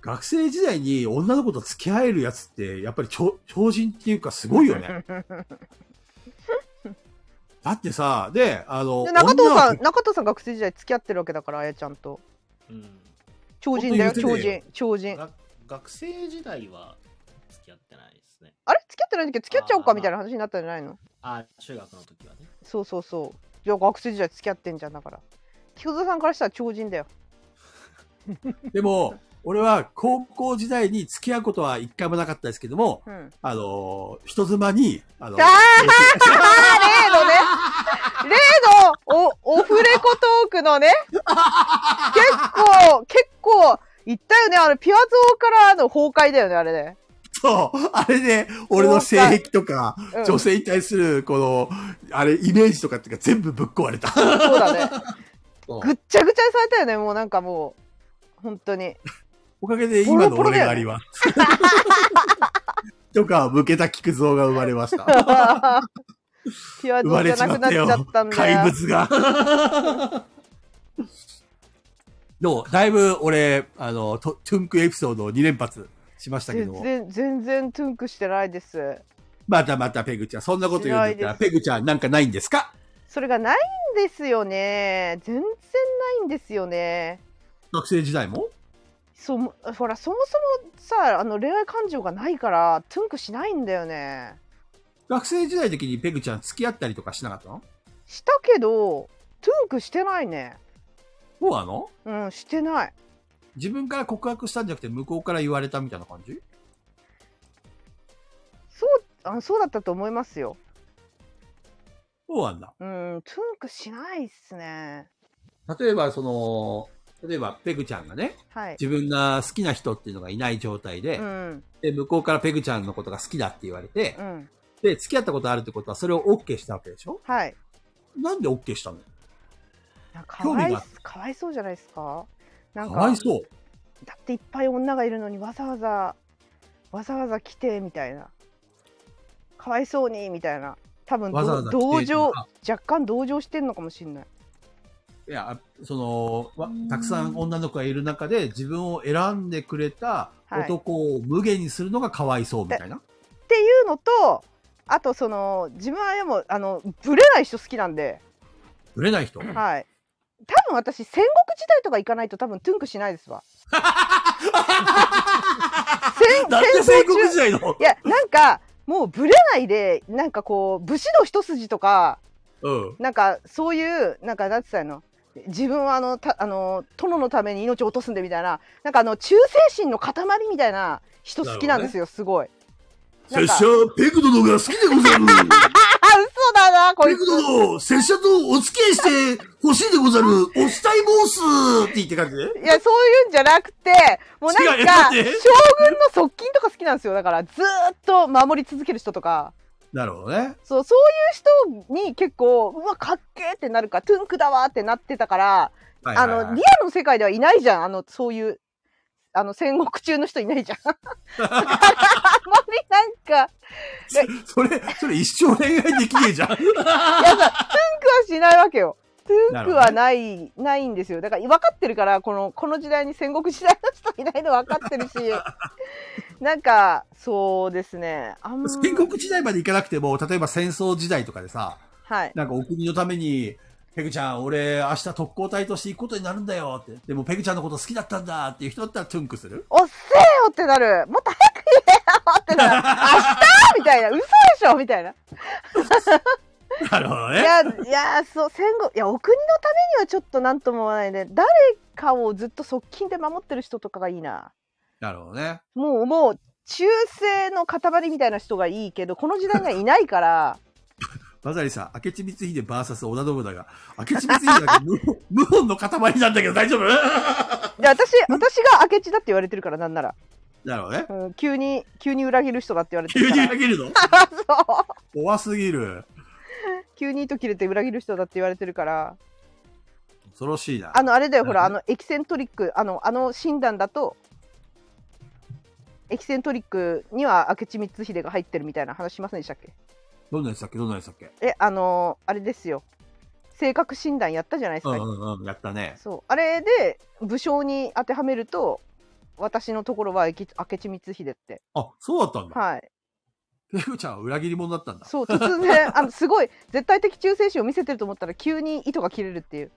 D: 学生時代に女の子と付き合えるやつって、やっぱり超超人っていうかすごいよね。だってさ、で、あの、
A: で中藤
D: 女
A: さ
D: は
A: ん、中藤さん学生時代付き合ってるわけだから、あやちゃんと。
C: うん。
A: 超人だよ、
D: 本当
A: 超
D: に言う
A: 人。超人。
C: が学生時代は付き合ってないですね。
A: あれ付き合ってないんだけど、付き合っちゃおうか
C: あー
A: みたいな話になったんじゃないの
C: あ、中学の時はね。
A: そうそうそう。じゃあ学生時代付き合ってんじゃんだから。菊蔵さんからしたら超人だよ。
D: でも、俺は高校時代に付き合うことは一回もなかったですけども、
A: うん。
D: あの、人妻に、あの、
A: ああー、例のね。例の、お、オフレコトークのね。結構、結構、言ったよね。あの、ピュア像からの崩壊だよね、あれね。
D: そう、あれで、俺の性癖とか、
A: うん
D: 女性に対する、この、あれ、イメージとかっていうか全部ぶっ壊れた。
A: そうだね。
D: そう
A: ぐっちゃぐちゃにされたよね、もうなんかもう。本当に。
D: おかげで今の俺があります。 とか、向けた菊蔵が生まれました。
A: ピュア
D: 生ま
A: 像じ
D: れ
A: ゃ
D: ちま
A: なくな
D: った
A: っちゃ
D: よ
A: ったん。だ
D: 怪
A: よ。
D: 物が。 どうだいぶ俺、あの、トトゥンクエピソードを2連発しましたけど
A: 全
D: も、
A: 然、全然トゥンクしてないです。
D: またまたペグちゃん、そんなこと言うんだったら、
A: しな
D: ペグちゃんなんかないんですか
A: それがないんですよね。全然ないんですよね。
D: 学生時代も
A: そうもほらそもそもさあの恋愛感情がないからトゥンクしないんだよね
D: 学生時代的にペグちゃん付き合ったりとかしなかったの
A: したけどトゥンクしてないね
D: そうなの
A: うんしてない
D: 自分から告白したんじゃなくて向こうから言われたみたいな感じ
A: そうあそうだったと思いますよ
D: そうなんだ。
A: うんトゥンクしないっすね
D: 例えば、その、例えばペグちゃんがね、
A: はい
D: 自分が好きな人っていうのがいない状態で、
A: うん
D: で、向こうからペグちゃんのことが好きだって言われて、
A: うん
D: で、付き合ったことあるってことは、それを OK したわけでしょ
A: はい
D: なんで OK したの
A: なんかか
D: 興
A: わ
D: 味
A: い
D: があっ
A: かわいそうじゃないですかな
D: か
A: んか
D: わいそう。
A: だっていっぱい女がいるのにわざわざわざわざ来てみたいなかわいそうにみたいな多分ど
D: わざわざ来て
A: 同情
D: あ
A: 若干同情してんのかもしんない
D: いや、その、わたくさん女の子がいる中で、自分を選んでくれた
A: はい
D: 男を無限にするのがかわいそうみたいな。
A: っていうのとあとその自分はでもあのブレない人好きなんで、
D: 売れない人。
A: はい多分私戦国時代とか行かないと多分トゥンクしないです わ戦
D: だって
A: 戦
D: 戦
A: 争
D: 国時
A: 中
D: 代の
A: い。やなんかもうブレないでなんかこう武士の一筋とか
D: うん。
A: なんかそういうなんかなんて言ったらいいの自分はあのたあの殿のために命を落とすんでみたいななんかあの忠誠心の塊みたいな人好きなんですよ、すごい。なん
F: 拙
A: か
F: 者、ペグ殿が好きでござる。
A: あ嘘だ なこ
F: ペ
A: いつ
F: グ殿、拙者とお付き合いして欲しいでござ る。お伝え申
D: って言って感じで
A: いや、そういうんじゃなくて、もうな
D: 違うんだ
A: か、
D: っ
A: 将
D: て
A: 軍の側近とか好きなんですよ。だから、ずーっと守り続ける人とか、
D: なるほどね。
A: そう、そういう人に結構、うわ、かっけーってなるか、トゥンクだわーってなってたから、
D: はいは
A: あ
D: いはい
A: の、リアルの世界ではいないじゃん。あの、そういう、あの、戦国中の人い ないじゃん。だからあんまりなんか、
D: それ、それ一生恋愛できねえじゃん。
A: いやさ、トゥンクはしないわけよ。トゥンクは
D: なるほどね
A: ない、ないんですよ。だから分かってるから、この、この時代に戦国時代の人いないの分かって るし、なんか、そうですね。あんま
D: 戦国時代まで行かなくても、例えば戦争時代とかでさ、
A: はい。
D: なんかお国のために、ペグちゃん、俺、明日特攻隊として行くことになるんだよって。でも、ペグちゃんのこと好きだったんだっていう人だったらトゥンクする
A: おっせえよってなる。もっと早く言えよってなる。明日みたたいな、嘘でしょみたいな。
F: なるほど
A: い
F: ね。
A: や、いや、そう、戦後、いや、お国のためにはちょっとなんとも思わないね。誰かをずっと側近で守ってる人とかがいいな。
D: なるほどね。
A: もう、もう、中世の塊みたいな人がいいけど、この時代にはいない から、
D: まさにさ、明智光秀 VS 織田信長。明智光秀だけ無 無本の塊なんだけど大丈夫
A: で私、私が明智だって言われてるから、なんなら。
D: なるほどね。
A: うん、急に、急に裏切る人だって言われて
D: 急
A: る
D: に
A: から。
D: 裏切るの
A: そう。
D: 怖すぎる。
A: 急に糸切れて裏切る人だって言われてるから。
D: 恐ろしいな。
A: あの、あれだよ、ほら、あ
D: うん
A: の、エキセントリック、あの、あの診断だと、エキセントリックには明智光秀が入ってるみたいな話しませんでしたっけ
D: どんなやつだっけどんなやつだっけ
A: え、あのーあれですよ。性格診断やったじゃないです
D: うん
A: か。
D: うんうん。やったね。
A: そう。あれで、武将に当てはめると、私のところはえき明智光秀って。
D: あ、そうだったんだ。
A: はい。
D: ペグちゃんは裏切り者だったんだ。
A: そう、突 然、あの、すごい、絶対的忠誠心を見せてると思ったら、急に糸が切れるっていう。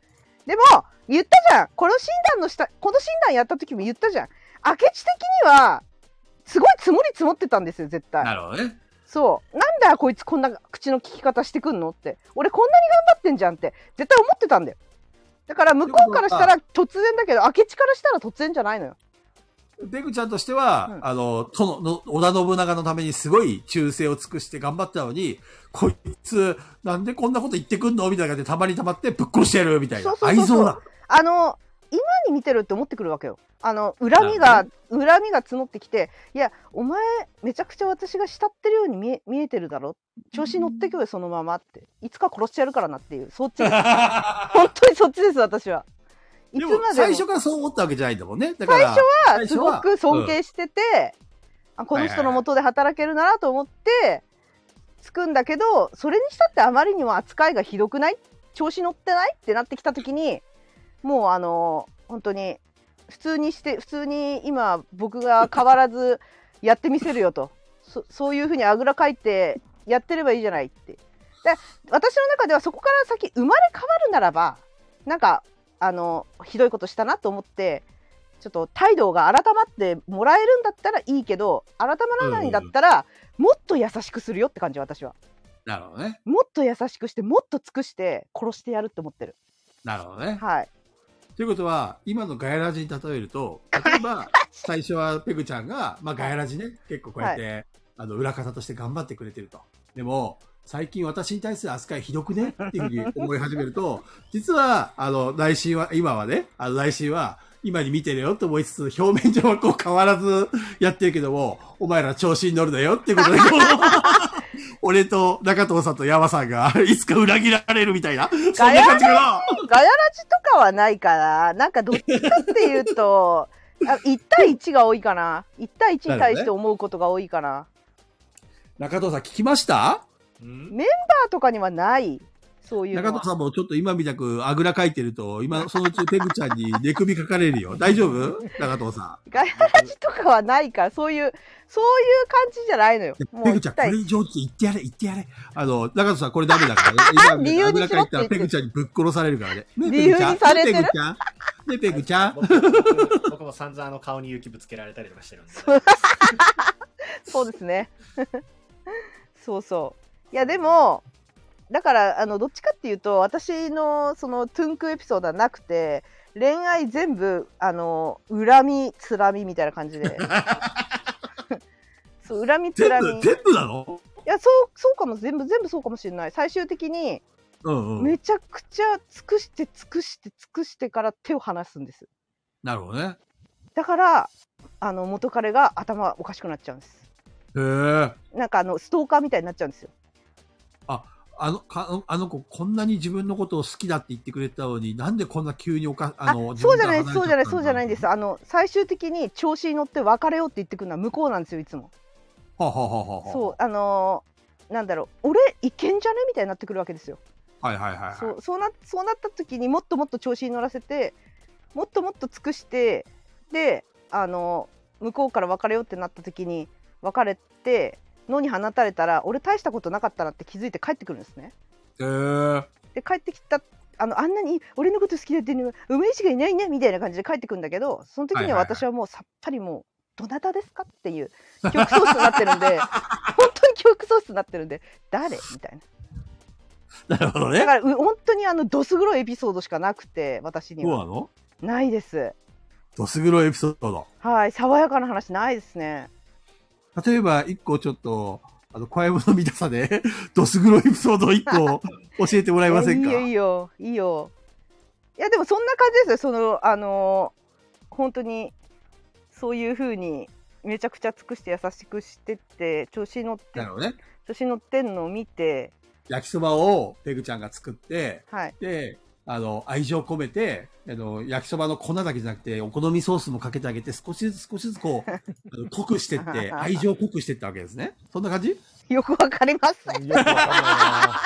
A: でも、言ったじゃんこの診断のした、この診断やった時も言ったじゃん明智的には、すごい積もり積もってたんですよ、絶対。
D: なるほどね。
A: そう。なんだよこいつこんな口の利き方してくんのって。俺こんなに頑張ってんじゃんって、絶対思ってたんだよ。だから向こうからしたら突然だけど、明智からしたら突然じゃないのよ。
D: ペグちゃんとしては、
A: うん
D: あの、殿の、織田信長のためにすごい忠誠を尽くして頑張ったのに、こいつ、なんでこんなこと言ってくんのみたいな感じでたまりたまってぶっ殺してやるみたいな。
A: そうそうそうそう
D: 愛憎だ。
A: あの、今に見てるって思ってくるわけよ。あの、恨み
D: な
A: が、恨みが募ってきて、いや、お前、めちゃくちゃ私が慕ってるように見え見えてるだろ。調子乗ってけよ、そのままって。いつか殺してやるからなっていう、そっ ちです。本当にそっちです、私は。いつ
D: で
A: ま
D: も
A: でも
D: 最初からそう思ったわけじゃないんだもんね。だから、
A: は
D: 最
A: す
D: 初
A: ご
D: は
A: く尊敬してて、あこの人の元で働けるならと思ってつくんだけどそれにしたってあまりにも扱いがひどくない調子乗ってないってなってきた時にもうあの本当に普通にして普通に今僕が変わらずやってみせるよと そそういうふうにあぐらかいてやってればいいじゃないって。で私の中ではそこから先生まれ変わるならばなんかあのひどいことしたなと思ってちょっと態度が改まってもらえるんだったらいいけど改まらないんだったら、もっと優しくするよって感じ私は
D: なるほどね。
A: もっと優しくしてもっと尽くして殺してやるって思ってる
D: なるほどね。
A: はい
D: ということは、今のガヤラジに例える と、例えば、最初はペグちゃんが、まあガヤラジね、結構こうやって、あの、裏方として頑張ってくれてると。でも、最近私に対する扱いひどくねっていうふうに思い始めると、 実は、あの、内心は、今はね、あの、内心は、今に見てるよと思いつつ、表面上はこう変わらずやってるけども、お前ら調子に乗るなよっていうことで、 こう俺と中藤さんと山さんが、いつか裏切られるみたいな、そんな感じかな。
A: ガヤラジとかはないからなんかどっちかっていう とあ1対1が多いかな1対1に対して思うことが多いかな
D: 中藤さん聞きました
C: ん
A: バーとかにはないそういうの
D: 中
A: は
D: 藤さんもちょっと今みたくあぐらかいてると、 今そのうちペグちゃんに寝首かかれるよ。大丈夫中藤さ
A: ガヤラジとかはないからそういうそういう感じじゃないのよ
D: ん。
A: も
D: ペ
A: う
D: グちゃ
A: 1
D: ん、これ
A: 対
D: 以上って言ってやれ、言ってやれ。あの、中藤さんこれダメだか らね。
A: 理由にしろって言って
D: あぐらかいたらペグちゃんにぶっ殺されるからね。ね
A: 理由にされてる
D: ペグちゃんねペグちゃんね
C: 僕僕僕も散々あの顔に雪ぶつけられたりとかしてるんで。
A: そうですね。そうそう。いやでもだからあのどっちかっていうと私のそのトゥンクエピソードはなくて恋愛全部あの恨みつらみみたいな感じ で。そう恨みつ
D: ペグち
A: ら
D: ゃん。
A: み
D: 全部、
A: い
D: 全部なの
A: やそうそうかも全部全部そうかもしれない最終的に
D: うんうん。
A: めちゃくちゃ尽くして尽くして尽くしてから手を離すんです
D: なるほどね。
A: だからあの元彼が頭おかしくなっちゃうんです
D: へえ。
A: なんかあのストーカーみたいになっちゃうんですよ
D: あの、かあのあの子、こんなに自分のことを好きだって言ってくれたのに、なんでこんな急におか、あの、自
A: そう
D: 分
A: じ
D: か
A: ゃない
D: ら離れ
A: そうじゃない
D: ち
A: そうじゃないんで
D: ゃ
A: すあの最終的に調子に乗って別れようって言ってくるのは向こうなんですよいつも
D: ったんだ。はあはあはあはあ
A: そうあのーなんだろう俺いけんじゃねみたいになってくるわけですよ
D: はいはいはいはい。
A: そうそうなそうなった時にもっともっと調子に乗らせてもっともっと尽くしてであのー向こうから別れようってなった時に別れて野に放たれたら俺大したことなかったなって気づいて帰ってくるんですね
D: へー
A: で帰ってきたあのあんなに俺のこと好きだっていうのは梅石がいないねみたいな感じで帰ってくるんだけどその時には
D: はいはいはい
A: 私は もうさっぱりもうどなたですかっていう記憶喪失になってるんで本当に記憶なってるんで誰みたいな
D: なるほど
A: だ
D: ね。
A: からう本当にあのどす黒いエピソードしかなくて私に
D: そうな
A: は
D: の
A: ないです
D: どす黒いエピソード。
A: はい爽やかな話ないですね
D: 例えば、一個ちょっと、あの、怖いもの見た さで、どす黒いエピソードを一個教えてもらえませんか
A: いやいいよいいよいいよいやでもそんな感じですよそのあの本当にそういう風にめちゃくちゃ尽くして優しくしてって調子に乗って
G: なるほどね。
A: 調子に乗ってんのを見て
G: 焼きそばをペグちゃんが作って、
A: はい
G: で、あの、愛情込めて、あの、焼きそばの粉だけじゃなくて、お好みソースもかけてあげて、少しずつ少しずつ こう、あの濃くしてって、愛情を濃くしてったわけですね。そんな感じ
A: よくわかりま せん
B: よくわかんないな。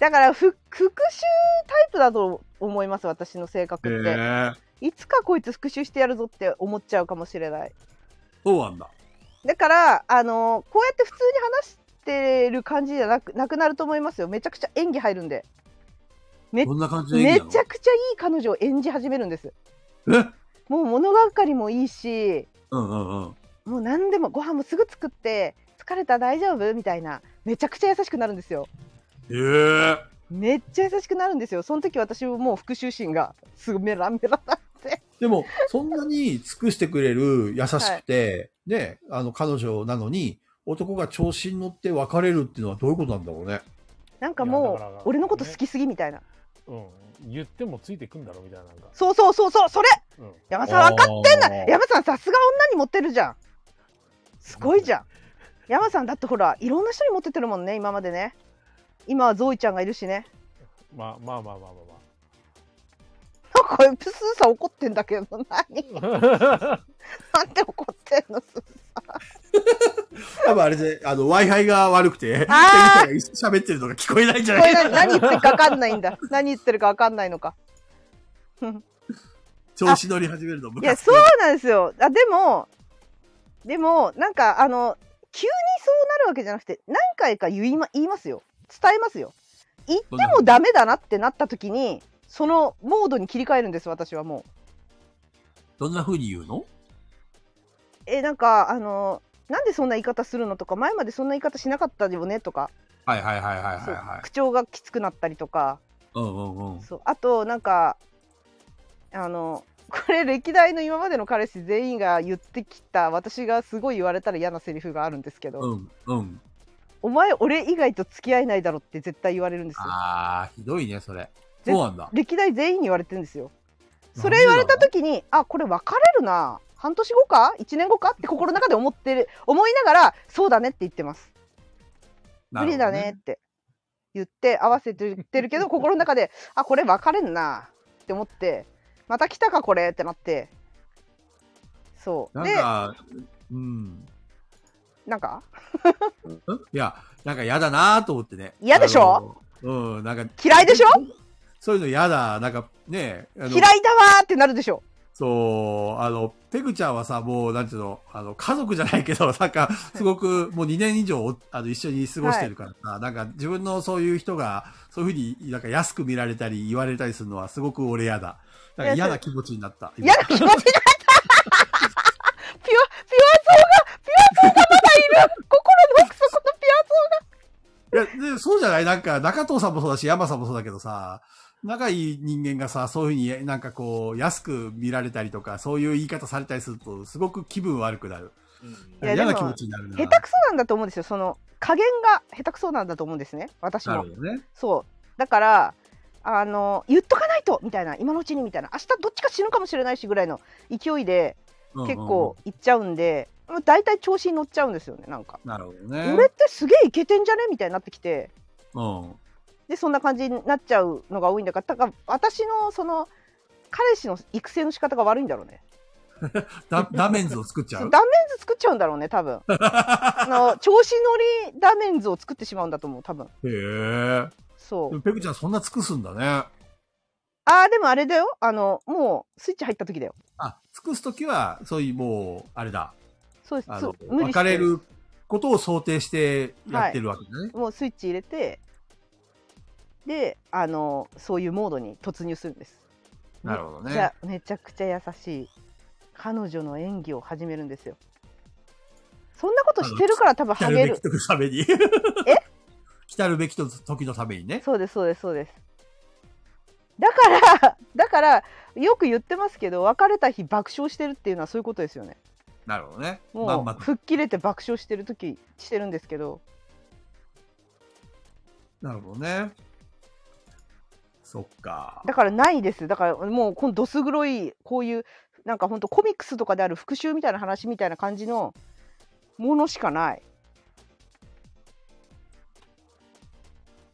A: だからふ復讐タイプだと思います私の性格
G: へ
A: って、
G: え。
A: いつかこいつ復讐してやるぞって思っちゃうかもしれない
D: そうなんだ。
A: だからあのこうやって普通に話してる感じじゃなくなくなると思いますよめちゃくちゃ演技入るんで
G: どんな感じの演
A: め
G: 技なの
A: ちゃくちゃいい彼女を演じ始めるんです
G: え
A: もう物がかりもいいし
D: うんうんうん。
A: もう何でもご飯もすぐ作って疲れた大丈夫みたいなめちゃくちゃ優しくなるんですよ
D: ええ
A: めっちゃ優しくなるんですよその時私ももう復讐心がすぐメラメラだって
G: でも、そんなに尽くしてくれる、優しくて、ね、あの、彼女なのに、男が調子に乗って別れるっていうのはどういうことなんだろうね。
A: なんか
B: いやだから
A: もう俺のこと好きすぎみたいな
B: うん、言ってもついてくんだろみたいななんか、
A: そうそうそうそうそれ
B: うん、
A: 山さん分かってんな
G: あー
A: 山さんさすが女にモテるじゃんすごいじゃん山さんだってほらいろんな人にモテてるもんね今までね今はゾウイちゃんがいるしね
B: まあまあまあまあ
A: なんかプスーさん怒ってんだけど何
B: まあま
A: な
B: あ
A: んで怒ってんのスーさん
D: 多分あれで、あの、Wi-Fi が悪くて、
A: あ
D: ペグちゃんが喋ってるのが聞こえないんじゃ
A: こ
D: ない
A: れ何何言ってるか分かんないん だ何言ってるか分かんないのか
D: 調子乗り始めるの、
A: いや
D: 昔
A: そうなんですよあでもでもなんかあの急にそうなるわけじゃなくて何回か言い,、ま、言いますよ伝えますよ言ってもダメだなってなった時にそのモードに切り替えるんです私はもう
D: どんな風に言うの
A: えなんかあのなんでそんな言い方するのとか前までそんな言い方しなかったよねとか、
D: はいはいはいはい
A: そう
D: は
A: 口調がきつくなったりとか
D: い。うんうんうん。
A: そうあとなんかあのこれ歴代の今までの彼氏全員が言ってきた私がすごい言われたら嫌なセリフがあるんですけど、
D: うんうん。
A: お前俺以外と付き合えないだろって絶対言われるんですよ
D: あー、ひどいね、それ。そうなんだ。
A: 歴代全員に言われてるんですよそれ言われた時にあこれ別れるな半年後か1年後かって心の中で思ってる思いながらそうだねって言ってます無理だねって言って合わせて言ってるけ ど心の中であこれ別れんなって思ってまた来たかこれってなってそう
D: な
A: で
D: るほどね。なんか、うん。
A: なんか
D: いや、なんか嫌だなと思ってね。
A: 嫌でしょ
D: あのうん、なんか、
A: 嫌いでしょ
D: そういうの嫌だ。なんか、ねあの
A: 嫌いだわーってなるでしょ
D: そう、あの、ペグちゃんはさ、もう、なんていうの、あの、家族じゃないけど、 なんか、すごく、もう2年以上、あの、一緒に過ごしてるからさ、なんか、自分のそういう人が、そういうふうになんか安く見られたり、言われたりするのは、すごく俺嫌だ。なんか嫌な気持ちになった。
A: 嫌な気持ちになった ピュア、ピュア層が、ピュア層がまだいる心 の奥底のピ
D: いや、で、そうじゃないなんか、中藤さんもそうだし、山さんもそうだけどさ、仲いい人間がさ、そういうふうになんかこう、安く見られたりとか、そういう言い方されたりすると、すごく気分悪くなる。
C: うん
A: いや
D: 嫌な
A: で
D: 気
A: も
D: 持ちになるな。
A: ュア下手くそなんだと思うんですよ。その、加減が下手くそなんだと思うんですね。私
D: な
A: も
D: る。ほどね。
A: そう。だから、あの、言っとかないとみたいな、今のうちにみたいな、明日どっちか死ぬかもしれないしぐらいの勢いで
D: うんうんうん
A: 結構。いっちゃうんで、もう大体調子に乗っちゃうんですよね、なんか。
D: なるほどね。
A: 俺ってすげえイケてんじゃねみたいになってきて。
D: うん。
A: でそんな感じになっちゃうのが多いんだからだから私のその彼氏の育成の仕方が悪いんだろうね
D: ダダメンズを作っちゃ
A: そう
D: う。
A: 断面図作っちゃうんだろうね多 分あの調子乗り断面図を作ってしまうんだと思う多分
D: へえ。
A: そ
D: で
A: う
D: もペグちゃんそんな尽くすんだね。
A: あーでもあれだよあのもうスイッチ入った時だよ
D: あ、尽くすときは、そういうもう、あれだ。
A: そうです
D: あ
A: そ
D: の
A: う、無理して
D: 別れることを想定してやってるわけだね。
A: もうスイッチ入れてであのそういうモードに突入するんです
D: なるほど
A: じ
D: ね
A: ゃ。めちゃくちゃ優しい彼女の演技を始めるんですよそんなことしてるから多分
D: 来た
A: ハ
D: る
A: ゲ
D: べき
A: る。
D: 時のために。え 来たるべき時のためにね。
A: そうですそうですそうです。だから だからよく言ってますけど別れた日爆笑してるっていうのはそういうことですよね。
D: なるほどね。まん
A: も
D: ま
A: う
D: と
A: 吹っ切れて爆笑してる時してるんですけど。
D: なるほどね。そっか。
A: だからないです。だからもうこのどす黒いこういうなんか本当コミックスとかである復讐みたいな話みたいな感じ のものしかない。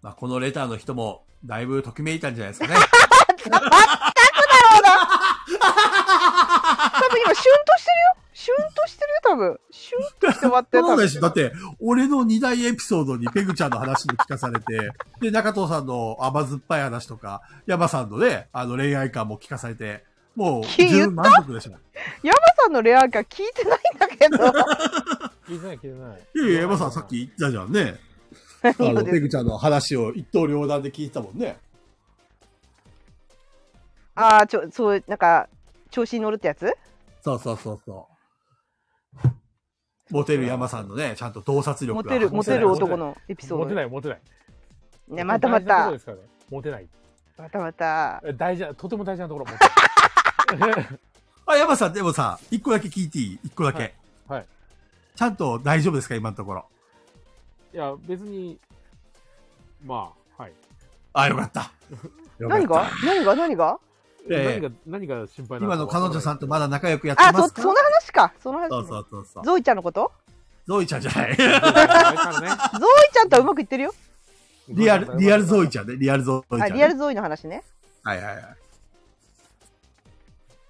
D: まあ、このレターの人も、だいぶときめいたんじゃな いですかね。
A: 多分今シュンとしてるよ。シュンとしてるよ多分。シュンとして終わって
D: そうで
A: る。
D: しょだって、俺の二大エピソードにペグちゃんの話も聞かされて、 で、中藤さんの甘酸っぱい話とか、山さんのね、あの恋愛感も聞かされて、もう、
A: 言った
D: 十満足でしょ。
A: ヤマさんのレア感聞いてないんだけど。
B: 聞いてない、聞いてない。
D: いやいや、山さんさっき言ったじゃんね。あ
A: 何を
D: の、
A: で
D: ペ
A: す
D: グちゃんの話を一刀両断で聞いてたもんね。
A: ああちょそうなんか調子に乗るってやつ？
D: そうそうそうそう。モテる山さんのね、ちゃんと洞察力
A: モ
D: が。
A: テるモテる男のエピソー
B: モテ
A: ド。
B: ない、モテない。
A: ねまたま
B: 大事なところ
A: た
B: ですからね。モテない。
A: またまた。
B: 大事な、とても大事なところ。モテ ない
D: あ、山さん、でもさ、一個だけ聞いていい一個だけ、
B: はいはい
D: ちゃんと大丈夫ですか今のところ。
B: いや、別に、まあ、はい。
D: あ、よかった。よかっ
A: 何
D: た
A: が何が何が？
D: え
B: 何
D: え
B: が、何が心配な
D: 今の彼女さんとまだ仲良くやって
A: あ
D: ま
A: そ
D: すか
A: その話かその話。
D: そうそうそうそう。
A: ゾイちゃんのこと？
D: ゾイちゃんじ ゃない。
B: わからない。
A: ゾイちゃんとはうまくいってるよ。
D: リアル、リアルゾイ
B: ゃ
D: ちゃんね。リアルゾイちゃ
A: あ
D: ん、ね。
A: リアルゾイの話ね。
D: はいはいはい。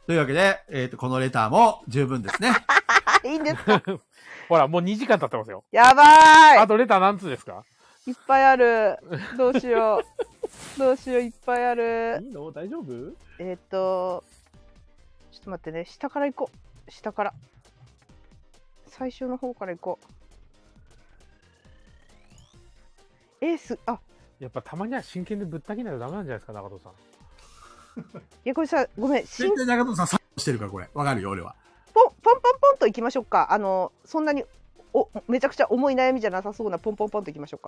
D: というわけで、えっ、と、このレターも十分ですね。
A: あいいんですか。
B: ん。ほら、もう2時間経ってますよ。
A: やば
B: あ
A: ー
B: とレター何通ですか
A: い。いっぱいある。どうしよう。どうしよういっぱいある。
B: いいの大丈夫
A: えーっとちょっと待ってね下から行こう下から最初の方から行こう。エースあ
B: やっぱたまには真剣でぶった切らないとダメなんじゃないですか、中藤さん。
A: いやこれさごめんしん
D: 絶対中野さん、さしてるから、これ。わかるよ、俺は。
A: ポンポンポンポンと行きましょうかあのそんなにおめちゃくちゃ重い悩みじゃなさそうなポンポンポンと行きましょ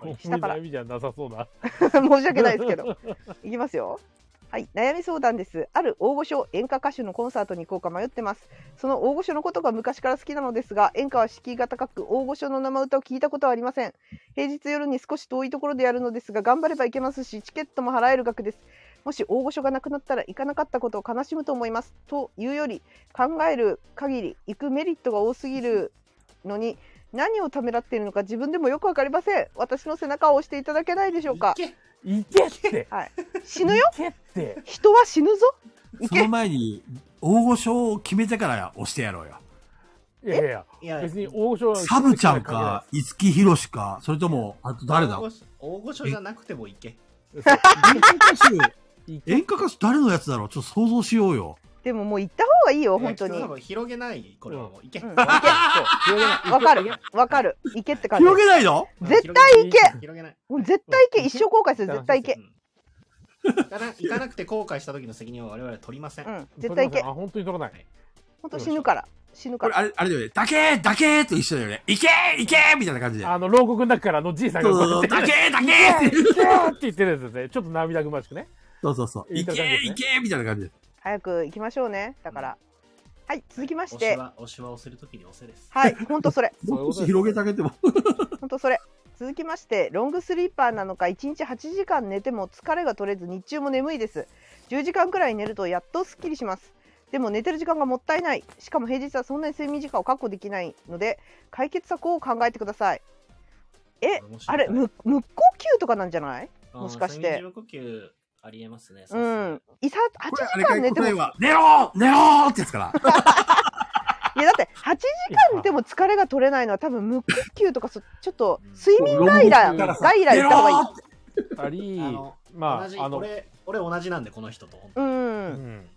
A: う下から
B: 重い悩みじゃなさそうな。
A: か 申し訳ないですけど行きますよはい悩み相談ですある大御所演歌歌手のコンサートに行こうか迷ってますその大御所のことが昔から好きなのですが演歌は敷居が高く大御所の生歌を聞いたことはありません平日夜に少し遠いところでやるのですが頑張れば行けますしチケットも払える額ですもし大御所がなくなったら行かなかったことを悲しむと思いますというより考える限り行くメリットが多すぎるのに何をためらっているのか自分でもよくわかりません私の背中を押していただけないでしょうか
B: いけって
A: 死ぬよ
B: いけって
A: 人は死ぬぞ行
D: そ
A: け
D: の前に、大御所を決めてから押してやろうよ。
B: いやいや
C: い
B: いや、
C: や、
B: 別に大御所は
D: サブちゃんか、五木ひろしか、それとも、あと誰だ
C: 大御所大御所じゃなくてもいけ。
B: そう
D: 演歌歌手
B: い、
D: 演歌歌手誰のやつだろうちょっと想像しようよ。
A: でももう行った方がいいよ
C: いや
A: 本当に
C: 人様広げない、これはもういけ。
A: うん
B: そう
A: わかるわかる行けって感じ
D: 広げないの
A: 絶
C: 対
A: いけ
C: 広げない。
A: もう絶対行け一生後悔する絶対行け
C: うん行 かな行かなくて後悔した時の責任は我々は取りません。
A: う
C: い
A: ん絶対行け
B: あ、本当に取らない。
A: 本当死ぬから死ぬか
D: これ、
A: ら
D: あれ、あれだよね。だけーだけーと一緒だよね。いけーいけーみたいな感じで。
B: あの、牢獄の中からのじいさんが
D: そう
B: こ
D: そう
B: うや
D: そ
B: っ
D: う。
B: て
D: だけーだけーって。
B: いけーって言ってるやつですね。ちょっと涙ぐましくね。
D: そうそうそう。
B: い
D: い
B: い
D: け
B: 感
D: ー
B: じですね
D: いけーみたいな感じで。
A: 早く行きましょうねだからはい続きま し
C: 押しては押しは押せる時に押せです。
A: はい本当それ
B: そういうこ
D: も
B: と
D: う少
B: です
D: し広げてあげても。
A: 本当それ続きましてロングスリーパーなのか1日8時間寝ても疲れが取れず日中も眠いです10時間くらい寝るとやっとすっきりしますでも寝てる時間がもったいないしかも平日はそんなに睡眠時間を確保できないので解決策を考えてくださいえ
C: 面白
A: あ
C: い
A: れむ無呼吸とかなんじゃない
C: あー
A: もしかして
C: 睡眠時無呼吸ありえますね。
A: う
C: さ
A: んいさ8
D: これ、あ
A: 時
D: れか
A: 間
D: い
A: 寝ても
D: 答
A: いや
D: え
A: だ
D: は、寝ろー寝ろーってやつから。
A: って8時間寝ても疲れが取れないのは多分無呼吸とかそちょっと睡眠
D: ロ
A: 外
D: ボ
A: 来
D: ットからさ
A: 外来
D: 寝
A: 行
D: ろ
A: った方がいい
D: ーって
B: あり、
C: あの
B: ま
C: 同じ
B: あ、あの、
C: 俺俺同じなんでこの人と本当
A: う
C: に
B: うんん。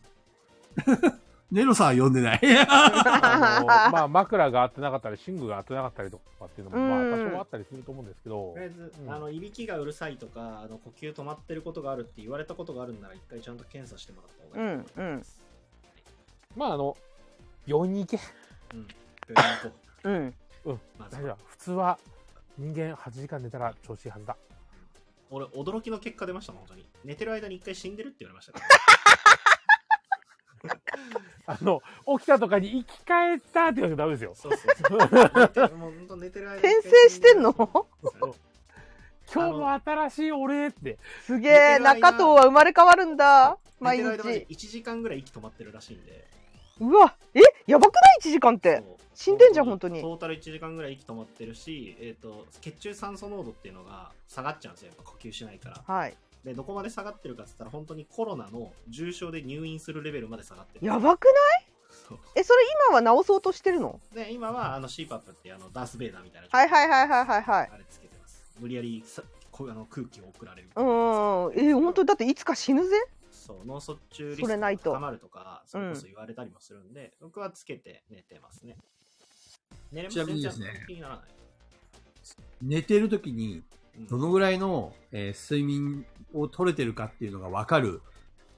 D: ネロさんは呼んでない。
B: あのまあ、枕が合ってなかったり、寝具が合ってなかったりとかっていうのも、まあ、
A: うん
B: 多少はあったりすると思うんですけど
C: とりあ、えず、
B: うん
C: あのいびきがうるさいとかあの呼吸止まってることがあるって言われたことがあるんなら一回ちゃんと検査してもらった方がいいと思います。
B: まあ、あの、病院に行け。
C: うん病院行こ う
A: うん。
C: まあ
B: 大丈夫。普通は人間8時間寝たら調子いいはずだ。
C: 俺、驚きの結果出ましたもん、本当に。寝てる間に一回死んでるって言われましたから。
B: あの、起きたとかに生き返ったって言わなきゃダメですよ。
C: そう そうそう。もう本当寝てる間に一回
A: 転生してんの
C: そう
B: 今日も新しい俺って。
A: すげえ、
C: 寝てる間
A: 中藤は生まれ変わるんだ。
C: 寝
A: 毎
C: てる間まで
A: 日。
C: 1時間ぐらい息止まってるらしいんで。
A: うわ、え、やばくない ?1 時間って。
C: そう
A: 死んでんじゃん本当に
C: トータル1時間ぐらい息止まってるし、えー、と血中酸素濃度っていうのが下がっちゃうんですよやっぱ呼吸しないから
A: はい。
C: でどこまで下がってるかっつったら本当にコロナの重症で入院するレベルまで下がってる
A: やばくない
C: そう
A: え、それ今は治そうとしてるの
C: で今はあの CPAP っていうあのダース・ベイダーみたいな
A: はいはいはいはいはいはい。
C: あれつけてます無理やりさこうあの空気を送られるみた
A: う
C: いな
A: ーん。え、本当だっていつか死ぬぜ。
C: そう脳卒中リス
A: それ
C: ク
A: な
C: が
A: いと
C: 高まるとかそれこ
A: う
C: そ言われたりもするんで、僕はつけて寝てますね寝れま
D: ちなみに
C: 全
D: で
C: 然
D: すね
C: 気にならない、
D: 寝てる時に、
C: うん
D: どのぐらいの、えー睡眠を取れてるかっていうのがわかる。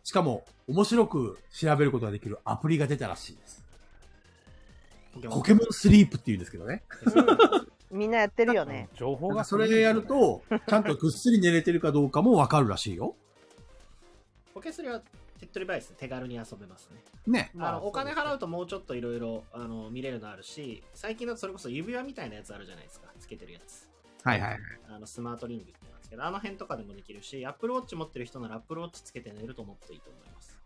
D: しかも、面白く調べることができるアプリが出たらしいです。
C: ポケモン
D: ポケモンスリープって言うんですけどね。
A: みんなやってるよね。
B: 情報
D: なん
B: が
D: かそれでやると、ちゃんとぐっすり寝れてるかどうかもわかるらしいよ。
C: ポケスリは手っ取り早いですね手軽に遊べますね
D: ね。
C: あのお金払
B: う
C: うともうちょっといろいろあの見れるのあるし最近だとそれこそ指輪みたいなやつあるじゃないですかつけてるやつ
D: はいはいはい。
C: あのスマートリングって言うんですけどあの辺とかでもできるし Apple Watch 持ってる人なら Apple Watch つけて寝るともっといいと思います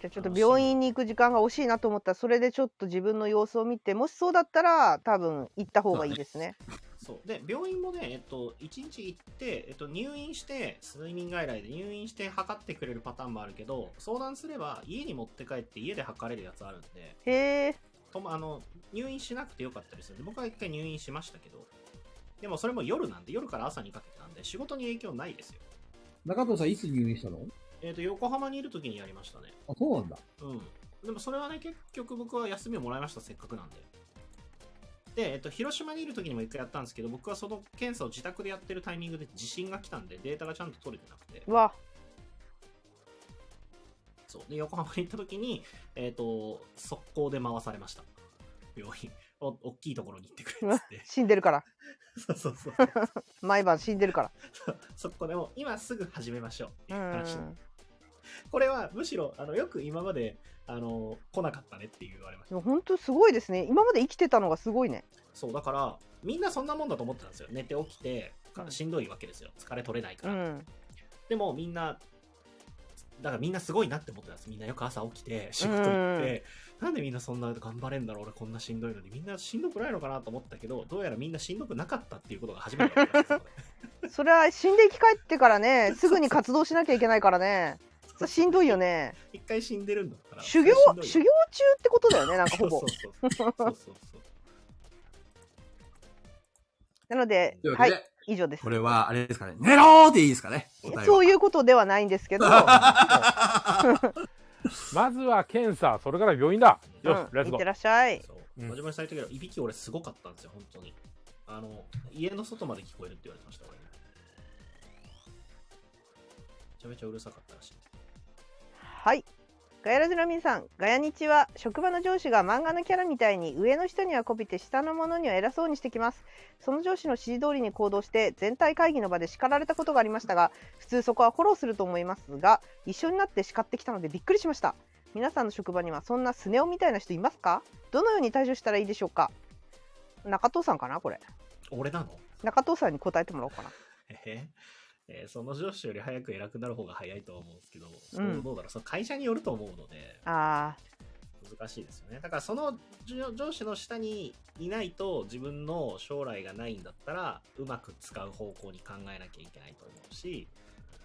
A: じゃあちょっと病院に行く時間が惜しいなと思ったら、それでちょっと自分の様子を見て、もしそうだったら、多分行った方がいいですね。
C: そうで病院もね、えっと、1日行って、えっと、入院して睡眠外来で入院して測ってくれるパターンもあるけど相談すれば家に持って帰って家で測れるやつあるんで
A: へえ。
C: ともあの入院しなくてよかったりするんで僕は一回入院しましたけどでもそれも夜なんで夜から朝にかけてなんで仕事に影響ないですよ
D: 中藤さん、いつ入院したの
C: えっ、と、横浜にいるときにやりましたね。
D: あ、そうなんだ。
C: うん。でもそれはね、結局僕は休みをもらいました、せっかくなんで。で、えっと、広島にいるときにも一回やったんですけど、僕はその検査を自宅でやってるタイミングで地震が来たんで、データがちゃんと取れてなくて。
A: うわ、
C: そう。で、横浜に行ったときに、えっと、速攻で回されました。病院。お、大きいところに行ってくれっつって。
A: 死んでるから。
C: そうそうそう。
A: 毎晩死んでるから。
C: そこでも、今すぐ始めましょうって
A: う
C: いう話
A: ーん。
C: これは、むしろ、あの、よく今まで、あの、来なかったねって言われまし
A: で。
C: た
A: も本当すごいですね。今まで生きてたのがすごいね。
C: そうだからみんなそんなもんだと思ってたんですよ寝て起きてか
A: うん
C: しんどいわけですよ疲れ取れないか
A: う
C: ら、
A: ん。
C: でもみんなだからみんなすごいなって思ってたんですみんなよく朝起きて仕事行って、なんでみんなそんな頑張れんだろう俺こんなしんどいのにみんなしんどくないのかなと思ったけどどうやらみんなしんどくなかったっていうことが初めて分かったんですよ
A: それは死んで生き返ってからね、すぐに活動しなきゃいけないからね。それしんどいよね。
C: 一回死んでるんだった ら
A: 修行
C: それはしんど、いよ
A: 修行中ってことだよね、なんかほぼ
C: そう。そうそうそうそうそう
A: なので
D: という、わ
A: は
D: けで、
A: い、以上です
D: こ。れは、あれですかね。寝ろーでいいですかね。答え
A: そ
D: は。
A: ういうことではないんですけど、
B: まずは検査、それから病院だ。
A: うん、
B: よし、レッツ
A: いっ
B: ゴ
A: て
B: ー。
A: らっしゃい。
C: そう
B: うん
C: 真面目にされたけどいびき俺すごかったんですよ本当にあの家の外まで聞こえるって言われてました俺にめちゃめちゃうるさかったらしい
A: はい。ガヤラジの皆さん、ガヤ日は職場の上司が漫画のキャラみたいに上の人にはこびて下の者には偉そうにしてきます。その上司の指示通りに行動して全体会議の場で叱られたことがありましたが、普通そこはフォローすると思いますが、一緒になって叱ってきたのでびっくりしました。皆さんの職場にはそんなスネ夫みたいな人いますかどのように対処したらいいでしょうか中藤さんかなこれ。
C: 俺なの
A: 中藤さんに答えてもらおうかな。
C: ええーその上司より早く偉くなる方が早いとは思うんですけど、そうどうだろうその会社によると思うので
A: あ
C: 難しいですよねだからその上上司の下にいないと自分の将来がないんだったらうまく使う方向に考えなきゃいけないと思うし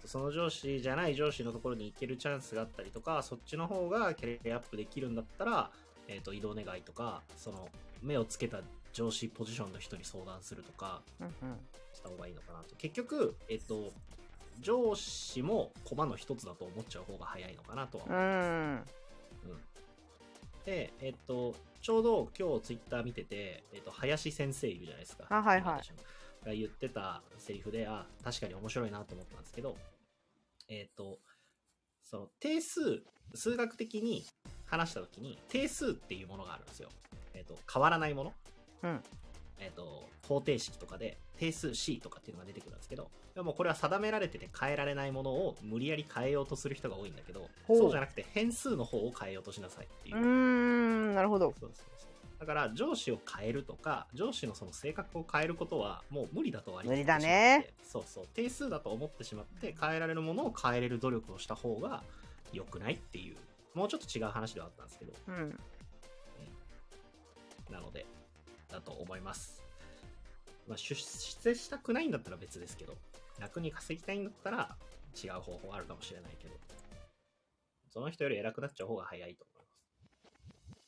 C: その上司じゃない上司のところに行けるチャンスがあったりとかそっちの方がキャリアアップできるんだったら、えー、と移動願いとかその目をつけた上司ポジションの人に相談するとか
A: あ。うんうん。
C: した方がいいのかなと結局、えっと、上司も駒の一つだと思っちゃう方が早いのかなとは思う
A: うーん。
C: うんで、えっと、ちょうど今日ツイッター見てて、えっと、林先生いるじゃないですか。
A: あはいはい
C: 私のが言ってたセリフで、あ、確かに面白いなと思ったんですけど、えっと、その定数、数学的に話したときに定数っていうものがあるんですよ。えっえー、と変わらないもの、
A: うん
C: えー、と方程式とかで定数 C とかっていうのが出てくるんですけどでもこれは定められてて変えられないものを無理やり変えようとする人が多いんだけど
A: ほう
C: そうじゃなくて変数の方を変えようとしなさいっていう
A: ー。んなるほど
C: そうそうそうだから上司を変えるとか上司のその性格を変えることはもう無理だと割り切って
A: 無理だね
C: しまってそうそう定数だと思ってしまって変えられるものを変えれる努力をした方が良くないっていうもうちょっと違う話ではあったんですけど
A: うん
C: なのでだと思います、まあ、出世したくないんだったら別ですけど楽に稼ぎたいんだったら違う方法あるかもしれないけどその人より偉くなっちゃう方が早いと思います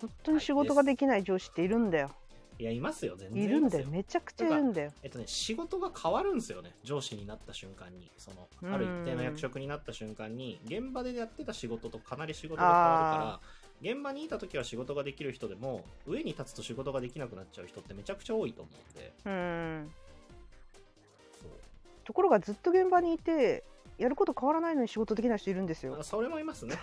A: 本当に仕事ができない上司っているんだよ
C: いやいますよ全然
A: いるんだよめちゃくちゃいるんだよ
C: えっとね、仕事が変わるんですよね上司になった瞬間にその
A: うん
C: ある一定の役職になった瞬間に現場でやってた仕事とかなり仕事が変わるから現場にいた時は仕事ができる人でも上に立つと仕事ができなくなっちゃう人ってめちゃくちゃ多いと思うんで
A: うん
C: そう
A: ところがずっと現場にいてやること変わらないのに仕事できない人いるんですよ
C: あ それもいますね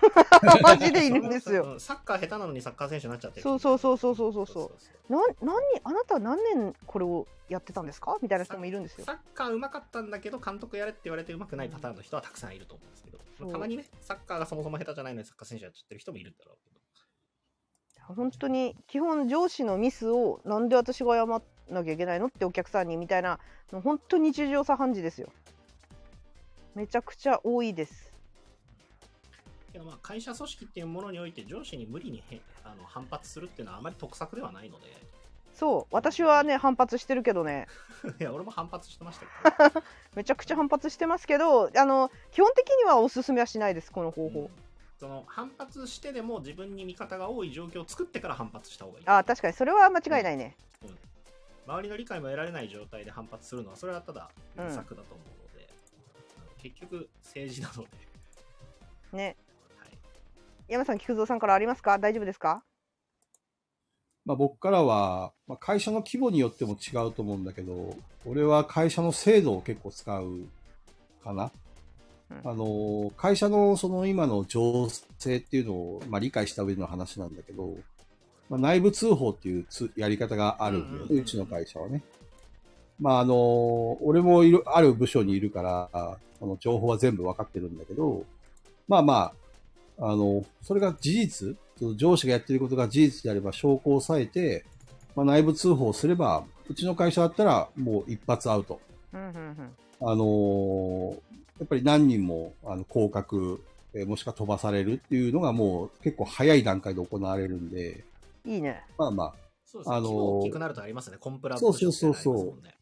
A: マジ でいるんですよ
C: うサッカー下手なのにサッカー選手になっちゃってる
A: そうそうそうそうそうそうそう
C: そう
A: なん何あなたは何年これをやってたんですかみたいな人もいるんですよ
C: サッカーうまかったんだけど監督やれって言われてうまくないパターンの人はたくさんいると思うんですけど、
A: そう
C: たまにねサッカーがそもそも下手じゃないのにサッカー選手やっちゃってる人もいるんだろうけど
A: 本当に基本上司のミスをなんで私が謝んなきゃいけないのってお客さんにみたいなの本当に日常茶飯事ですよめちゃくちゃ多いです
C: けどまあ会社組織っていうものにおいて上司に無理にへあの反発するっていうのはあまり得策ではないので
A: そう私はね反発してるけどね
C: いや俺も反発してましたけ
A: めちゃくちゃ反発してますけどあの基本的にはおすすめはしないですこの方
C: ど、
A: 法、
C: うんその反発してでも自分に味方が多い状況を作ってから反発した方がいい
A: あ確かにそれは間違いないね、
C: 周りの理解も得られない状態で反発するのはそれはただ
A: うん
C: 愚策だと思うので、あの結局政治なので、
A: ね
C: はい、
A: 山さん菊蔵さんからありますか大丈夫ですか
D: まあ、僕からは、まあ、会社の規模によっても違うと思うんだけど、俺は会社の制度を結構使うかな。
A: うん
D: あの、会社のその今の情勢っていうのを、まあ、理解した上での話なんだけど、まあ、内部通報っていうつやり方があるんだよ
C: う
D: ね、
C: んうんうん
D: うちの会社はね。まあ、あの、俺もいる、ある部署にいるから、この情報は全部わかってるんだけど、まあまあ、あの、それが事実、その上司がやってることが事実であれば証拠を抑えて、まあ、内部通報をすれば、うちの会社だったらもう一発アウト。
A: うんうんうん
D: あのーやっぱり何人も、あの、降格、えーもしくは飛ばされるっていうのがもう結構早い段階で行われるんで、
A: いいね
D: まあまあ、
C: そうですね、
D: あのー
C: 規模大きくなるとありますねコンプラ部署っていのがありますもんね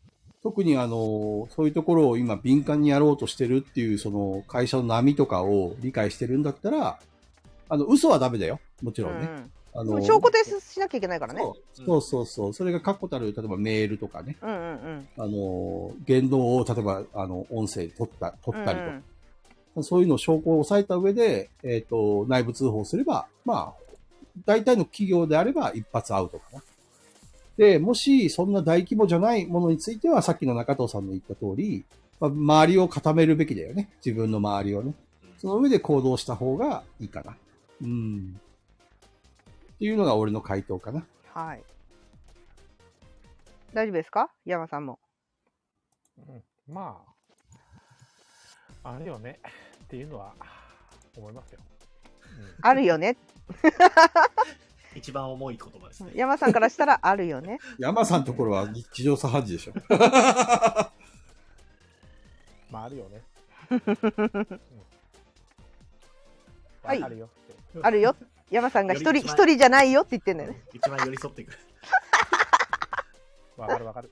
D: 特にあの、そういうところを今敏感にやろうとしてるっていう、その会社の波とかを理解してるんだったら、あの、嘘はダメだよ。もちろんね。あ
A: うんう
D: の
A: ん、証拠提出しなきゃいけないからね
D: そうそうそうそう。それが確固たる、例えばメールとかね、
A: うんうんうん
D: あの、言動を、例えば、あの、音声で撮った、撮ったりと
A: うんう
D: か、
A: ん
D: そういうのを証拠を抑えた上で、えっ、と、内部通報すれば、まあ、大体の企業であれば一発アウトかな。で、もし、そんな大規模じゃないものについては、さっきの中藤さんの言った通り、まあ、周りを固めるべきだよね。自分の周りをね。
C: うん
D: その上で行動した方がいいかな。うん。っていうのが俺の回答かな。
A: はい大丈夫ですか山さんも
B: うん、まあ、あれよねっていうのは思いますよ。
A: あるよね
C: 一番重い言葉ですね
A: 山さんからしたらあるよね
D: 山さんのところは日常茶飯事でしょ。
B: まあ、あるよね。
A: はい
B: あるよって。
A: あるよ山さんが一人
C: より
A: 一
C: 一番
A: 人じゃないよって言ってんだよね
C: 一番寄り添ってくる
B: わかるわかる。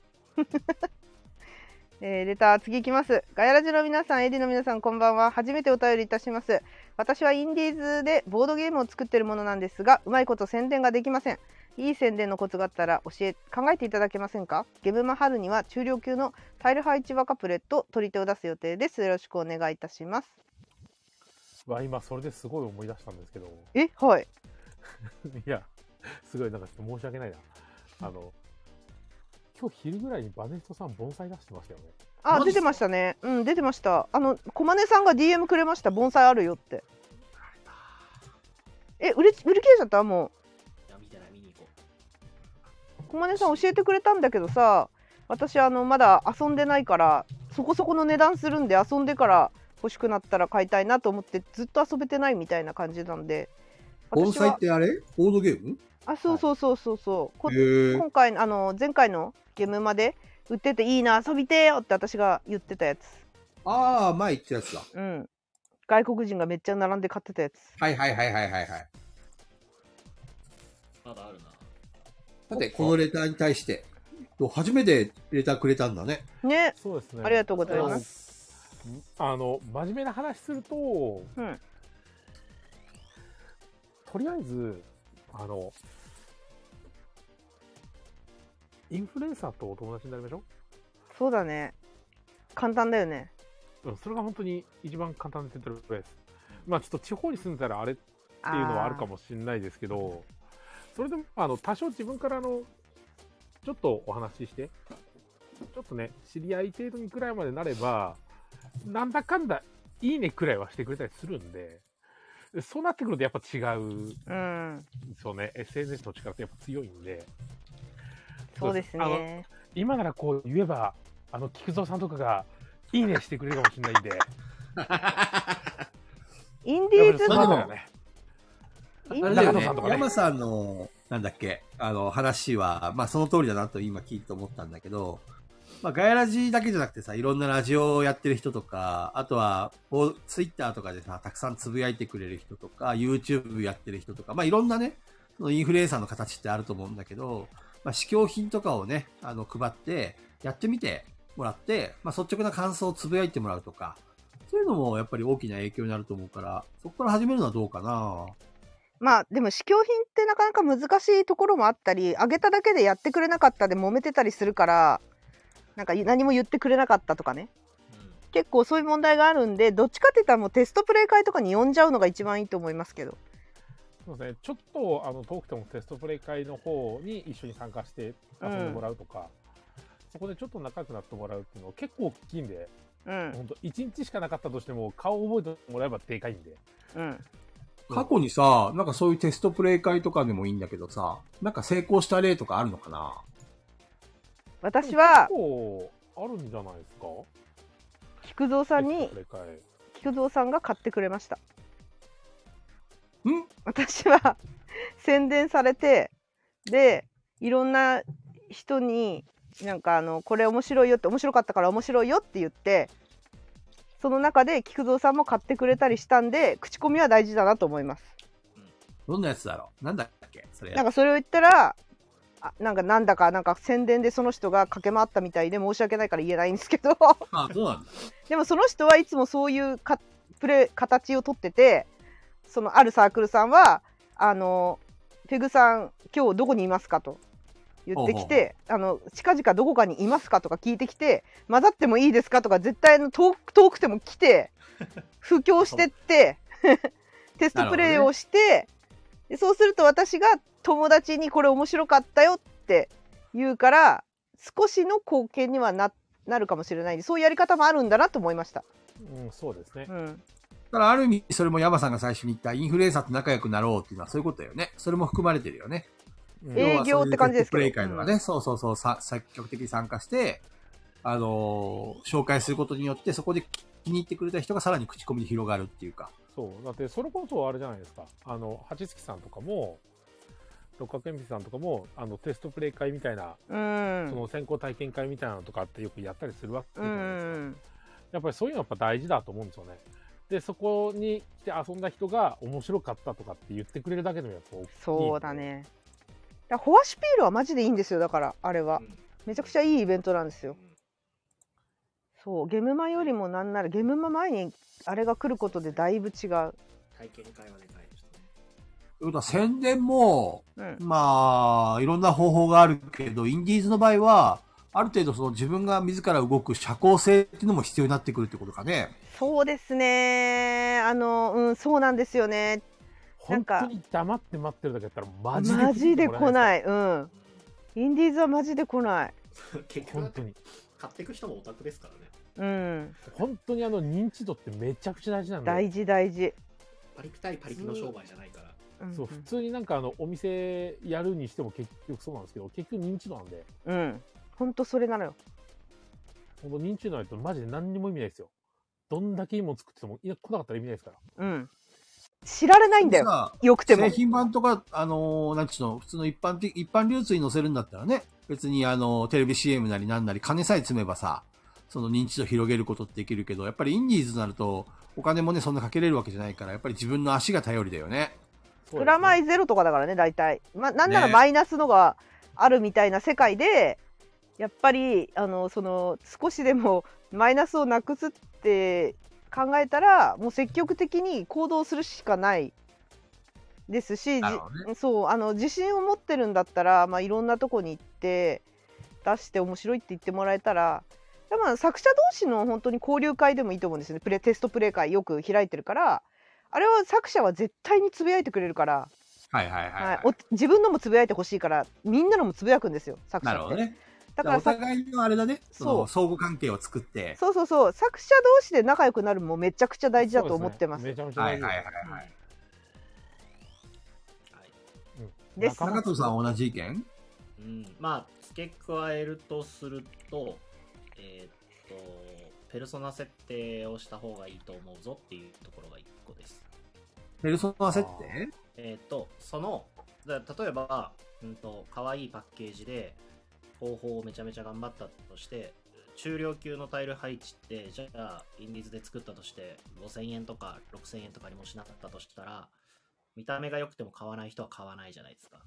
A: えー、レター次いきますガヤラジの皆さんエディの皆さんこんばんは初めてお便りいたします私はインディーズでボードゲームを作ってるものなんですがうまいこと宣伝ができませんいい宣伝のコツがあったら教え考えていただけませんかゲブマ春には中量級のタイル配置バカプレと取り手を出す予定ですよろしくお願いいたします
B: わ、今それですごい思い出したんですけど、
A: えはい
B: いや、すごいなんかちょっと申し訳ないな。あの、今日昼ぐらいにバネストさん盆栽出してましたよね。
A: あ
C: マジ
A: 出
C: っす
A: て
C: か
A: ましたねうん出てましたあの駒根さんが DM くれました盆栽あるよってえ売れ売り切れちゃったも
C: や
A: こまねさん教えてくれたんだけどさ私あのまだ遊んでないからそこそこの値段するんで遊んでから欲しくなったら買いたいなと思ってずっと遊べてないみたいな感じなんで
D: 盆
A: 私
D: 栽
A: は
D: ってあれボードゲーム
A: あそうそうそうそうそう、こ
D: へー
A: 今回あの前回のゲームまで売ってていいな遊びてーよって私が言ってたやつ
D: ああ、前言ったやつだ。
A: うん外国人がめっちゃ並んで買ってたやつ
D: はいはいはいはいはいはい。
C: まだあるな。
D: さて、このレターに対して、初めてレターくれたんだね。
A: ね
B: そうですね。
A: ありがとうございます
B: す。あの、真面目な話すると、
A: うん
B: とりあえず、あの、インフルエンサーとお友達になりましょ
A: そうだね簡単だよね
B: う。うん、それが本当に一番簡単な手っ取り早いです。まあちょっと地方に住んでたらあれっていうのはあるか
A: も
B: もしれないですけど、それでも、あの、多少自分からあの、ちょっとお話しして、ちょっとね、知り合い程度にくらいまでなれば、なんだかんだ、いいねくらいはしてくれたりするんで、でそうなってくるとやっぱ違う
A: うん
B: そうね、SNS の力ってやっぱ強いんで、
A: そうです
B: あの
A: ね
B: 今ならこう言えば、あの、菊蔵さんとかが、いいねしてくれるかもしれないんで、
A: インディー
B: や
A: ズ
B: っぱりそういうの
A: の
B: がね、
A: イン
D: あ
A: ディー
D: れだ
B: 中
D: よ
B: 野
D: ね
B: さんと、かね
D: 山さんの、なんだっけ、あの、話は、まあその通りだなと今聞いて思ったんだけど、まあガヤラジだけじゃなくてさ、いろんなラジオをやってる人とか、あとは、ツイッターとかでさ、たくさんつぶやいてくれる人とか、YouTube やってる人とか、まあいろんなね、そのインフルエンサーの形ってあると思うんだけど、まあ試供品とかをね、あの、配って、やってみてもらって、まあ率直な感想をつぶやいてもらうとか、そういうのもやっぱり大きな影響になると思うから、そこから始めるのはどうかな
A: まあでも試供品ってなかなか難しいところもあったりあげただけでやってくれなかったで揉めてたりするからなんか何も言ってくれなかったとかね結構そういう問題があるんでどっちかって言ったらもうテストプレイ会とかに呼んじゃうのが一番いいと思いますけど
B: そうですね、ちょっと、あの、トークともテストプレイ会の方に一緒に参加して遊んでもらうとか、そこでちょっと仲良くなってもらうっていうのは結構大きいんで、
A: うん
B: 本当一日しかなかったとしても、顔を覚えてもらえばでかいんで。
A: うん
D: 過去にさ、なんかそういうテストプレイ会とかでもいいんだけどさ、なんか成功した例とかあるのかな
A: 私は
B: 結構、あるんじゃないですか
A: 菊蔵さん
B: テ
A: に
B: ストプレイ会。
A: 菊蔵さんが買ってくれました
D: ん
A: 私は 宣伝されてでいろんな人になんかあのこれ面白いよって面白かったから面白いよって言ってその中で菊蔵さんも買ってくれたりしたんで口コミは大事だなと思います
D: どんなやつだろうなんだっけそれ。
A: なんかそれを言ったらあなんかなんだかなんか宣伝でその人が駆け回ったみたいで申し訳ないから言えないんですけど
D: あ、そうなんだ。
A: でもその人はいつもそういうかプレ形をとっててそのあるサークルさんは「あのペグさん今日どこにいますか?」と言ってきて「あの近々どこかにいますか?」とか聞いてきて「混ざってもいいですか?」とか絶対の遠く遠くても来て布教してってテストプレイをして、でそうすると私が友達に「これ面白かったよ」って言うから少しの貢献にはななるかもしれないんでそういうやり方もあるんだなと思いました。
B: うん、そうですね
A: う。ん、
D: だからある意味、それも山さんが最初に言ったインフルエンサーと仲良くなろうっていうのはそういうことだよね。それも含まれてるよね。
B: うん
A: 営業って感じですけど
D: 要はそういうテストプレイ会とかね、そうそうそう、さ積極的に参加して、あのー紹介することによって、そこで気に入ってくれた人がさらに口コミで広がるっていうか。
B: そう。だって、それこそあれじゃないですか。あの、八月さんとかも、六角鉛筆さんとかも、あの、テストプレイ会みたいな、
A: うん
B: その先行体験会みたいなのとかってよくやったりするわけ
A: う
B: じゃないですか。
A: ん
B: やっぱりそういうのやっぱ大事だと思うんですよね。で、そこに来て遊んだ人が面白かったとかって言ってくれるだけでもやっぱ大きいんで。
A: そうだね。だからホアシュピールはマジでいいんですよだからあれは
C: うん
A: めちゃくちゃいいイベントなんですよ
C: うん
A: そうゲムマよりもなんならゲムマ前にあれが来ることでだいぶ違う、
C: 体験会はでかいですね。
D: ということは宣伝も、
A: うん、
D: まあ、いろんな方法があるけど、インディーズの場合は、ある程度その自分が自ら動く社交性っていうのも必要になってくるってことかね。
A: そうですねあのうんそうなんですよねなん
B: 本
A: か
B: 当に黙って待ってるだけだったらマジで
A: マジで来
B: い。
A: ないうんインディーズはマジで来ない
C: うん 結局だ
B: 本
C: っ
B: 当
C: て
B: に。
C: 買っていく人もオタクですからね。
A: うん
B: 本当にあの認知度ってめちゃくちゃ大事なんだよ
A: 大事大事
C: パリピ対パリピの商売じゃないから。
A: うん
B: そう普通になんかあのお店やるにしても結局そうなんですけど結局認知度なんで
A: うん本当それなのよ
B: この認知度ないとマジで何にも意味ないですよどんだけいいもの作っててもいや来なかったら意味ないですから
A: うん知られないんだよ
D: さあ
A: よくても
D: 製品版とか、あのーなんちゅうの、普通の一般的、一般流通に載せるんだったらね、別にあのーテレビ CM なりなんなり金さえ積めばさ、その認知度広げることってできるけど、やっぱりインディーズになると、お金もね、そんなかけれるわけじゃないから、やっぱり自分の足が頼りだよ
B: そう
D: ね。
B: ですね
A: プラマイゼロとかだからね大体、まあ、なんなら
D: ね
A: マイナスのがあるみたいな世界で、やっぱりあのその少しでもマイナスをなくすって考えたらもう積極的に行動するしかないですし、じ
D: なるほど
A: そうあの自信を持ってるんだったら、まあ、いろんなとこに行って出して面白いって言ってもらえたら。まあ、作者同士の本当に交流会でもいいと思うんですよねプレテストプレイ会よく開いてるからあれは作者は絶対につぶやいてくれるから
D: はいはいはい、はい
A: はい、お自分のもつぶやいてほしいからみんなのもつぶやくんですよ作者
D: な
A: って
D: るほどね。
A: だか
D: じゃあ
A: ら
D: お
A: さ
D: 互いのあれだね、
A: そ
D: その
A: う
D: 相互関係を作って。
A: そうそうそう作者同士で仲良くなるもめちゃくちゃ大事だと思ってます
B: そうでねめちゃめちゃ
D: は
B: 大
D: い
B: 事
D: はいはい
C: は
D: はいい。
B: うん
A: です
B: 仲間
D: 中藤さんは同じ意見
C: うん、まあ付け加えるとするとえーっとペルソナ設定をした方がいいと思うぞっていうところが1個です
D: ペルソナ設定
C: えーっとそのだ例えば、うん、と可愛いパッケージで広報をめちゃめちゃ頑張ったとして中量級のタイル配置ってじゃあインディーズで作ったとして5000円とか6000円とかにもしなかったとしたら見た目が良くても買わない人は買わないじゃないですか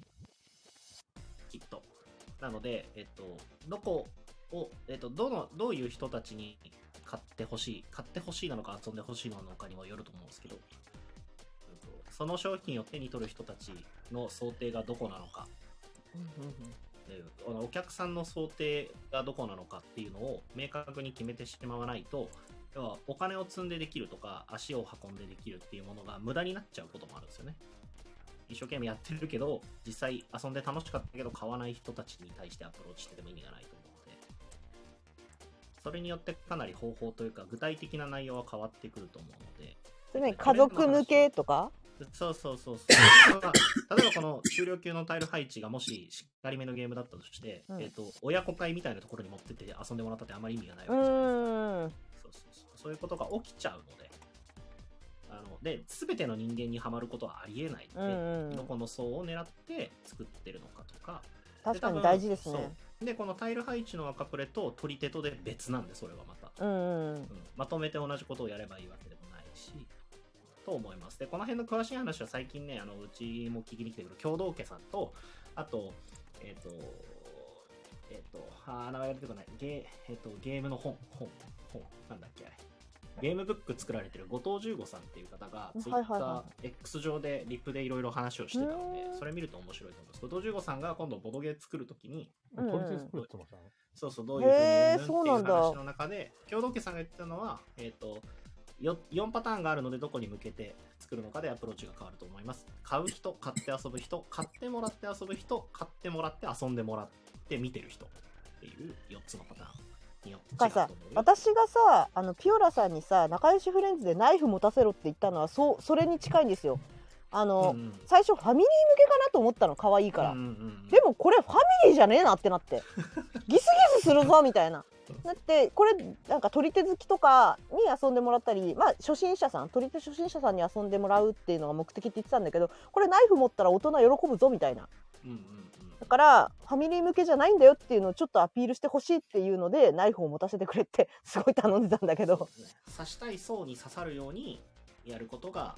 C: きっとなのでえっとどこをえっとどのどういう人たちに買ってほしい買ってほしいなのか遊んでほしいなのかにもよると思うんですけどうんとその商品を手に取る人たちの想定がどこなのかっていうあのお客さんの想定がどこなのかっていうのを明確に決めてしまわないと要はお金を積んでできるとか足を運んでできるっていうものが無駄になっちゃうこともあるんですよね一生懸命やってるけど実際遊んで楽しかったけど買わない人たちに対してアプローチしてても意味がないと思うのでそれによってかなり方法というか具体的な内容は変わってくると思うので
A: それね家族向けとか
C: そうそうそうそう。まあ例えばこの終了級のタイル配置がもししっかりめのゲームだったとして、
A: うん
C: えっ、と、親子会みたいなところに持ってって遊んでもらったってあまり意味がないうわけじゃないですか。
A: ーん
C: そうそうそうそういうことが起きちゃうので。あので、すべての人間にはまることはありえないの
A: う
C: で、
A: んう
C: ど
A: ん
C: この層を狙って作ってるのかとか。
A: 確か
C: 多
A: に
C: 分
A: 大事ですね
C: そうで、このタイル配置の赤プレと取り手とで別なんで、それはまた。
A: うんうん
C: うんまとめて同じことをやればいいわけでもないし、と思います。で、この辺の詳しい話は最近ね、あのうちも聞きに来てくる共同家さんと、あと、えっ、と、えっ、と、あー名前が出てこない、ゲー,、えっとゲームの本、本、本、なんだっけ、あれゲームブック作られてる後藤十五さんっていう方が、
A: いはいは
C: TwitterX 上でリップでいろいろ話をしてたの
A: うーん
C: で、それ見ると面白いと思います。後藤十五さんが今度ボドゲ作るときに、
A: うんうん
B: トリセツプルって言ってましたね
C: そうそう、どういうふうにやる
A: へー
C: ん
A: そう
C: ってい
A: なん
C: う
A: だ
C: 話の中で、共同家さんが言ってたのは、えっ、と、よ4パターンがあるので、どこに向けて作るのかでアプローチが変わると思います。買う人、買って遊ぶ人、買ってもらって遊ぶ人、買ってもらって遊んでもらって見てる人っていう4つのパターンによって違
A: か
C: うと
A: さ
C: 思うよ。
A: 私がさあのピオラさんにさ仲良しフレンズでナイフ持たせろって言ったのはそうそれに近いんですよあの、
C: うんうん
A: 最初ファミリー向けかなと思ったの可愛いから
C: うん、うんうん
A: でもこれファミリーじゃねえなってなって ギスギスするぞみたいな。だってこれなんか取り手好きとかに遊んでもらったりまあ初心者さん取り手初心者さんに遊んでもらうっていうのが目的って言ってたんだけどこれナイフ持ったら大人喜ぶぞみたいな
C: うんうん
A: だからファミリー向けじゃないんだよっていうのをちょっとアピールしてほしいっていうのでナイフを持たせてくれってすごい頼んでたんだけ
C: うんそ
A: ど
C: うですね刺したい層に刺さるようにやることが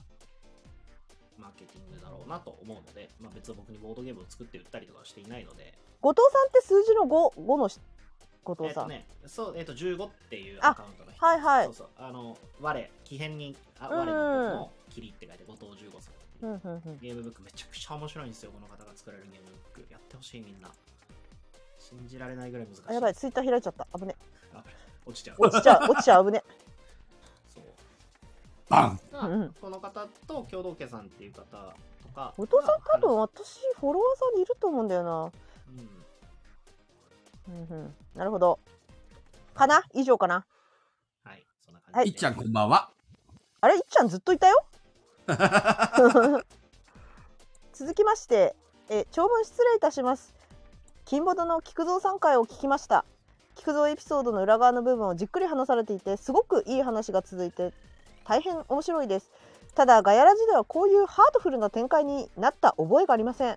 C: マーケティングだろうなと思うので、まあ、別に僕にボードゲームを作って売ったりとかはしていないので、
A: 後藤さんって数字の5 5のし後
C: え
A: 藤
C: っ
A: さん、
C: とね、そう、えっ、と、15っていう
A: あ
C: アカウントの人。
A: はいはい
C: そうそう。あの、我、奇変に、あ、
A: うん
C: 我の方の霧って書いて、後藤十五さん。
A: うんうんうん
C: ゲームブックめちゃくちゃ面白いんですよ、この方が作られるゲームブック。やってほしい、みんな。信じられないぐらい難しい。
A: あやばいツイッター開いちゃった危ね
C: あ落ちちゃう。
A: 落ちちゃう落ちちゃう危ね
C: そう。
D: バン
C: が
A: うん
C: この方と共同家さんっていう方とか。
A: 後藤さん多分
C: まあ
A: 私フォロワーさんにいると思うんだよな
C: 話うん。
A: うんうん、なるほど。かな以上かな。
C: はい、そんな感じで。
A: はい
D: いっちゃんこんばんは。
A: あれいっちゃんずっといたよ。続きましてえ長文失礼いたします金ボドの菊蔵さん回を聞きました菊蔵エピソードの裏側の部分をじっくり話されていてすごくいい話が続いて大変面白いですただガヤラジではこういうハートフルな展開になった覚えがありません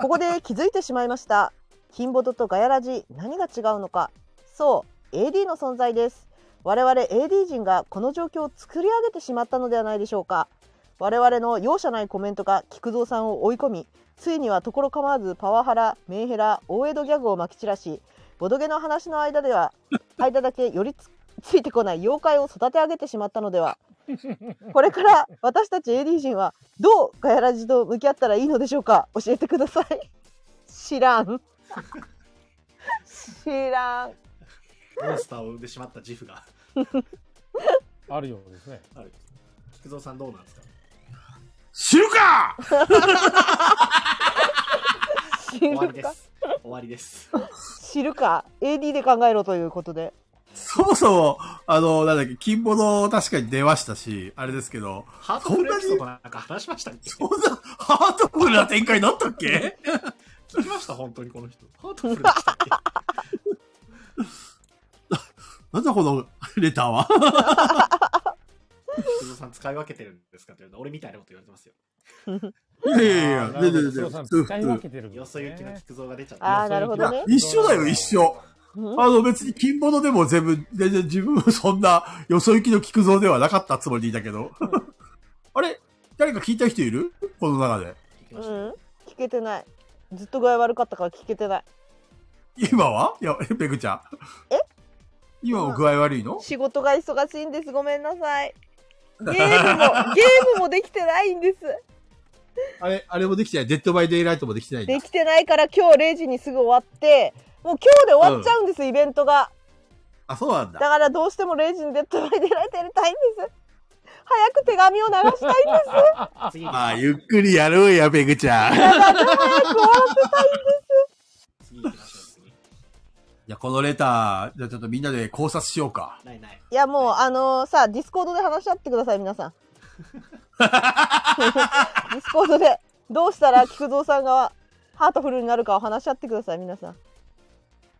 A: ここで気づいてしまいました金ボドとガヤラジ何が違うのかそう AD の存在です我々 AD 人がこの状況を作り上げてしまったのではないでしょうか我々の容赦ないコメントが菊蔵さんを追い込みついにはところ構わずパワハラメンヘラ大江戸ギャグをまき散らしボドゲの話の間で は間だけよりつついてこない妖怪を育て上げてしまったのではこれから私たち AD 人はどうガヤラジと向き合ったらいいのでしょうか教えてくだ さい知らん知らん
C: モンスターを生んでしまった自負が
B: あるようですね。
C: ある。菊蔵さんどうなんです か
F: 知るか
A: 知
C: 終わり
A: る
C: で
A: か
C: す。終わりです。
A: 知るか AD で考えろということで
D: そもそも、あの、なんだっけ、金物確かに出ましたし、あれですけど、
C: ハートフルエピソードなんか話しましたっけ
D: こんなハートフルな展開になったっ け
C: 聞きました本当にこの人。ハートフルでしたっけ
D: なんだこのレターは
C: 菊蔵さん使い分けてるんですかって言うと俺みたいなこと言われてますよ。
D: いやいやいや
B: あ、ーな
D: 全然
B: るほど
D: 全
B: 黒
D: 然、
B: さん
D: 普通、
B: 使い分
D: 普
B: けてるんで
C: よ
B: す
C: そ
B: ね
C: 行きの菊蔵が出ちゃっ
A: あー
C: た。
A: なるほどね
D: 通。一緒だよ、一緒。
A: うん
D: あの、別に金物でも全部、全然自分はそんな、よそ行きの菊蔵ではなかったつもりでいたけど。 あれ誰か聞いた人いるこの中で。
C: 聞き
A: う
C: ました
A: ん聞けてないずっと具合悪かったから聞けてない
D: 今はいや、ペグちゃん。
A: え
D: 今も具合悪いの
A: 仕事が忙しいんですごめんなさい ゲームもゲームもできてないんです
D: あれ、あれもできてない。デッドバイデイライトもできてないんだ
A: できてないから今日0時にすぐ終わってもう今日で終わっちゃうんです、イベントが
D: あ、そうなん
A: だ
D: だ。
A: からどうしても0時にデッドバイデイライトやりたいんです早く手紙を流したいんです
C: 次
D: まあ、ゆっくりやろうや、ペグちゃん。い
C: 次行きましょう。次。
D: や、このレター、じゃあちょっとみんなで考察しようか。
C: ないない。
A: いやもうあのーさディスコードで話し合ってください皆さんディスコードでどうしたら菊蔵さんがハートフルになるかを話し合ってください皆さん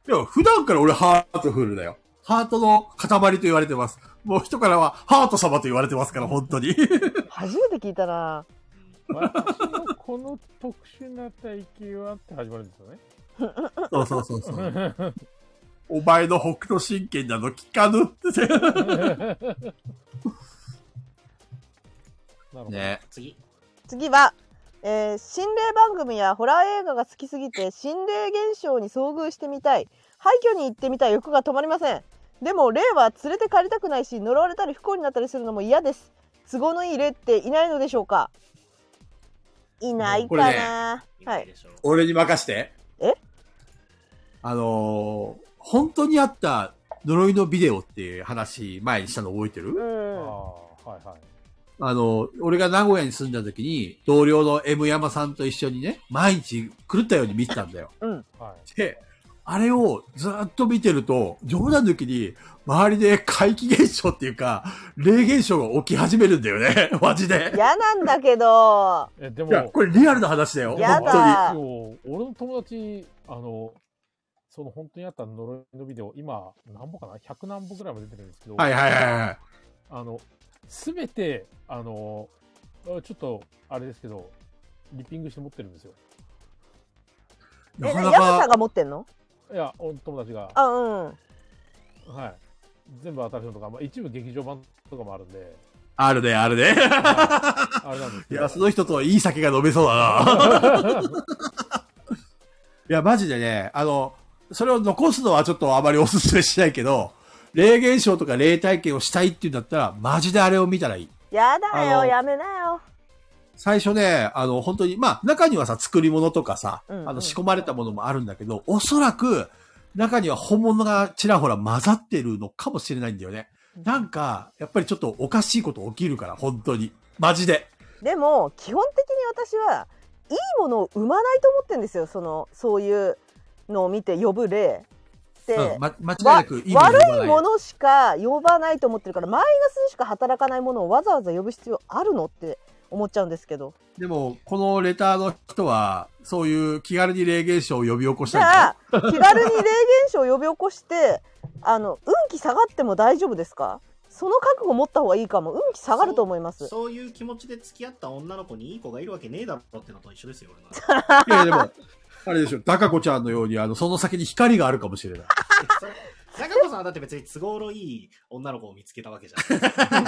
D: でも、普段から俺ハートフルだよ。ハートの塊と言われてます。もう人からはハート様と言われてますから、本 当に。
A: 初めて聞いたな
B: 私のこの特殊な体型はって始まるんです よね。
D: そうそうそうそう。お前の北斗神拳など聞かぬっ
B: なるほど。
D: て。ね。
C: 次。
A: 次は、えー心霊番組やホラー映画が好きすぎて心霊現象に遭遇してみたい廃墟に行ってみたい欲が止まりませんでも霊は連れて帰りたくないし呪われたり不幸になったりするのも嫌です都合のいい霊っていないのでしょうかいないかな、は
C: ない
A: い
C: でしょう。
D: 俺に任して。
A: え
D: あのー、本当にあった呪いのビデオっていう話、前にしたの覚えてる
A: う
B: ああ、はいはい。
D: あの、俺が名古屋に住んだ時に、同僚の M 山さんと一緒にね、毎日狂ったように見てたんだよ。
B: はい。
D: で、あれをずっと見てると、冗談抜きに、周りで怪奇現象っていうか、霊現象が起き始めるんだよね。 マジ
A: ん
D: で。
A: 嫌なんだけど
B: え、で
D: いや、
B: も、
D: これリアルな話だよ。
A: や
D: 本当
A: だ
D: に。
A: 当
B: 俺の友達、あの、その本当にあった呪いのビデオ、今、何本かな ?100 何本ぐらいも出てるんですけど、
D: はいはいはいはい。
B: あの、すべて、あの、ちょっと、あれですけど、リッピングして持ってるんですよ。
A: え
D: なか
A: 山
D: な
A: さん
D: か、
A: が持ってんの
B: いや、俺の友達が、
A: あうん
B: はい。全部新しいのとか、まあ、一部劇場版とかもあるんで、
D: あるね、あるね。
B: はいあれなんです
D: い
B: けど。
D: や、その人といい酒が飲めそうだな。 いや、マジでね、あの、それを残すのはちょっとあまりお勧めしないけど、霊現象とか霊体験をしたいっていうんだったら、マジであれを見たらいい。
A: やだ
D: あ
A: よ
D: の
A: やめなよ
D: 最初ね、あの、本当に、まあ、中にはさ、作り物とかさ、
A: うんうん
D: あの、仕込まれたものもあるんだけど、おそらく、中には本物がちらほら混ざってるのかもしれないんだよね。なんか、やっぱりちょっとおかしいこと起きるから、本当に。マジで。
A: でも基本的に私はいいものを生まないと思ってんですよそのそういうのを見て呼ぶ例って、
D: うん、ま、間違い
A: わ
D: なくいいもの言わない
A: 悪いものしか呼ばないと思ってるからマイナスにしか働かないものをわざわざ呼ぶ必要あるのって思っちゃうんですけど。
D: でも、このレターの人は、そういう気軽に霊現象を呼び起こし
A: じ
D: たんです
A: ゃ
D: よ
A: あ、気軽に霊現象を呼び起こして、あの、運気下がっても大丈夫ですかその覚悟持った方がいいかも。運気下がると思います。
C: そういう気持ちで付き合った女の子にいい子がいるわけねえだろってのと一緒ですよ、俺の
D: いや、でも、あれでしょ、ダカ子ちゃんのように、あの、その先に光があるかもしれない。
C: それ中子さんはだって別に都合のいい女の子を見つけたわけじゃん。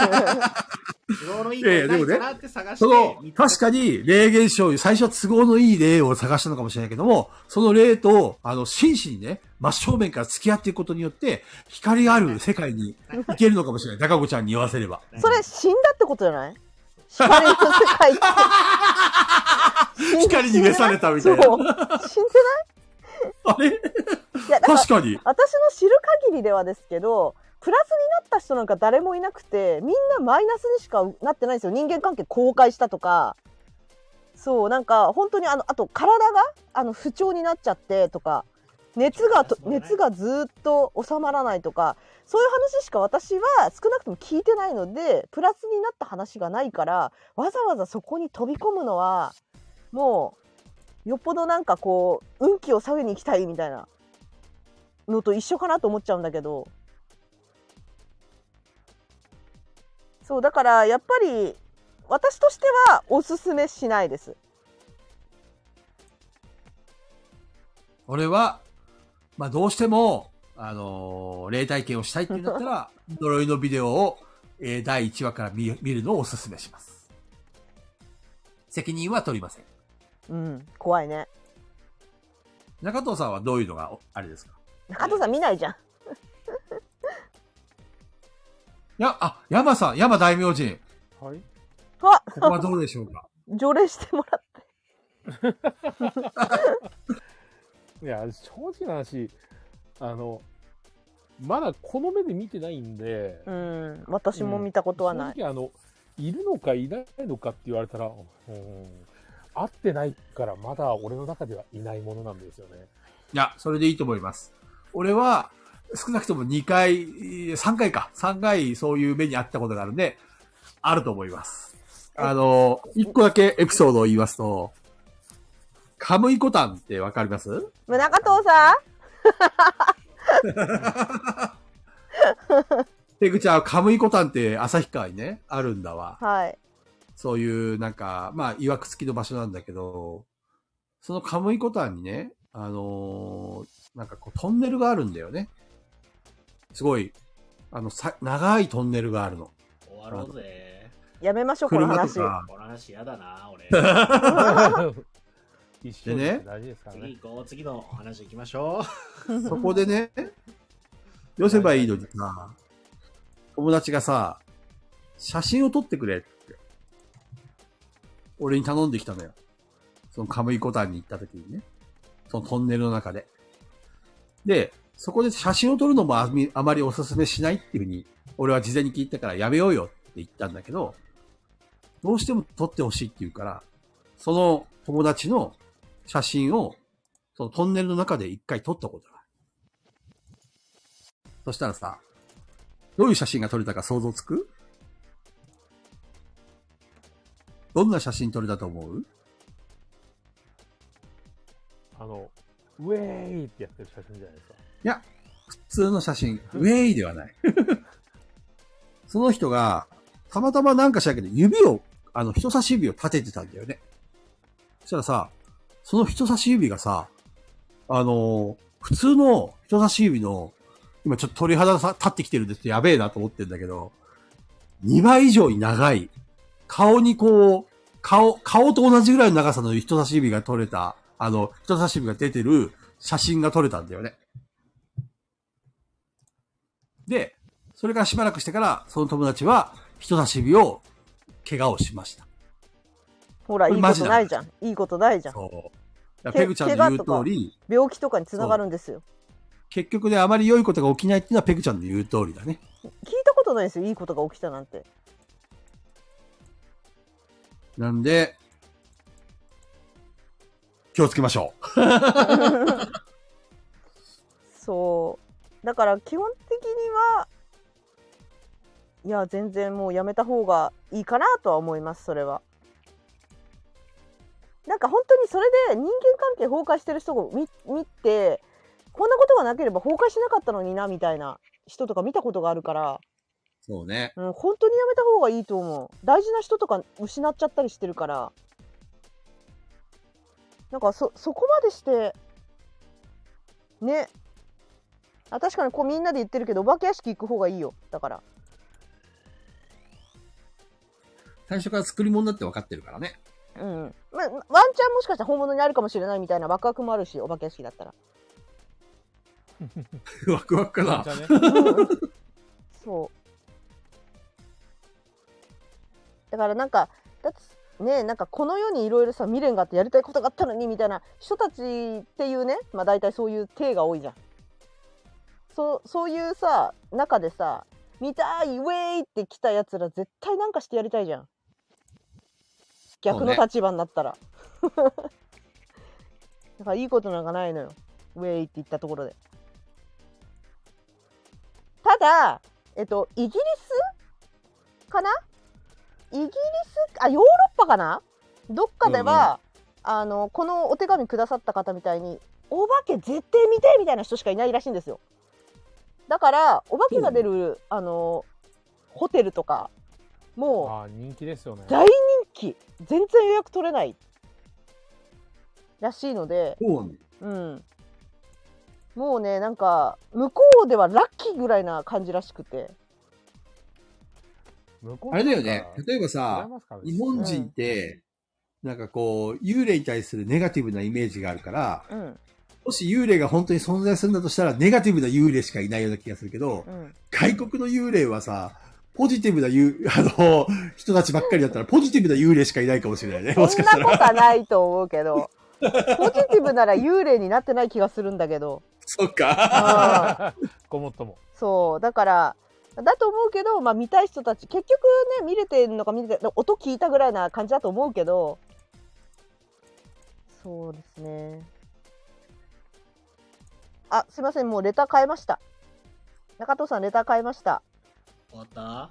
C: 都合のいい子いないかなって探して、
D: その、確
C: か
D: かに、霊現象、最初は都合のいい霊を探したのかもしれないけども、その霊と、あの、真摯にね、真正面から付き合っていくことによって、光がある世界に行けるのかもしれない。ダカ子ちゃんに言わせれば。
A: それ死んだってことじゃない光の世界って。
D: 光に召されたみたいな
A: そう死んでない
D: あれ
A: いや、だから
D: 確かに。
A: 私の知る限りではですけどプラスになった人なんか誰もいなくてみんなマイナスにしかなってないんですよ人間関係崩壊したとかそうなんか本当にあのあと体があの不調になっちゃってとか熱がと
C: そうだね
A: 熱がずーっと収まらないとかそういう話しか私は少なくとも聞いてないのでプラスになった話がないからわざわざそこに飛び込むのはもうよっぽどなんかこう運気を下げに行きたいみたいなのと一緒かなと思っちゃうんだけどそうだからやっぱり私としてはおすすめしないです
D: 俺は、まあ、どうしても、あのー霊体験をしたいってなったら、呪いのビデオを、えー第1話から見見るのをお勧めします。責任は取りません。
A: うん怖いね
D: 中藤さんはどういうのがおあれですか
A: 中藤さん見ないじゃん
D: いや、あ、山さん、山大名人、
B: はい。
A: あ
D: ここはどうでしょうか
A: 除霊してもらっ
B: いや、正直な話、あの、まだこの目で見てないんで、
A: たうん私も見たことはない、
B: 正直あの、いるのかいないのかって言われたら、うん、合ってないからまだ俺の中ではいないものなんですよね。
D: いや、それでいいと思います。俺は、少なくとも2回、3回か、3回そういう目にあったことがあるんで、あると思います。あの、1個だけエピソードを言いますと、カムイコタンってわかります
A: 中藤さん
D: ペグちゃん、カムイコタンって旭川にね、あるんだわ。
A: はい
D: そういう、なんか、まあ、曰く付きの場所なんだけど、そのカムイコタンにね、あのーなんかこう、トンネルがあるんだよね。すごい、あの、さ、長いトンネルがあるの。
C: 終わろうぜ。
A: やめましょうこの
D: 車と
A: 話
D: か、
C: この話やだな、俺。
B: 一緒に
D: でね
B: 大事ですから
C: 次
B: ね。
C: 行こう、次の話行きましょ
D: そこでね、寄せばいいのにさ、友達がさ、写真を撮ってくれって、俺に頼んできたのよ。そのカムイコタンに行った時にね。そのトンネルの中で。で、そこで写真を撮るのもあみあまりおすすめしないっていうふうに、俺は事前に聞いたからやめようよって言ったんだけど、どうしても撮ってほしいって言うから、その友達の写真を、そのトンネルの中で一回撮ったことがある。そしたらさ、どういう写真が撮れたか想像つくどんな写真撮れたと思う
B: あの、ウェーイってやってる写真じゃないですか。
D: 普通の写真。ウェイではない。 その人が、たまたまなんかしらんけど、指を、あの、人差し指を立ててたんだよね。そしたらさ、その人差し指がさ、あのー普通の人差し指の、今ちょっと鳥肌がさ立ってきてるんですやべえなと思ってんだけど、2倍以上に長い、顔にこう、顔、顔と同じぐらいの長さの人差し指が撮れた、あの、人差し指が出てる写真が撮れたんだよね。で、それからしばらくしてから、その友達は人差し指を怪我をしました。
A: ほらい
D: こ
A: い
D: れ
A: こ
D: マジ
A: と
D: だ
A: ないじゃんいいことないじゃん
D: そう。だ
A: け
D: からペグちゃんの言う
A: 怪我
D: 通り、
A: 病気とかにつながるんですよ
D: 結局ね、あまり良いことが起きないっていうのはペグちゃんの言う通りだね。
A: 聞いたことないですよいいことが起きたなんて
D: なんで、気をつけましょう。
A: そうだから基本的にはいや全然もうやめた方がいいかなとは思いますそれはなんか本当にそれで人間関係崩壊してる人を見見てこんなことがなければ崩壊しなかったのになみたいな人とか見たことがあるから、
D: そうね。
A: うん、本当にやめた方がいいと思う大事な人とか失っちゃったりしてるからなんかそそこまでしてねあ確かにこうみんなで言ってるけどお化け屋敷行く方がいいよだから
D: 最初から作り物だって分かってるからね。
A: うんまあ、ワンチャンもしかしたら本物にあるかもしれないみたいなワクワクもあるしお化け屋敷だったら
D: ワクワクかな
B: じ。ゃあね、
A: そうだからなんかだってねなんかこの世にいろいろさ未練があってやりたいことがあったのにみたいな人たちっていうねまあ大体そういう体が多いじゃんそうそういうさ中でさ見たいウェイって来たやつら絶対なんかしてやりたいじゃん逆の
D: そうね
A: 立場になったら、だからいいことなんかないのよウェイって言ったところでただえっとイギリスかなイギリスあヨーロッパかなどっかでは、あのこのお手紙くださった方みたいにお化け絶対見てみたいな人しかいないらしいんですよだからお化けが出る、あのホテルとかも
B: あー人気ですよね
A: う。大人気全然予約取れないらしいので
D: そうね。
A: うんもうねなんか向こうではラッキーぐらいな感じらしくて
B: 向こう
D: あれだよね。例えば
B: 違い
D: さ、
B: ますからね
D: 日本人って、なんかこう、幽霊に対するネガティブなイメージがあるから、
A: うん
D: もし幽霊が本当に存在するんだとしたら、ネガティブな幽霊しかいないような気がするけど
A: う、ん
D: 外国の幽霊はさ、ポジティブな幽、 あの、人たちばっかりだったら、ポジティブな幽霊しかいないかもしれないね。もし
A: そ
D: か
A: ん
D: した
A: な
D: ら。
A: ことはないと思うけどポジティブなら幽霊になってない気がするんだけ ど
D: そっか。
A: うん
B: ごもっとも。
A: そうだからだと思うけど、まあ、見たい人たち結局ね見れてるのか見れてない音聞いたぐらいな感じだと思うけどそうですねあすいませんもうレター変えました中藤さんレター変えました
C: 終わった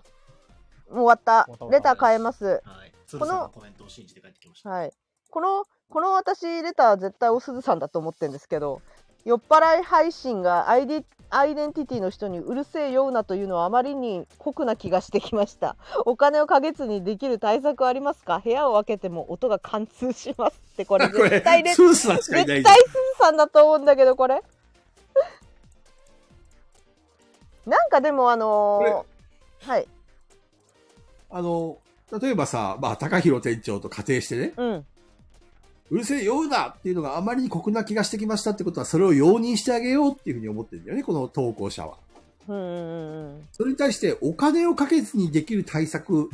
A: もう終わった
B: 終わった
A: レター変えます
C: はい。鶴さんのコメントを信じて帰ってきました。
A: はいこのこの私レター絶対おすずさんだと思ってるんですけど酔っ払い配信がアイディアイデンティティの人にうるせえ酔うなというのはあまりに酷な気がしてきましたお金をかけずにできる対策ありますか部屋を開けても音が貫通しますってこれ
D: これ
A: 絶対、レ
D: スーさんしかいない
A: 絶
D: じゃん
A: 対。すずさんだと思うんだけどこれなんかでもあのーはい
D: あの、例えばさ、まあ、高弘店長と仮定してね、
A: うん
D: うるせえ、酔うなっていうのがあまりに酷な気がしてきましたってことは、それを容認してあげようっていうふうに思ってるんだよね、この投稿者は。
A: うんうんうん
D: それに対して、お金をかけずにできる対策。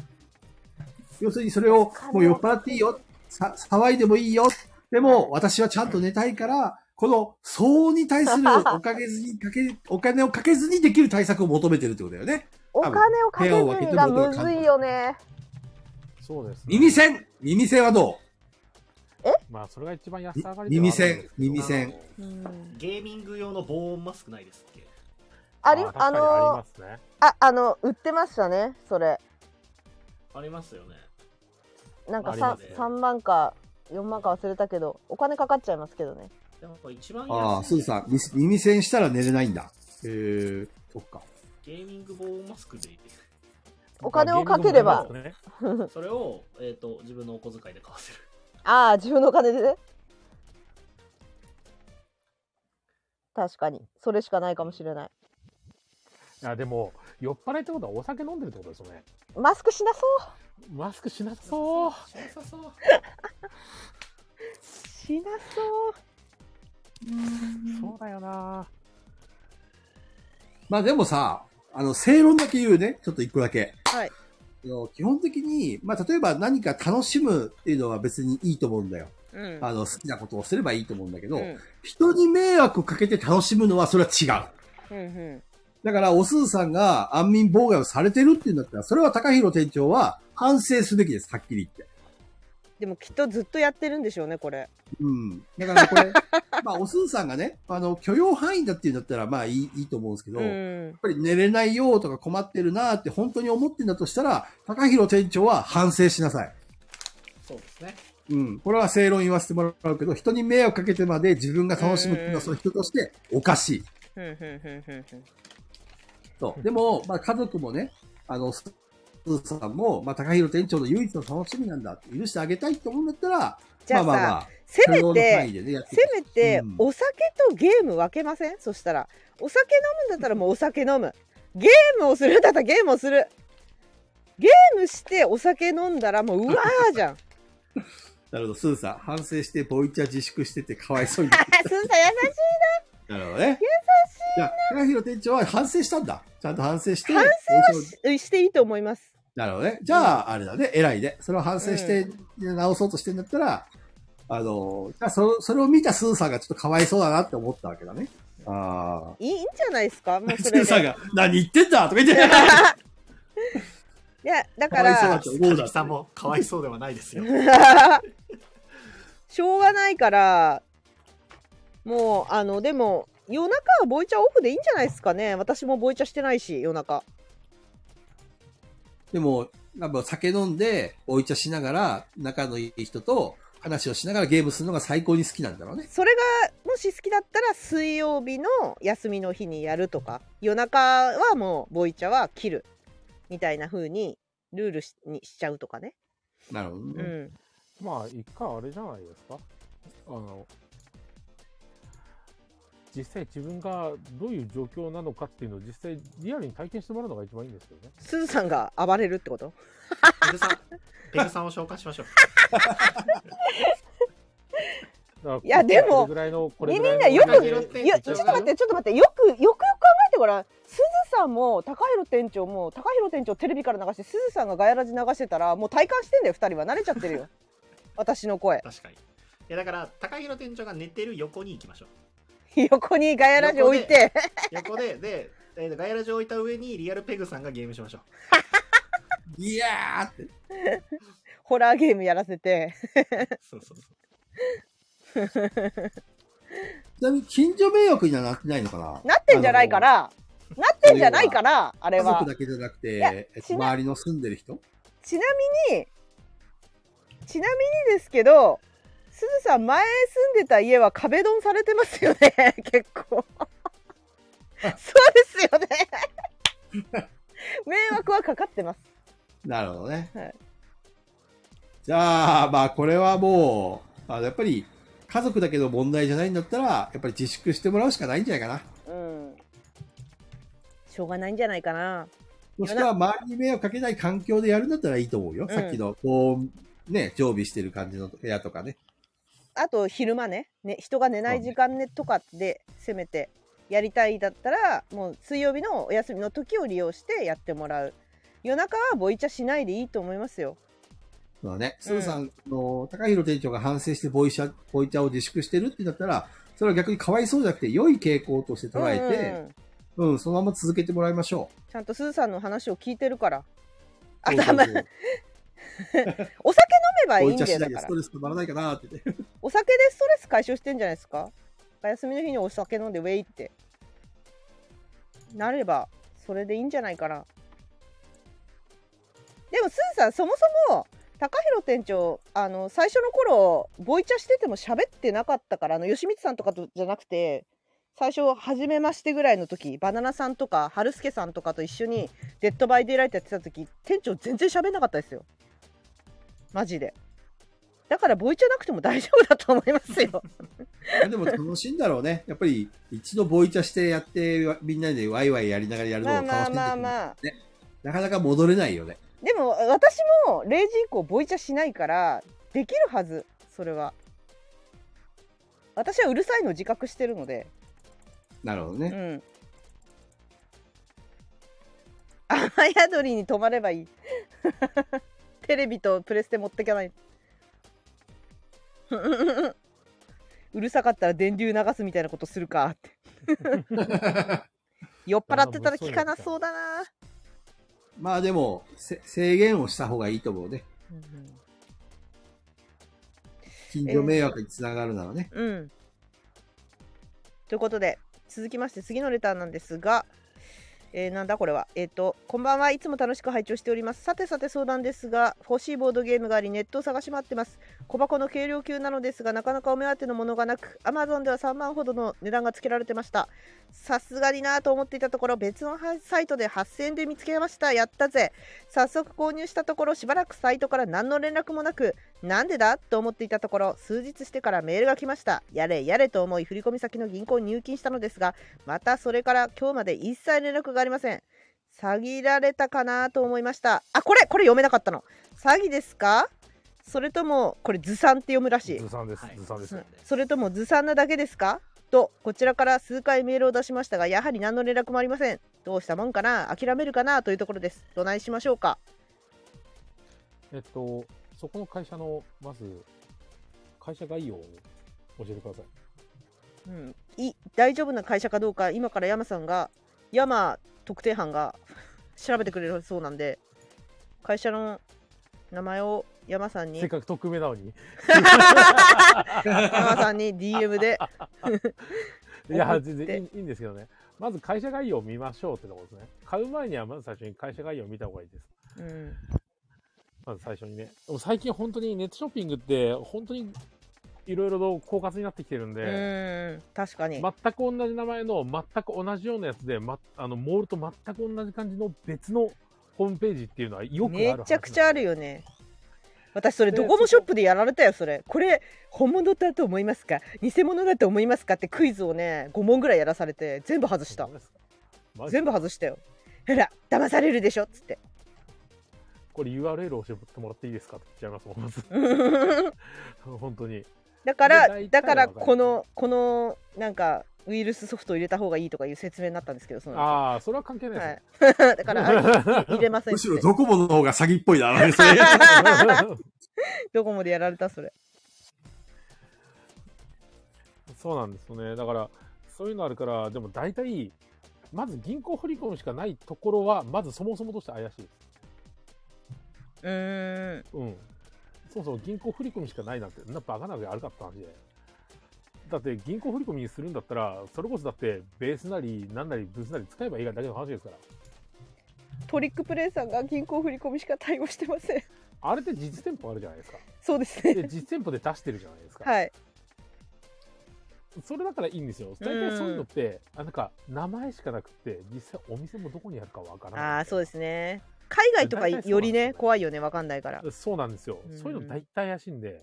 D: 要するに、それを、もう酔っ払っていいよ。さ、騒いでもいいよ。でも、私はちゃんと寝たいから、この、騒音に対するおかけずにかけ、お金をかけずにできる対策を求めてるってことだよね。
A: お金をかけず
D: 部屋を開け
A: に
D: て
A: が
D: も音
A: む
D: が
A: ずいよね
B: そうです、
D: 耳栓耳栓はど
B: まあそれが一番安
D: う
B: 上がりでは
D: 耳
B: あるんで
D: 栓
B: す、けど
D: 耳栓。
A: うん
C: ゲーミング用の防音マスクないですっけ
A: あり
B: ま
A: あ
B: 確かにあり
A: の
B: ますね。
A: ああの売ってましたねそれ
C: ありますよね。
A: なんか
B: あり
A: さ
B: ます
C: ね
A: 3, 万か4万か忘れたけどお金かかっちゃいますけどね
C: でもやっぱ一番安い
D: ああ、すずさん、み耳栓したら寝れないんだ。へえ、そっか。
C: ゲーミング防音マスクでいい。
A: お金をかければ
B: ゲームもありますね
C: それを、えっ、と、自分のお小遣いで買わせる。
A: ああ自分のお金でね確かにそれしかないかもしれない
B: あでも酔っ払いってことはお酒飲んでるってことですよね。
A: マスクしなそう
B: マスクしなさそう。
C: しなさそう。
A: しなそう
B: そうだよな。
D: まあでもさ、あの、正論だけ言うね。ちょっと一個だけ。
A: はい
D: あの。基本的に、まあ例えば何か楽しむっていうのは別にいいと思うんだよ。
A: うん
D: あの、好きなことをすればいいと思うんだけど、
A: うん
D: 人に迷惑をかけて楽しむのはそれは違う。
A: うんうん
D: だから、おすずさんが安眠妨害をされてるっていうんだったら、それは高弘店長は反省すべきです。はっきり言って。
A: でもきっとずっとやってるんでしょうねこれ
D: うん。だから これ、まあ、おすずさんがね、あの、許容範囲だっていうんだったら、まあいい、いいと思うんですけど、
A: うん
D: やっぱり寝れないよとか困ってるなーって本当に思ってんだとしたら、高弘店長は反省しなさい。
C: そうですね。
D: うん、これは正論言わせてもらうけど、人に迷惑かけてまで自分が楽しむっていうのはその人としておかしい。
A: ふんふんふんふんふん
D: と。でも、まあ家族もね、あの、スーさんも、まあ高弘店長の唯一の楽しみなんだ。許してあげたいと思うんだったら、
A: じゃあさ、
D: まあまあまあ、
A: せめ
D: 許容の範囲
A: て
D: でね、やって
A: せめて
D: うん
A: お酒とゲーム分けませんそしたらお酒飲むんだったらもうお酒飲むゲームをするんだったらゲームをするゲームしてお酒飲んだらもううわーじゃ ん
D: なるほど、スーさん、反省して、ボイチャ自粛しててかわいそうに。
A: すんさん優しい
D: なるほどね。優しいな。高弘店長は反省したんだ。ちゃんと反省して。
A: 反
D: ボイチャを
A: ししていいと思います
D: なるほどね。じゃあ、あれだね。偉いね。それを反省して、直そうとしてんだったら、あの、じゃあそ、それを見たスーさんがちょっとかわいそうだなって思ったわけだね。あ
A: いいいいんじゃないですかも
D: あ。
A: う
D: ス
A: そ
D: ー
A: れ
D: さん
A: で
D: が、何言ってんだとか言って、
A: いやだ
D: か
A: か
D: わいそうだ
A: ら
D: って思う
C: 神
D: だ
C: 木さんもかわいそうではないですよ。
A: しょうがないからもうあのでも夜中はボイチャオフでいいんじゃないですかね私もボイチャしてないし夜中
D: でも、なんか酒飲んで、おい茶しながら、仲のいい人と話をしながらゲームするのが最高に好きなんだろうね。
A: それがもし好きだったら水曜日の休みの日にやるとか夜中はもうボイチャは切るみたいな風にルールしにしちゃうとかね、
D: なるほど
A: う
D: ね。
A: ん、
B: まあ、一回あれじゃないですか。あの、実際自分がどういう状況なのかっていうのを実際リアルに体験してもらうのが一番いいんですよね。
A: すずさんが暴れるってこと
C: ペグさん、ペグさんを紹介しましょう。
B: だから
A: いやでも
B: これぐらいの、これぐら
A: み
B: いの。
A: んなよ
C: く
B: これぐら
A: いやちょっと待ってちょっと待ってよくよくよく考えてごらんすずさんも高弘店長も高弘店長テレビから流してすずさんがガヤラジ流してたらもう体感してんだよ2人は慣れちゃってるよ私の声
C: 確かに。いやだから、高弘店長が寝てる横に行きましょう。
A: 横にガヤラジ置いて
C: 横で、で、えーガヤラジを置いた上にリアルペグさんがゲームしましょう。
D: いやーって。
A: ホラーゲームやらせて
C: そうそうそう。
D: ちなみに、近所迷惑にはなってないのかな
A: なってんじゃないか。らなってんじゃないからあ
D: あ
A: れ
D: の家
A: は
D: 族だけじゃなく
A: や
D: て、えっと
A: しな
D: 周りの住んでる人
A: ちなみにちなみにですけどすずさん前住んでた家は壁ドンされてますよね 結構 そうですよね迷惑はかかってます
D: なるほどね。
A: はい
D: じゃあ、まあ、これはもう、あのやっぱり、家族だけど問題じゃないんだったら、やっぱり自粛してもらうしかないんじゃないかな。
A: うんしょうがないんじゃないかな
D: もしくは、周りに迷惑かけない環境でやるんだったらいいと思うよ。
A: うん
D: さっきの、こう、ね、常備してる感じの部屋とかね。
A: あと昼間ねね人が寝ない時間ねとかでせめてやりたいだったらもう水曜日のお休みの時を利用してやってもらう夜中はボイチャしないでいいと思いますよ
D: そうだね。すずさん、あの、高弘店長が反省してボイシャ、ボイチャを自粛してるってなったら、それは逆にかわいそうじゃなくて、良い傾向として捉えて、
A: うんうんうん
D: うん、そのまま続けてもらいましょ
A: ちゃんとすずさんの話を聞いてるから。
D: う。
A: 頭、お酒飲めばい
D: お
A: い
D: い
A: ん
D: 茶
A: だ
D: し
A: よ
D: な
A: だ
D: き
A: か
D: ゃス
A: ら
D: ト。レス溜まらないかなって ね。
A: お酒でストレス解消してんじゃないですか。お休みの日にお酒飲んでウェイって。なれば、それでいいんじゃないかな。でもすずさん、そもそも、高弘店長あの最初の頃ボイチャしてても喋ってなかったからあの吉光さんとかとじゃなくて最初初めましてぐらいの時バナナさんとか春輔さんとかと一緒に「デッド・バイ・デイ・ライト」やってた時店長全然喋んなかったですよマジでだからボイチャなくても大丈夫だと思います よ
D: でも楽しいんだろうね。やっぱり一度ボイチャしてやって、みんなでワイワイやりながらやるの
A: ま
D: を
A: あ
D: 楽しんで
A: まあ
D: て
A: まあまあ
D: なかなか戻れないよね。
A: でも私も0時以降ボイチャしないからできるはずそれは私はうるさいのを自覚してるので
D: なるほど
A: う
D: ね。
A: ん。雨宿りに泊まればい い。テレビとプレステ持ってかない。 うるさかったら電流流すみたいなことするかって。酔っ払ってたら聞かなそうだな。
D: まあでも、せ制限をした方がいいと思うね。近所迷惑につながるならね。
A: うん。ということで続きまして次のレターなんですが、えーなんだこれは。えっ、と、こんばんはいつも楽しく拝聴しております。さてさて相談ですが、欲しいボードゲームがあり、ネットを探し回ってます。小箱の軽量級なのですが、なかなかお目当てのものがなく、Amazon では3万ほどの値段がつけられてました。さすがになぁと思っていたところ、別のサイトで8000円で見つけました。やったぜ。早速購入したところ、しばらくサイトから何の連絡もなく、なんでだと思っていたところ、数日してからメールが来ました。やれやれと思い、振込先の銀行に入金したのですが、またそれから今日まで一切連絡がありません詐欺られたかなと思いましたあこれこれ読めなかったの詐欺ですかそれともこれずさんって読むらしい
H: ずさんです
C: は。い
H: ずさんです
A: う
H: よ。
A: んそれともずさんなだけですかとこちらから数回メールを出しましたがやはり何の連絡もありませんどうしたもんかな諦めるかなというところですどないしましょうか
B: えっと、そこの会社の、まず、会社概要を教えてください。
A: うん、い大丈夫な会社かどうか今から山さんが山特定班が調べてくれるそうなんで会社の名前を山さん
B: せっ
A: に
B: かく匿名なのに。
A: 山さんに DM で
B: いや、全然いいいいんですけどね。まず会社概要を見ましょうってところですね。買う前にはまず最初に会社概要を見た方がいいで
A: う
B: す。
A: ん
B: まず最初にね。でも最近本当にネットショッピングって本当にいろいろと狡猾になってきてるん
A: う
B: で、
A: ん確かに、
B: 全く同じ名前の全く同じようなやつで、ま、あのモールと全く同じ感じの別のホームページっていうのはよくある話
A: め
B: なんです
A: ちゃくちゃあるよね私それドコモショップでやられたよそれこれ本物だと思いますか偽物だと思いますかってクイズをね5問ぐらいやらされて全部外した
B: そうですかマジ
A: 全部外したよほら騙されるでしょっつって
B: これ URL 教えてもらっていいですかって言っちゃいますもんまず本当に
A: だから
B: で大体
A: だから
B: わかる
A: このこのなんかウイルスソフトを入れた方がいいとかいう説明になったんですけどその後
B: ああそれは関係ないです
A: は
B: ね
A: い、 だから あ入れませんっ
F: む
A: て
F: しろドコモの方が詐欺っぽいな、あれですね。
A: ドコモでやられたそれ
B: そうなんですよね。だから、そういうのあるから、でも大体、まず銀行振り込むしかないところは、まずそもそもとして怪しいです。
A: うーん
B: うん。そもそも銀行振り込みしかないなんて、そんなバカなわけあるかって話で。だって銀行振り込みにするんだったら、それこそだってベースなり、なんなり、ブースなり使えばいいだけの話ですから。
A: トリックプレイさんが銀行振り込みしか対応してません
B: あれって実店舗あるじゃな いですか。
A: そうです
B: で、
A: ね
B: 実店舗で出してるじゃないですか。
A: はい
B: それだからいいんですよ。大体そういうのって、あなんか名前しかなくって、実際お店もどこにあるかわからない。
A: ああそうですね海外とかよりね怖いよねわかんないから
B: そうなんですよ。
A: うん
B: そういうの大体怪しいんで、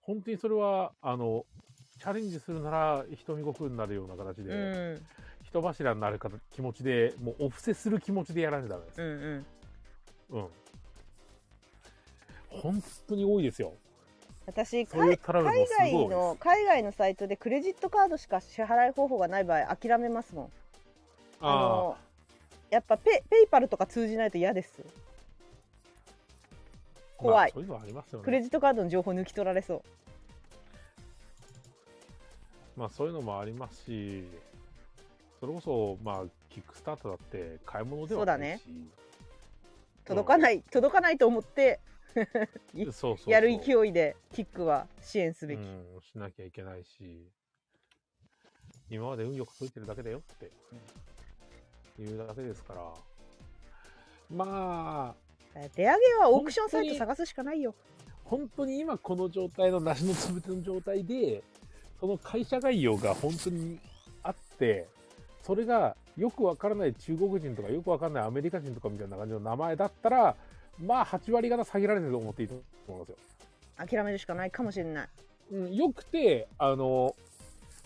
B: 本当にそれは、あの、チャレンジするなら人見ごくになるような形で、
A: うん
B: 人柱になるか気持ちで、もうお布施する気持ちでやらないとダメで
A: うんう
B: す。
A: ん
B: うん。本当に多いですよ。
A: 私
B: そういう
A: 海
B: トラブルも
A: 海
B: すごい
A: 外
B: 多いで
A: の
B: す。
A: 海外のサイトでクレジットカードしか支払い方法がない場合諦めますもんあ
B: あ
A: のやっぱペペイパルとか通じないと嫌です
B: あ、
A: 怖い
B: まあそういうのはありますよ
A: クレ
B: ね。
A: ジットカードの情報抜き取られそう
B: まあそういうのもありますし、それこそ、まあ、キックスタートだって買い物ではないし。
A: 届かない、届かないと思って
B: うんそうそうそう
A: やる勢いでキックは支援すべき、
B: うん、しなきゃいけないし、今まで運よくついてるだけだよって、言うだけですから、ま
A: 出上げはオークションサイト探すしかないよ
B: あ、本当に今この状態の梨のつぶての状態で、その会社概要が本当にあって、それがよくわからない中国人とかよくわからないアメリカ人とかみたいな感じの名前だったら、まあ8割方下げられてると思っていいと思いますよ。
A: 諦めるしかないかもしれない
B: うん、よくて、あの、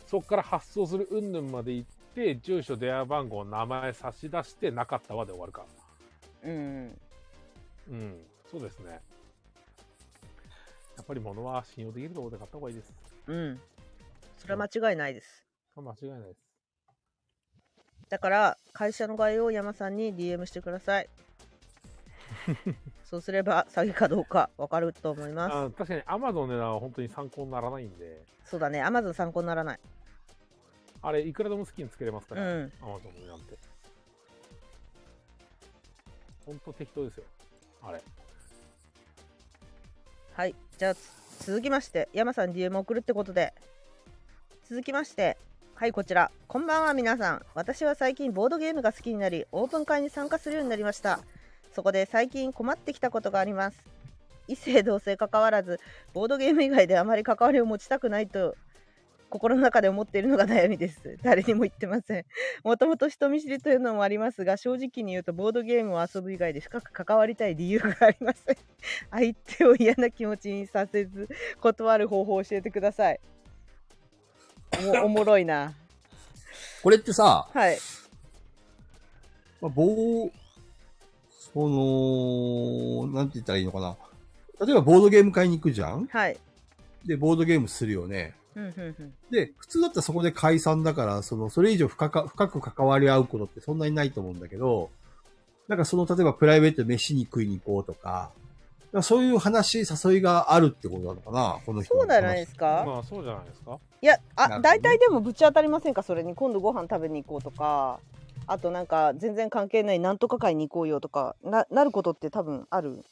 B: そこから発送する云々まで行って、住所、電話番号、名前差し出して、なかったわで終わるか。
A: うん
B: うん、そうですね。やっぱり物は信用できるところで買った方がいいです。
A: うんそれは間違いないです
B: 間違いないです。
A: だから会社の概要を山さんに DM してくださ いそうすれば詐欺かどうかわかると思いま
B: あ確かに Amazon の値段は本当に参考にならないんで、
A: すそうだね Amazon 参考にならない
B: あれ、いくらでも好きにつけれますか
A: う
B: ら、
A: ん
B: Amazon の値段って。本当適当ですよ。あれ。
A: はい、じゃあつ続きまして、山さん DM 送るってことで、続きまして、はいこちらこんばんは皆さん私は最近ボードゲームが好きになりオープン会に参加するようになりましたそこで最近困ってきたことがあります異性同性関わらずボードゲーム以外であまり関わりを持ちたくないと心の中で思っているのが悩みです誰にも言ってませんもともと人見知りというのもありますが正直に言うとボードゲームを遊ぶ以外で深く関わりたい理由がありません相手を嫌な気持ちにさせず断る方法を教えてくださいお もおもろいな
D: これってさ、
A: はい
D: まあ、棒、その、なんて言ったらいいのかな。例えばボードゲーム買いに行くじゃん
A: はい
D: で、ボードゲームするよね。
A: うんうんうん
D: で、普通だったらそこで解散だから、その、それ以上深か深く関わり合うことってそんなにないと思うんだけど、なんかその、例えばプライベートで飯に食いに行こうとか、だからそういう話、誘いがあるってことなのかなこの人。
A: そうじゃないですすか
B: まあそうじゃないですか。
A: いや
D: な
A: あ
D: るほどね
A: 大体でもぶち当たりませんかそれに今度ご飯食べに行こうとかあとなんか全然関係ないなんとか会に行こうよとかななることって多分ある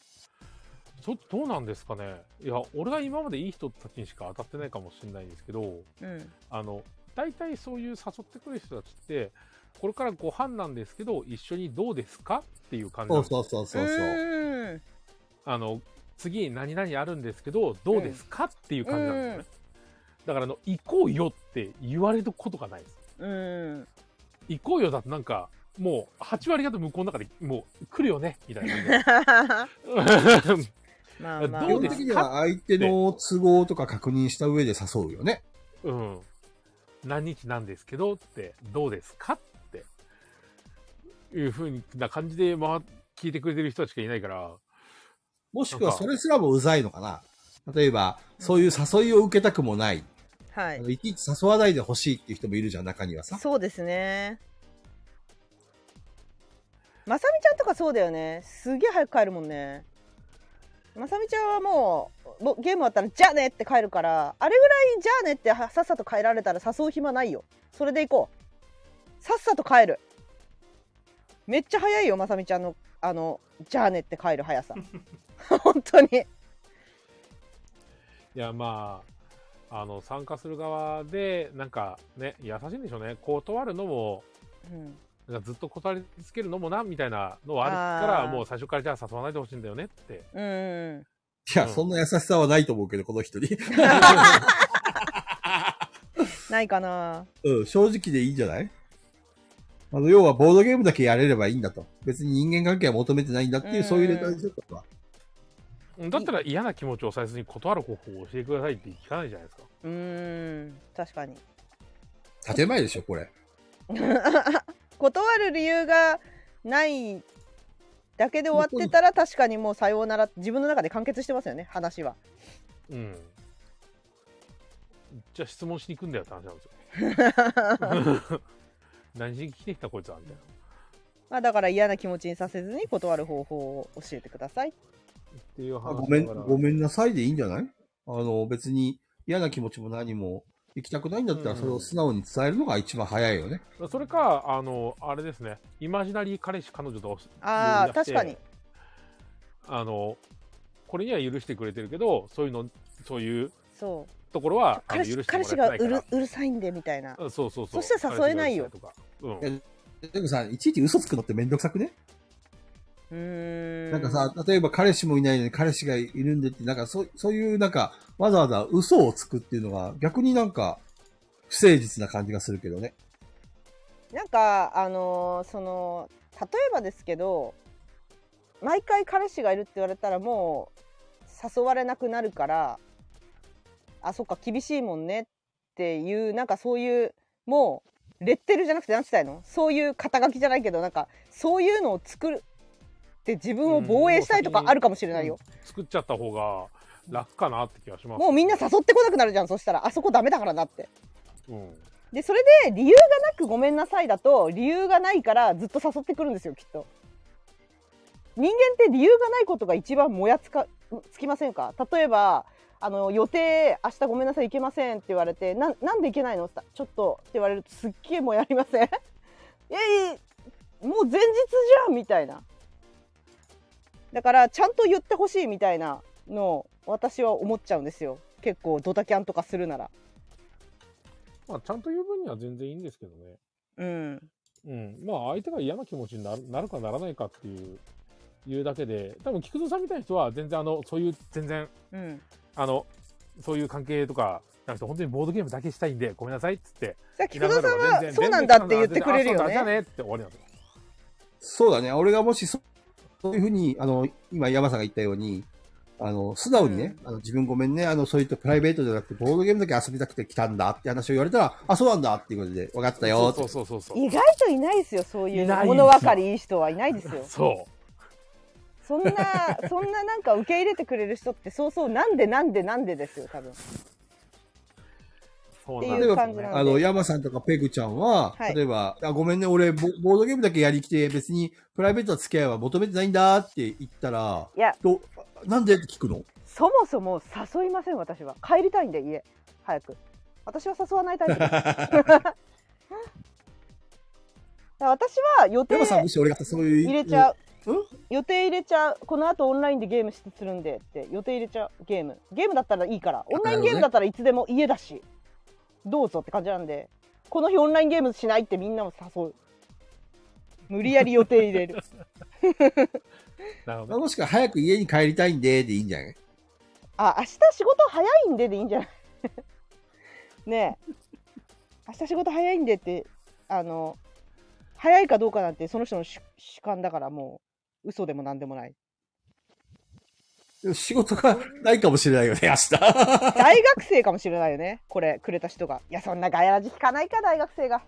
B: ちょっとどうなんですかね。いや、俺は今までいい人たちにしか当たってないかもしれないんですけど、
A: うん
B: あの、大体そういう誘ってくる人たちって、これからご飯なんですけど、一緒にどうですかっていう感じな
D: そ
B: ん
D: う
B: ですよ
D: そうそうそう
A: う
D: そう。
A: ーん
B: あの、次何々あるんですけど、どうですかっていう感じなんですよね。だから、あの、行こうよって言われることがないです。
A: うん
B: 行こうよだとなんか、もう8割方向こうの中でもう来るよねみたい な感じ
A: まあまあ、まあ、
B: ど
D: 基
B: う
D: 本
B: で
D: 的
B: す
D: には相手の都合とか確認した上で誘うよね。
B: うん何日なんですけどってどうですかっていうふうな感じで、まあ、聞いてくれてる人たちしかいないから
D: もしくはそれすらもうざいのかな。例えば、そういう誘いを受けたくもない。
A: は
D: あ
A: い
D: のいちいち誘わないでほしいっていう人もいるじゃん、中にはさ。
A: そうですねまさみちゃんとかそうだよねすげえ早く帰るもんねまさみちゃんはもうもうゲーム終わったら「じゃあね!」って帰るからあれぐらい「じゃあね!」ってはさっさと帰られたら誘う暇ないよそれで行こうさっさと帰るめっちゃ早いよまさみちゃんのあの「じゃあね!」って帰る速さ本当に
B: いやまああの参加する側でなんかね優しいんでしょうね断るのも
A: うん
B: なんかずっと断りつけるのもなみたいなのはある
A: あ
B: から
A: ー
B: もう最初からじゃあ誘わないでほしいんだよねって
A: うん
D: いや、
B: うん
D: そんな優しさはないと思うけど、この人に。
A: ないかな
D: うん、正直でいいんじゃないあの、要はボードゲームだけやれればいいんだと。別に人間関係は求めてないんだっていう、
A: うん
D: そういうネタにするとか。
B: だったら嫌な気持ちを抑えずに断る方法を教えてくださいって聞かないじゃないですか
A: うん確かに
D: 建前でしょ、これ。
A: 断る理由がないだけで終わってたら確かにもうさようなら自分の中で完結してますよね話は
B: うんじゃあ質問しに行くんだよって話なんですよ 何しに来てきたこいつはみたいな
A: まあだから嫌な気持ちにさせずに断る方法を教えてください
B: っていう
D: あ
B: 話
D: ごめん、
B: だから
D: ごめんなさいでいいんじゃないあの、別に嫌な気持ちも何も行きたくないんだったら、
B: うん
D: それを素直に伝えるのが一番早いよね。
B: それかあのあれですねイマジナリー彼氏彼女と
A: ああ
B: 呼び出
A: 確
B: して
A: かに
B: あのこれには許してくれてるけどそういうのそういう
A: そう
B: ところはあ
A: 彼
B: の許
A: 氏
B: しても
A: 彼
B: ら
A: 氏
B: って
A: が
B: ないうか
A: る
B: ら
A: うるさいんでみたいな
B: うんそうそうそう
A: そしたら誘えないよ
B: 彼氏がうるさいとか、うん
D: いやでもさ、いちいち嘘つくのってめんどくさくね、
A: うーん
D: なんかさ、例えば彼氏もいないのに彼氏がいるんでって、なんかそそういうなんか、わざわざ嘘をつくっていうのが逆になんか、不誠実な感じがするけどね。
A: なんかあのーその例えばですけど毎回彼氏がいるって言われたらもう誘われなくなるからあそっか厳しいもんねっていうなんかそういうもうレッテルじゃなくて何て言ったらいいのそういう肩書きじゃないけどなんかそういうのを作るって自分を防衛したいとかあるかもしれないよ、
B: 作っちゃった方が楽かなって気がします
A: もうみんな誘ってこなくなるじゃんそしたらあそこダメだからなって
B: うん
A: でそれで理由がなく「ごめんなさい」だと理由がないからずっと誘ってくるんですよきっと。人間って理由がないことが一番もやつかつきませんか例えばあの予定明日ごめんなさい行けませんって言われてなんなんで行けないのって言ったらちょっとって言われるとすっげえもやりません いやいやもう前日じゃんみたいなだからちゃんと言ってほしいみたいなのを私は思っちゃうんですよ結構ドタキャンとかするなら
B: まあ、ちゃんと言う分には全然いいんですけどね。
A: うん。
B: うん。まあ、相手が嫌な気持ちになるなるかならないかっていう、いうだけで、多分、菊蔵さんみたいな人は、全然、あの、そういう、全然、
A: うん。
B: あの、そういう関係とか、なんか本当にボードゲームだけしたいんで、ごめんなさいっつって、
A: さっき菊蔵さん
B: いなくなるのが
A: は
B: 全然
A: そうなんだって言ってくれるよ
B: 全然あそうなんだじゃあ
A: ね。
B: ねって終わりなんですよ。
D: そうだね。俺がもしそ、そういうふうに、あの、今山さんが言ったように、あの、素直にね、あの自分ごめんね、あの、そういったプライベートじゃなくて、ボードゲームだけ遊びたくて来たんだって話を言われたら、あ、そうなんだっていうことで、分かったよって
B: そうそうそうそうそう。
A: 意外といないですよ、そうい
B: いうないですよ
A: 物分かりいい人はいないですよ。
B: そ
A: そんな、 そんななんか受け入れてくれる人って、そうそう、なんでなんでなんでですよ、多分。
B: う。そ
A: っ
B: う
A: て
B: なん
A: い
B: です
A: う
B: よ
A: 感じなん
B: ね
A: で。
D: あの、山さんとかペグちゃんは、
A: はい
D: 例えば、あごめんね、俺ボ、ボードゲームだけやりきて、別にプライベートな付き合いは求めてないんだって言ったら、
A: いや、
D: どなんでって聞くの
A: そもそも誘いません、私は。帰りたいんで、家。早く。私は誘わないタイプです。だ から私は予定
D: 山さん、むしろ俺がそういう。
A: 入れちゃう。
D: うん
A: 予定入れちゃう。この後オンラインでゲームするんでって、予定入れちゃう。ゲーム。ゲームだったらいいから。オンラインゲームだったらいつでも家だし。どうぞって感じなんで。この日オンラインゲームしないってみんなも誘う。無理やり予定入れる。
B: なるほ
D: うん
B: ど。
D: もしくは早く家に帰りたいんで、でいいんじゃない
A: あ、明日仕事早いんででいいんじゃないねえ。明日仕事早いんでって、あの、早いかどうかなんてその人の主主観だからもう、嘘でもなんでもない。
D: でも仕事がないかもしれないよね、明日。
A: 大学生かもしれないよね。これ、くれた人が。いや、そんなガヤラジ聞かないか、大学生が。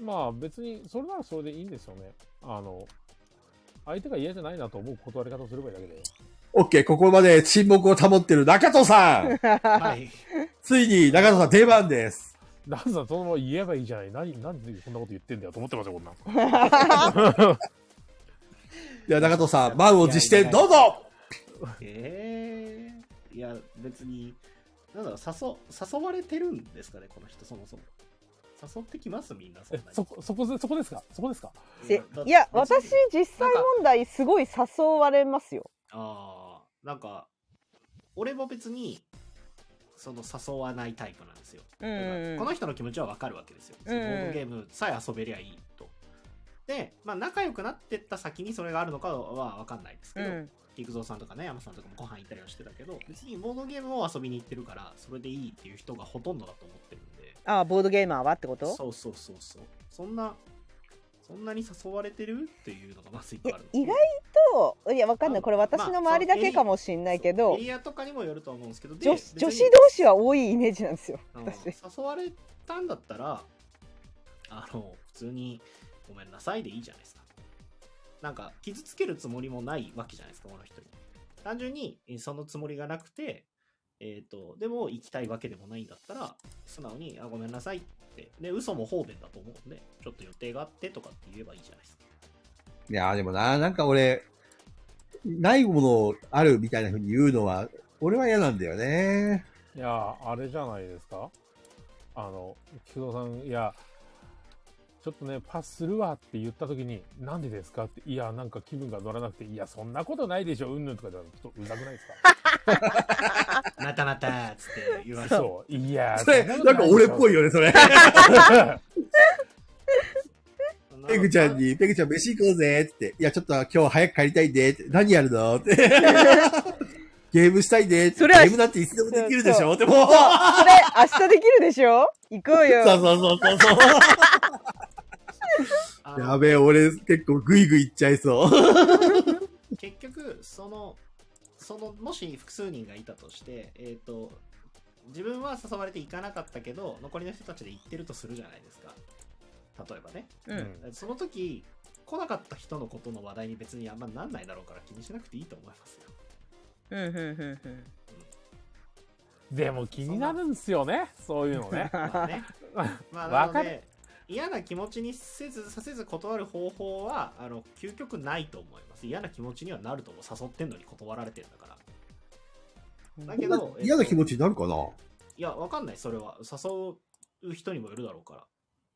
B: まあ別に、それならそれでいいんですよね。あの、相手が嫌じゃないなと思う断り方をすればいいだけで。
D: オッケー、ここまで沈黙を保ってる中藤さ ん
C: はい。
D: ついに中藤さん出番です
B: なぜだ、そのまま言えばいいじゃない。何、何でこんなこと言ってんだよと思ってますよ、こんなん。
D: では中藤さん、満を持してどうぞ
C: ええいや、別に、なんだろう、誘、誘われてるんですかね、この人、そもそも。誘ってきますみんな、そん
B: え
C: なに。
B: そこ、そこ、そこですかそこですか
A: え
C: だ
A: いや、
C: 別
A: 私
C: に、
A: 実際問題、すごい誘われますよ。
C: ああ、なんか、俺も別に、その誘わないタイプなんですよ。
A: う
C: だから
A: ん
C: こ。の人の気持ちはわかるわけですよ。ボ
A: うん
C: ードゲームさえ遊べりゃいいと。で、まあ、仲良くなってった先にそれがあるのかはわかんないですけ
A: う
C: ど、
A: ん。
C: 菊蔵さんとかね、山さんとかもご飯行ったりはしてたけど、別にボードゲームを遊びに行ってるから、それでいいっていう人がほとんどだと思ってるんで、
A: ああ、ボードゲーマーはってこと
C: そうそうそうそう。そんな、そんなに誘われてるっていうのがまず一
A: い
C: 個
A: や
C: あるの
A: 意外と、いや、わかんない。これ、私の周りだけかもしれないけ
C: そう
A: ど
C: エ、リアとかにもよるとは思うんですけど、で
A: 女
C: 別に
A: 女子同士は多いイメージなんですよ。
C: うん
A: 私。
C: 誘われたんだったら、あの、普通に、ごめんなさいでいいじゃないですか。なんか、傷つけるつもりもないわけじゃないですか、この人に。単純に、えそのつもりがなくて、えっ、と、でも行きたいわけでもないんだったら、素直に、あ、ごめんなさいって。で、嘘も方便だと思うんで、ちょっと予定があってとかって言えばいいじゃない ですか。
D: いやーでもな、なんか俺、ないものあるみたいな風に言うのは、俺は嫌なんだよね。
B: いや、あれじゃないですかあの、菊蔵さん、いや、ちょっとね、パスするわって言ったときに、なんでですかって、いや、なんか気分が乗らなくて、いや、そんなことないでしょ、うんぬんとかじゃ、ちょっとうざくないです
C: なたなたっつって言われ
B: か
C: て。
B: そう、いや、
D: それ、なんか俺っぽい
B: よ。
D: よね、それ。
C: そんな
D: ペグちゃんに、ペグちゃん飯行こうぜって。いや、ちょっと今日早く帰りたいんでって。何やる のって。ゲームしたいでって。
A: そ
D: ゲ
A: れは
D: ームなんていつでもできるでしょって、もう。
A: それ、明日できるでしょ行こう
D: そう
A: よ。
D: そうそうそうそう。
C: あの
D: やべえ、俺結構グイグイいっちゃいそう。
C: 結局そのそのもし複数人がいたとしてえっ、と自分は誘われて行かなかったけど残りの人たちで行ってるとするじゃないですか例えばね
A: う。
B: うんん
C: その時来なかった人のことの話題に別にあんまなんないだろうから気にしなくていいと思いますよ
A: うん。うん。うんうん。
B: でも気になるんですよね、そういうのね。
C: まあね まあな
B: わ
C: の
B: か
C: で嫌な気持ちにせずさせず断る方法はあの究極ないと思います嫌な気持ちにはなると思う誘ってんのに断られてるんだからだけど
D: 嫌な気
C: ち
D: 持ちになるかない
C: や、わかんない、それは。誘う人にもよるだろうから。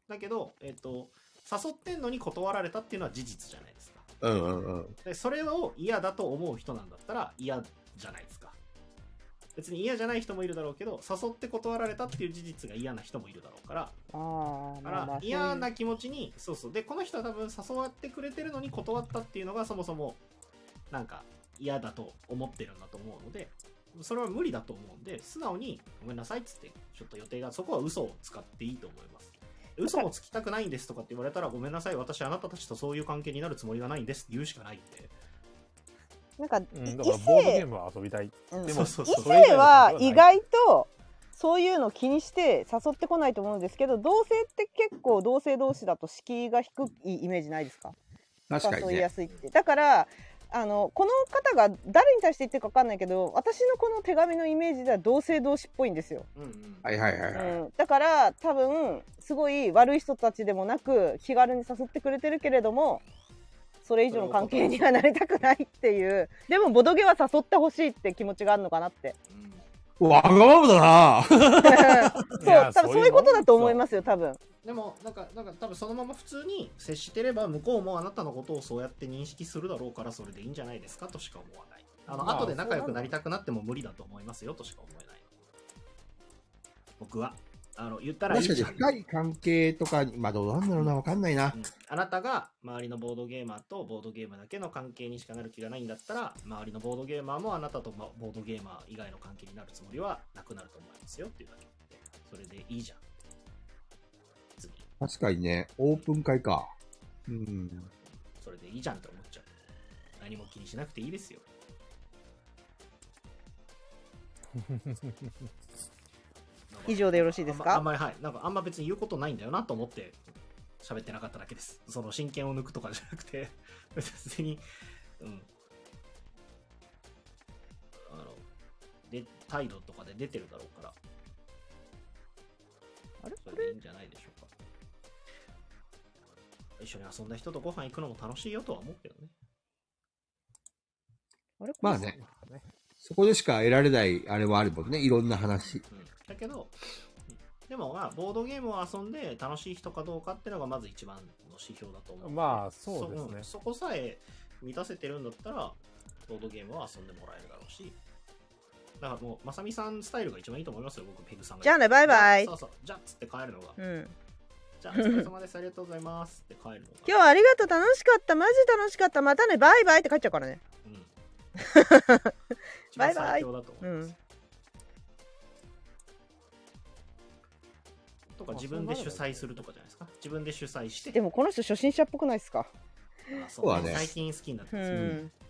C: だけど、えっ、と、誘ってんのに断られたっていうのは事実じゃないですか。
D: うんうんうん。
C: でそれを嫌だと思う人なんだったら嫌じゃないですか。別に嫌じゃない人もいるだろうけど誘って断られたっていう事実が嫌な人もいるだろうから
A: ああ、
C: だか
A: まあま
C: ら
A: あ、
C: 嫌
A: そうい
C: な気持ちにそうそうでこの人は多分誘わってくれてるのに断ったっていうのがそもそもなんか嫌だと思ってるんだと思うのでそれは無理だと思うんで素直にごめんなさいっつってちょっと予定がそこは嘘を使っていいと思います嘘もつきたくないんですとかって言われたらごめんなさい私あなたたちとそういう関係になるつもりがないんですって言うしかないんで
A: うなんか、
B: うん、だから
A: 異
B: ボードゲ
A: 性
B: ー、ムは遊びたい。
A: うん
B: で
C: そ
B: も
C: うそう
A: 異
C: そう
B: それ以外
A: 性
B: の
A: は意
B: ことはな
A: 外
B: い
A: とそういうの気にして誘ってこないと思うんですけど同性って結構同性同士だと敷居が低いイメージないですか
F: 確かに
A: 誘い
F: ね
A: や。すいってだからあのこの方が誰に対して言ってるか分かんないけど私のこの手紙のイメージでは同性同士っぽいんですよ、
C: うんうん
F: はいはいはいは
A: う
F: い。
A: ん、だから多分すごい悪い人たちでもなく気軽に誘ってくれてるけれどもそれ以上の関係にはなりたくないっていうでもボドゲは誘ってほしいって気持ちがあるのかなって
C: うん
I: わがままだな
A: うん
B: い
A: そう
B: や
A: 多分そういうことだと思い
B: す。
A: ますよ多分
C: でもなんかなんか多分そのまま普通に接してれば向こうもあなたのことをそうやって認識するだろうからそれでいいんじゃないですかとしか思わないあの、
B: まあ
C: 後で仲良くなりたくなっても無理だと思いますよとしか思えない僕はあの言ったらいい
I: 確かに
C: じゃん
I: 深い関係とかに、まあどうなんだろうな、わかんないな
C: う。んあなたが周りのボードゲーマーとボードゲームだけの関係にしかなる気がないんだったら周りのボードゲーマーもあなたとボードゲーマー以外の関係になるつもりはなくなると思いますよっていうだけでそれでいいじゃん次
I: 確かにね、オープン会か。うん。
C: それでいいじゃんって思っちゃう何も気にしなくていいで すよなんか
A: 以上でよろしいですか
C: あんまあんまりはいなんかあんま別に言うことないんだよなと思って喋ってなかっただけですその真剣を抜くとかじゃなくて 別にうんあので態度とかで出てるだろうから
A: あれ
C: それでいいんじゃないでしょうか一緒に遊んだ人とご飯行くのも楽しいよとは思うけどね
A: あれ
I: まあね。そこでしか得られない、あれはあるもんね。いろんな話。
C: うんだけど、でもまあ、ボードゲームを遊んで楽しい人かどうかっていうのがまず一番の指標だと思う。
B: まあそうですね
C: そそこさえ満たせてるんだったら、ボードゲームは遊んでもらえるだろうし。だからもう、まさみさんスタイルが一番いいと思いますよ、僕、ペグさんが。
A: じゃあねバイバイ
C: そうそう、じゃあっつって帰るのが。
A: うん
C: じゃあ、お疲れ様です、ありがとうございますって帰る のが。
A: 今日はありがとう楽しかったマジ楽しかったまたねバイバイって帰っちゃうからね
C: うん 一
A: バイバイ
C: 番最強だと思います。
A: うん
C: とか自分で主催するとかじゃないですか。自分で主催して、
A: でもこの人初心者っぽくないですか
C: あ
I: そうだね
C: 最近好きになって
A: うん、
C: ます、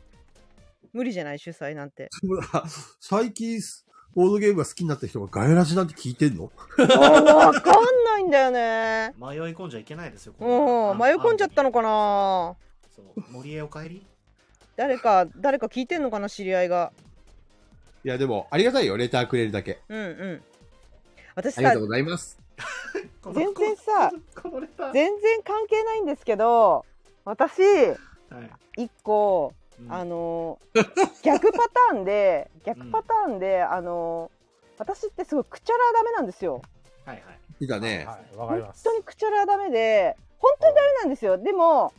A: 無理じゃない主催なんて
I: ほら最近、ボードゲームが好きになった人がガヤラジなんて聞いてんの
A: あ分かんないんだよね
C: 迷い込んじゃいけないですよ。こん な
A: うん迷い込んじゃったのか
C: か。
A: な
C: そう森へお帰り
A: 誰か誰か聞いてんのかな知り合いが
I: いや、でも、ありがたいよ。レターくれるだけ。
A: うんうん私
I: ありが
A: さ
I: とうございます。
C: この
A: 全然さ
C: このこのレター
A: 全然関係ないんですけど私
C: はい
A: 一個
C: うん
A: あ の逆パターンで逆パターンで、あの私ってすごいくちゃらダメなんですよ
C: はいはい。
I: いたね。
B: はい、わかり
A: 本
B: ます
A: 当。にくちゃらダメで本当にダメなんですよでも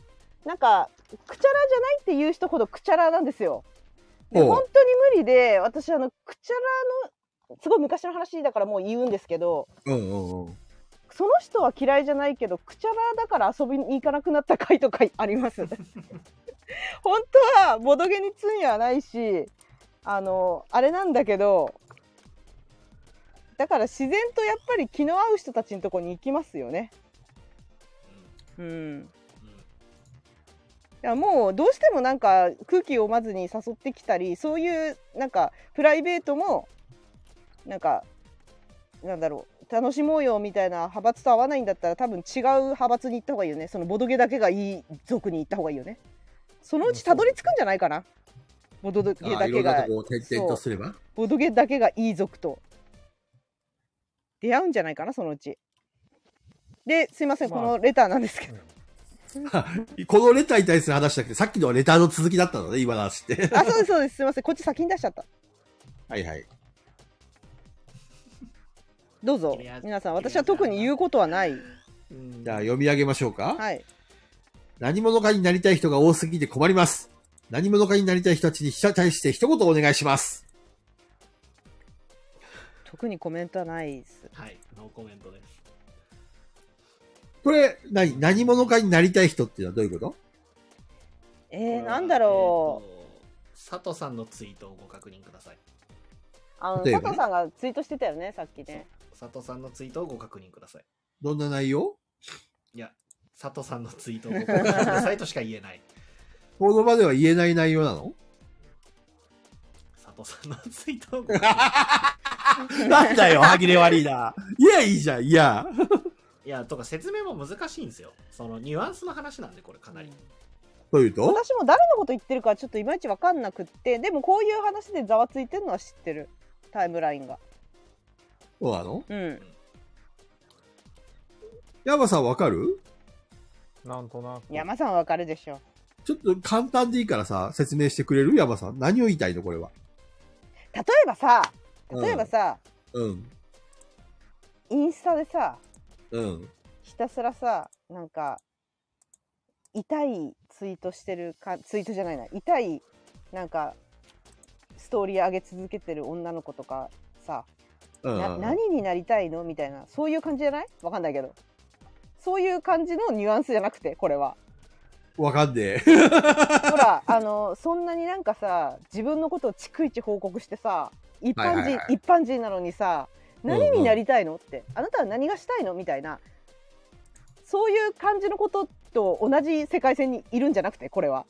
A: なんかくちゃらじゃないっていう人ほどくちゃらなんですよで
I: おう
A: 本当に無理で私あのくちゃらのすごい昔の話だからもう言うんですけど
I: うんうんうん。
A: その人は嫌いじゃないけどくちゃらだから遊びに行かなくなった回とかあります 本当はボドゲに罪はないしあのあれなんだけどだから自然とやっぱり気の合う人たちのとこに行きますよねうん
C: うんうん
A: いやもうどうしてもなんか空気を読まずに誘ってきたりそういうなんかプライベートもなんかなんだろう楽しもうよみたいな派閥と合わないんだったら多分違う派閥に行った方がいいよねそのボドゲだけがいい族に行った方がいいよねそのうちたどり着くんじゃないかなボドゲ
I: ああ
A: だ
I: いろ
A: け
I: んな
A: が
I: とこを転々とすれば。
A: ボドゲだけがいい族と出会うんじゃないかなそのうちですいません、
B: まあ
A: このレターなんですけ ど
I: このレターに対する話だけど、さっきのレターの続きだったのね、今の話って。
A: あそうですそうですすいませんこっち先に出しちゃった
I: はいはい。
A: どうぞ
C: 切れ味
A: 皆さん私は特に言うことはない
C: うん。
I: じゃあ読み上げましょうか。
A: はい
I: 何者かになりたい人が多すぎて困ります。何者かになりたい人たちに対して一言お願いします。
A: 特にコメントはないです。
C: はい、ノーコメントです。
I: これ、何、何者かになりたい人っていうのはどういうこと
A: えー、なんだろう。
C: う。佐藤さんのツイートをご確認ください。
A: あの
I: 例えば
A: 佐藤さんがツイートしてたよね、さっきね。
C: 佐藤さんのツイートをご確認ください。
I: どんな内容
C: いや、佐藤さんのツイートをご確認くださいとしか言えない。
I: 報道場では言えない内容なの
C: 佐藤さんのツイートをご確 認
I: なんだよ、歯切れ悪いな。 いや、いいじゃん、いや。
C: いや、とか説明も難しいんですよ。そのニュアンスの話なんで、これかなり。
I: というと
A: 私も誰のこと言ってるかちょっといまいちわかんなくってでもこういう話でざわついてるのは知ってるタイムラインが
I: そうなの
A: うん
I: 山さんわかる
B: なんとなく。
A: 山さんはわかるでしょ
I: ちょっと簡単でいいからさ、説明してくれる山さん。何を言いたいのこれは。
A: 例えばさ
I: うん
A: 例えばさ、
I: うん。
A: インスタでさ
I: うん。
A: ひたすらさなんか痛いツイートしてるかツイートじゃないな痛いなんかストーリー上げ続けてる女の子とかさ
I: うん。
A: な何になりたいのみたいなそういう感じじゃないわかんないけどそういう感じのニュアンスじゃなくてこれは
I: わかん ね
A: ほらあのそんなになんかさ自分のことを逐一報告してさ一般人、
I: はいはいは
A: 一般人なのにさ
I: うんうん
A: 何になりたいのってあなたは何がしたいのみたいなそういう感じのことと同じ世界線にいるんじゃなくてこれは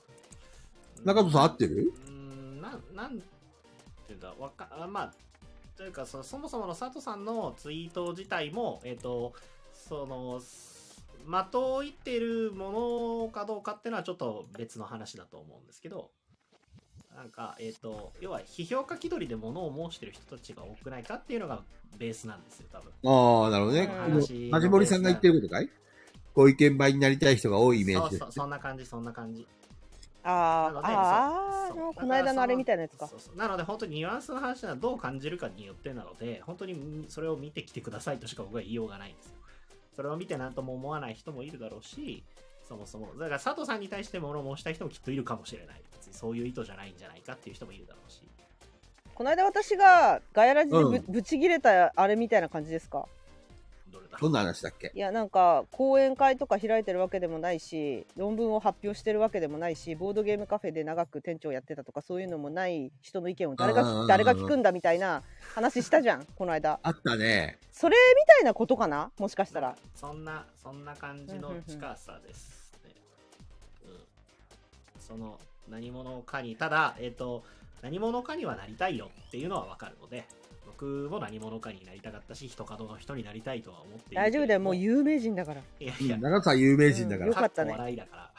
I: 中野さん合ってる
C: うーんななんていうんだわかあまあというかそそもそもの佐藤さんのツイート自体もえっ、とそのすまといてるものかどうかっていうのはちょっと別の話だと思うんですけどなんかえっ、と要は批評家気取りで物を申してる人たちが多くないかっていうのがベースなんですよ多分
I: ああ、なるほどね。
A: うん
I: マジモリさんが言ってることかいご意見倍になりたい人が多いイメージ
C: そう
I: です
C: そうそんな感じそんな感じ
A: あ
C: な
A: ー
C: ので
A: あー
C: そう
A: あ
C: そう
A: のこの間のあれみたいなやつか
C: そうそうなので本当にニュアンスの話はどう感じるかによってなので本当にそれを見てきてくださいとしか僕は言いようがないんですよそれを見て何とも思わない人もいるだろうしそもそもだから佐藤さんに対して物申したい人もきっといるかもしれない別にそういう意図じゃないんじゃないかっていう人もいるだろうし
A: この間私がガヤラジでぶ,、
I: うん
A: ぶち切れたあれみたいな感じですか
C: どれだ
I: どんな話だっけ
A: いやなんか講演会とか開いてるわけでもないし論文を発表してるわけでもないしボードゲームカフェで長く店長やってたとかそういうのもない人の意見を誰が
I: うんうんうんうん
A: 聞誰が聞くんだみたいな話したじゃんこの間
I: あったね。
A: それみたいなことかなもしかしたら
C: そんなそんな感じの近さですね、うんその何者かにただえっ、と何者かにはなりたいよっていうのはわかるので僕も何者かになりたかったし人角の人になりたいとは思っている
A: 大丈夫だよもう
C: い
A: 有名人だから
C: や
I: う
C: いや
I: ん中野さん有名人だか
A: うんよ
I: ら。
A: かったね
C: かっこ笑いだから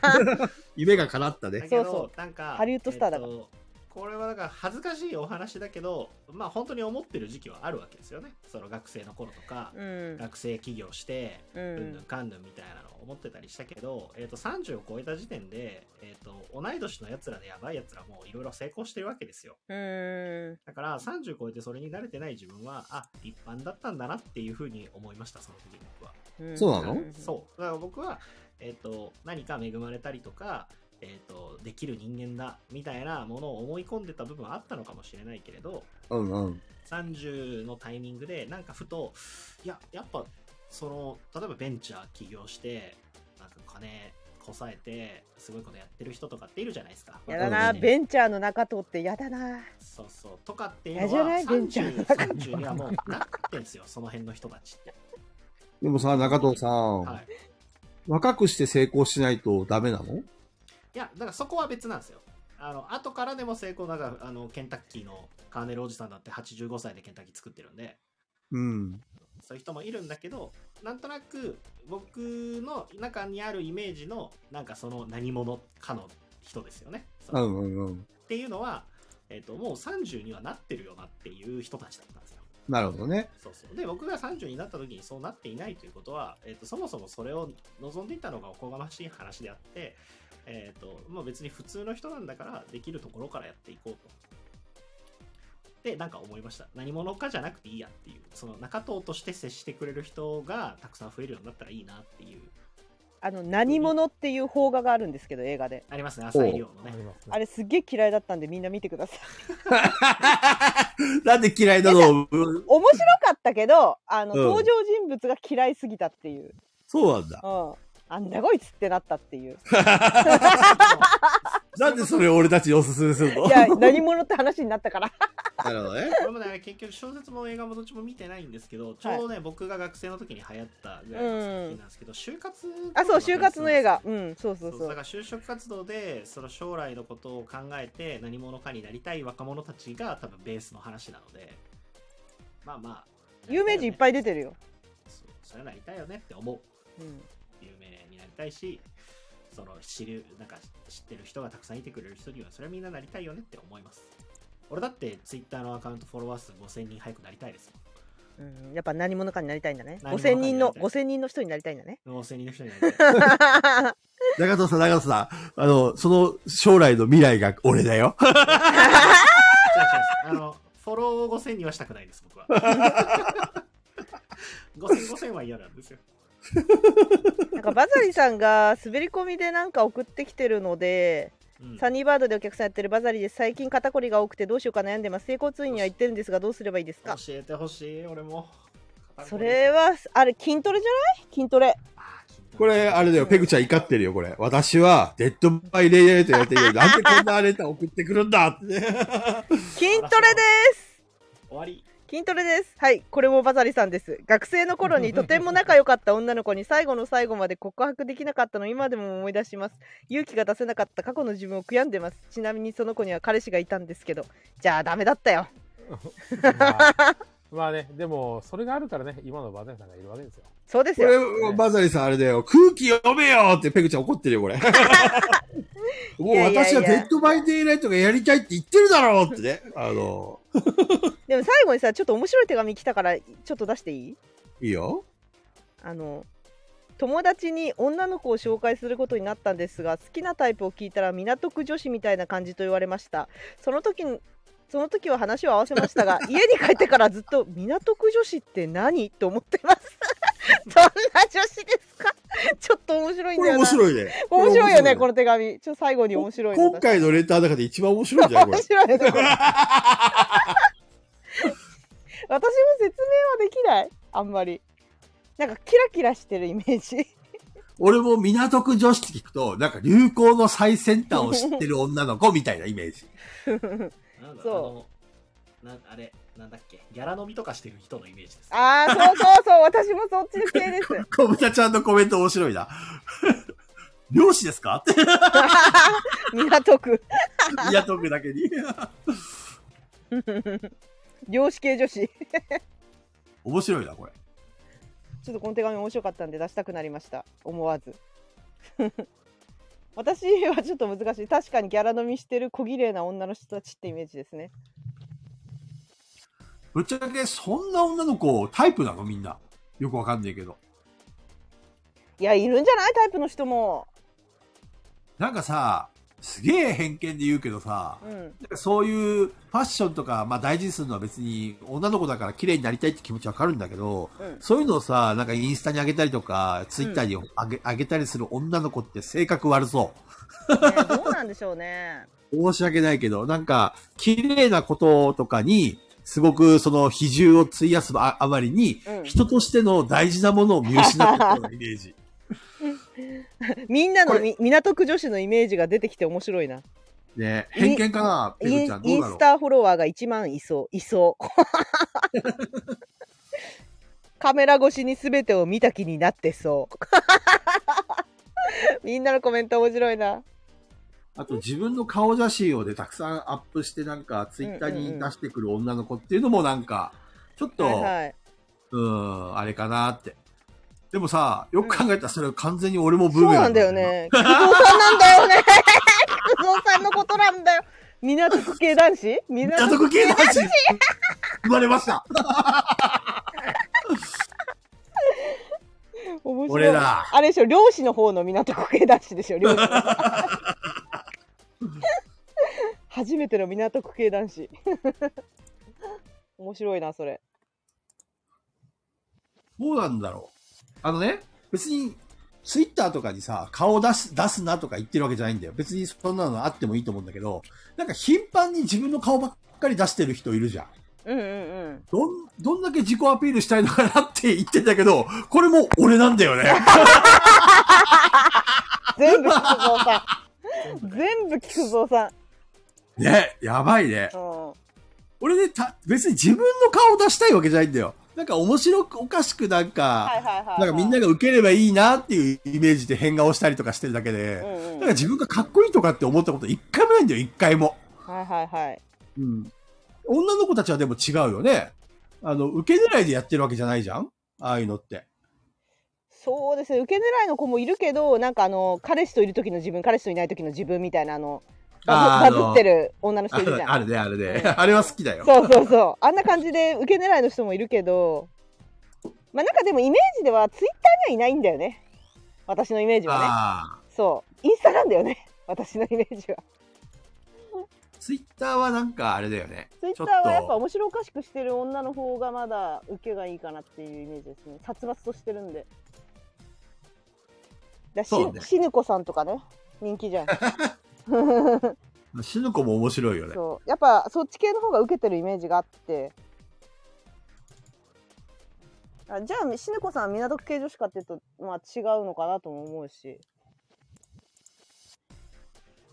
I: 慣れたね 夢が叶ったね
C: だ。けど
A: そうそう
C: なんか
A: ハリウッドスターだから
C: えっとこれはだから恥ずかしいお話だけどまあ本当に思ってる時期はあるわけですよねその学生の頃とか、
A: うん
C: 学生起業して
A: う
C: うんぬん
A: ん
C: かんぬんみたいなのを思ってたりしたけど、えー、と30を超えた時点で、えー、と同い年のやつらでやばいやつらもいろいろ成功してるわけですよ
A: うん
C: だから30超えてそれに慣れてない自分はあ一般だったんだなっていうふうに思いましたその時僕は
A: うん
I: そうなの
A: ん
C: そうだから僕は、えー、と何か恵まれたりとか、えー、とできる人間だみたいなものを思い込んでた部分はあったのかもしれないけれど
I: うんうん。
C: 30のタイミングでなんかふといややっぱその例えばベンチャー起業してなんか金こさえてすごいことやってる人とかっているじゃないですか。
A: やだな
C: ベン
A: ベンチャーの中藤ってやだな
C: そうそうとかっていう
A: 嫌
C: の
A: じゃ
C: は
A: ないベンチャーの
C: 30 30にはもうなってんですよその辺の人たちって。
I: でもさ、中藤さ
C: は
I: ん、
C: い、
I: 若くして成功しないとダメなの
C: いやだからそこは別なんですよ。あの後からでも成功だからあのケンタッキーのカーネルおじさんだって85歳でケンタッキー作ってるんで。
I: うん。
C: そういう人もいるんだけど、なんとなく僕の中にあるイメージの、なんかその何者かの人ですよね。そうの
I: んうんうん。
C: っていうのは、えっ、と、もう30にはなってるよなっていう人たちだったんですよ。
I: なるほど ね。
C: そうそう。で、僕が30になった時にそうなっていないということは、えっ、と、そもそもそれを望んでいたのがおこがましい話であって、えっ、と、まあ別に普通の人なんだから、できるところからやっていこうと。で、なんか思いました。何者かじゃなくていいやっていう、その中藤として接してくれる人がたくさん増えるようになったらいいなっていう
A: あの何者っていう邦画があるんですけど映画で
C: ありますね、浅井亮の
B: あ
C: ね。
B: りますね
A: あれすっげえ嫌いだったんでみんな見てください
D: なんで嫌いなの
A: 面白かったけどあの、
D: うん
A: 登場人物が嫌いすぎたっていう、
D: そうなんだ
A: う。ん、あんなこいつってなったって いう
D: なんでそれを俺たちにおすすめするの
A: いや何者って話になったから
D: なるほどね。
C: これもね、結局小説も映画もどっちも見てないんですけど、ちょうどね、僕が学生の時に流行ったぐらいの作品なんですけど、就活
A: あそう就活の映画うんそう
C: そ
A: そうう
C: だ
A: そ
C: か
A: う
C: ら就職活動でその将来のことを考えて何者かになりたい若者たちが多分ベースの話なのでまあまあ
A: 有名人いっぱ
C: い
A: い出てるよ、
C: そうそれはなりたいよねって思う
A: うん、
C: 有名になりたいしその知るなんか知ってる人がたくさんいてくれる人にはそれはみんななりたいよねって思います俺だってツイッターのアカウントフォロワー数5000人早くなりたいです
A: うん、やっぱ何者かになりたいんだね
C: 何者
A: 5000
C: かに
A: 人
C: なり
A: の
C: たい
A: 5000人の人になりたいん だね
C: もん5000人の人にな りたい
D: 中藤さん、中藤さん、あの、その将来の未来が俺だよ。
C: 違う違うあのフォローを5000にはしたくないです 僕は 5000, 5000は嫌なんですよ
A: なんかバザリさんが滑り込みでなんか送ってきてるので、
C: うん
A: サニーバードでお客さんやってるバザリです最近肩こりが多くてどうしようか悩んでます整骨院には行ってるんですがどうすればいいですか
C: 教えてほしい俺も
A: それはあれ筋トレじゃない筋トレ
C: あー筋トレ
D: これ、あれだよ、ペグちゃん怒ってるよ、これ。私は、デッドバイレイヤーと言われてる よ。なんでこんなレター送ってくるんだって。
A: 筋トレです
C: 終わり
A: 筋トレですはいこれもバザリさんです学生の頃にとても仲良かった女の子に最後の最後まで告白できなかったのを今でも思い出します勇気が出せなかった過去の自分を悔やんでますちなみにその子には彼氏がいたんですけどじゃあダメだったよ
B: まあまあね、でも、それがあるからね、今のバズネさんがいるわけですよ。
A: そうです
D: こ
A: よ
D: れ、バザリさん、あれだよ、空気読めよってペグちゃん怒ってる よ、これ。もう
A: いやい
D: 私
A: や
D: はい
A: や
D: デッドバイデイライトがやりたいって言ってるだろうってね。あの、
A: でも最後にさちょっと面白い手紙来たからちょっと出していい
D: いいよ。
A: あの友達に女の子を紹介することになったんですが好きなタイプを聞いたら港区女子みたいな感じと言われましたその時にその時は話を合わせました が家に帰ってからずっと港区女子って何と思ってます どんな女子ですか ちょっと面白いん
D: こ
A: だ
D: れ
A: よな
D: 面白いね。
A: 面白いよね
D: こ
A: こ
D: れ
A: の手紙ちょっと最後に面白いの
D: 今回のレターの中で一番面白いんじゃないこれ
A: 面。白いねこれ私も説明はできないあんまりなんかキラキラしてるイメージ
D: 俺も港区女子って聞くと、なんか流行の最先端を知ってる女の子みたいなイメージ。
C: なんだ
A: そ
C: あのなあれなんだっけギャラ飲みとかしてる人のイメージです
A: ああそうそうそう私もそっちの系です
D: 小豚ちゃんのコメント面白いな。 漁師ですかって、
A: 港区
D: 港区だけに。
A: 漁師系女子
D: 面白いな、これ。
A: ちょっとこの手紙面白かったんで出したくなりました思わず私はちょっと難しい確かにギャラ飲みしてる小綺麗な女の人たちってイメージですね
D: ぶっちゃけ、そんな女の子、タイプなのみんな。よくわかんないけど。
A: いやいるんじゃないタイプの人も
D: なんかさ、すげえ偏見で言うけどさ、
A: うん
D: なんかそういうファッションとか、まあ大事にするのは別に女の子だから綺麗になりたいって気持ちわかるんだけど、
A: うん
D: そういうのをさ、なんかインスタに上げたりとか、ツイッターに上げ,、上げたりする女の子って性格悪そ
A: ねどうなんでしょうね
D: う。申し訳ないけど、なんか、綺麗なこととかに、すごくその比重を費やすああまりに、
A: うん
D: 人としての大事なものを見失ってるようなイメ ージ。
A: みんなのみ港区女子のイメージが出てきて面白いな。
D: ね偏見かなペ
A: イ
D: グ
A: ン
D: ちゃん、
A: イ
D: どう
A: ン
D: だろ
A: ス
D: う
A: タフォロワーが1万いそう。いそう。カメラ越しに全てを見た気になってそう。 みんなのコメント面白いな。
D: あと自分の顔写真をでたくさんアップしてなんかツイッターに出してくる女の子っていうのもなんか、ちょっと、
A: はいはい。
D: うーん、あれかなって。でもさ、よく考えたらそれは完全に俺も
A: そ
D: ブー
A: う
D: メラン
A: なんだよ。ね。菊蔵さんなんだよね。菊蔵 さんのことなんだよ。港区系男子
D: 家
A: 港区
D: 族系男子生まれました
A: 面白い。
D: 俺だ
A: あれでしょ、漁師の方の港区系男子 でしょ、漁師。初めての港区系男子。 面白いな、それ。
D: どうなんだろうあのね、別にツイッターとかにさ、顔出す、出すなとか言ってるわけじゃないんだよ。別にそんなのあってもいいと思うんだけど、なんか頻繁に自分の顔ばっかり出してる人いるじゃん。
A: うんうんうん。
D: どん、どんだけ自己アピールしたいのかなって言ってたけど、これも俺なんだよ ね。
A: 全部菊蔵さん。 全部菊蔵さん。
D: ね、やばいね。
A: うん
D: 俺ね、た、別に自分の顔を出したいわけじゃないんだよ。なんか面白く、おかしくな
A: は
D: ん
A: いはい
D: か、
A: はいはい。
D: なんかみんなが受ければいいなっていうイメージで変顔したりとかしてるだけ
A: う
D: で、
A: ん
D: なん
A: う
D: か
A: ん。
D: 自分がかっこいいとかって思ったこと一回もないんだよ、一回も。
A: はいはいはい。
D: うん。女の子たちはでも違うよね。あの、受け狙いでやってるわけじゃないじゃんああいうのって。
A: そうですね。受け狙いの子もいるけど、なんかあの彼氏といる時の自分、彼氏といない時の自分みたいなあのバ
D: あ
A: ズ
D: ー
A: バズってる女の人
D: あ
A: いるじ
D: る
A: ゃ
D: あ
A: ん。
D: るね、あるね
A: う。ん
D: あれは好きだよ。
A: そうそうそう。あんな感じで受け狙いの人もいるけど、まあなんかでもイメージではツイッターにはいないんだよね。私のイメージはね。
D: ああ。
A: そう。インスタなんだよね。私のイメージは。
D: ツイッターはなんかあれだよね。
A: ツイッターはやっぱ面白おかしくしてる女の方がまだ受けがいいかなっていうイメージですね殺伐としてるんでだし,、
D: そうね
A: しぬこさんとかね人気じゃん
D: 死ぬ子も面白いよね。
A: そうやっぱそっち系の方が受けてるイメージがあってあじゃあしぬこさんは港区系女子かっていうとまあ違うのかなとも思うし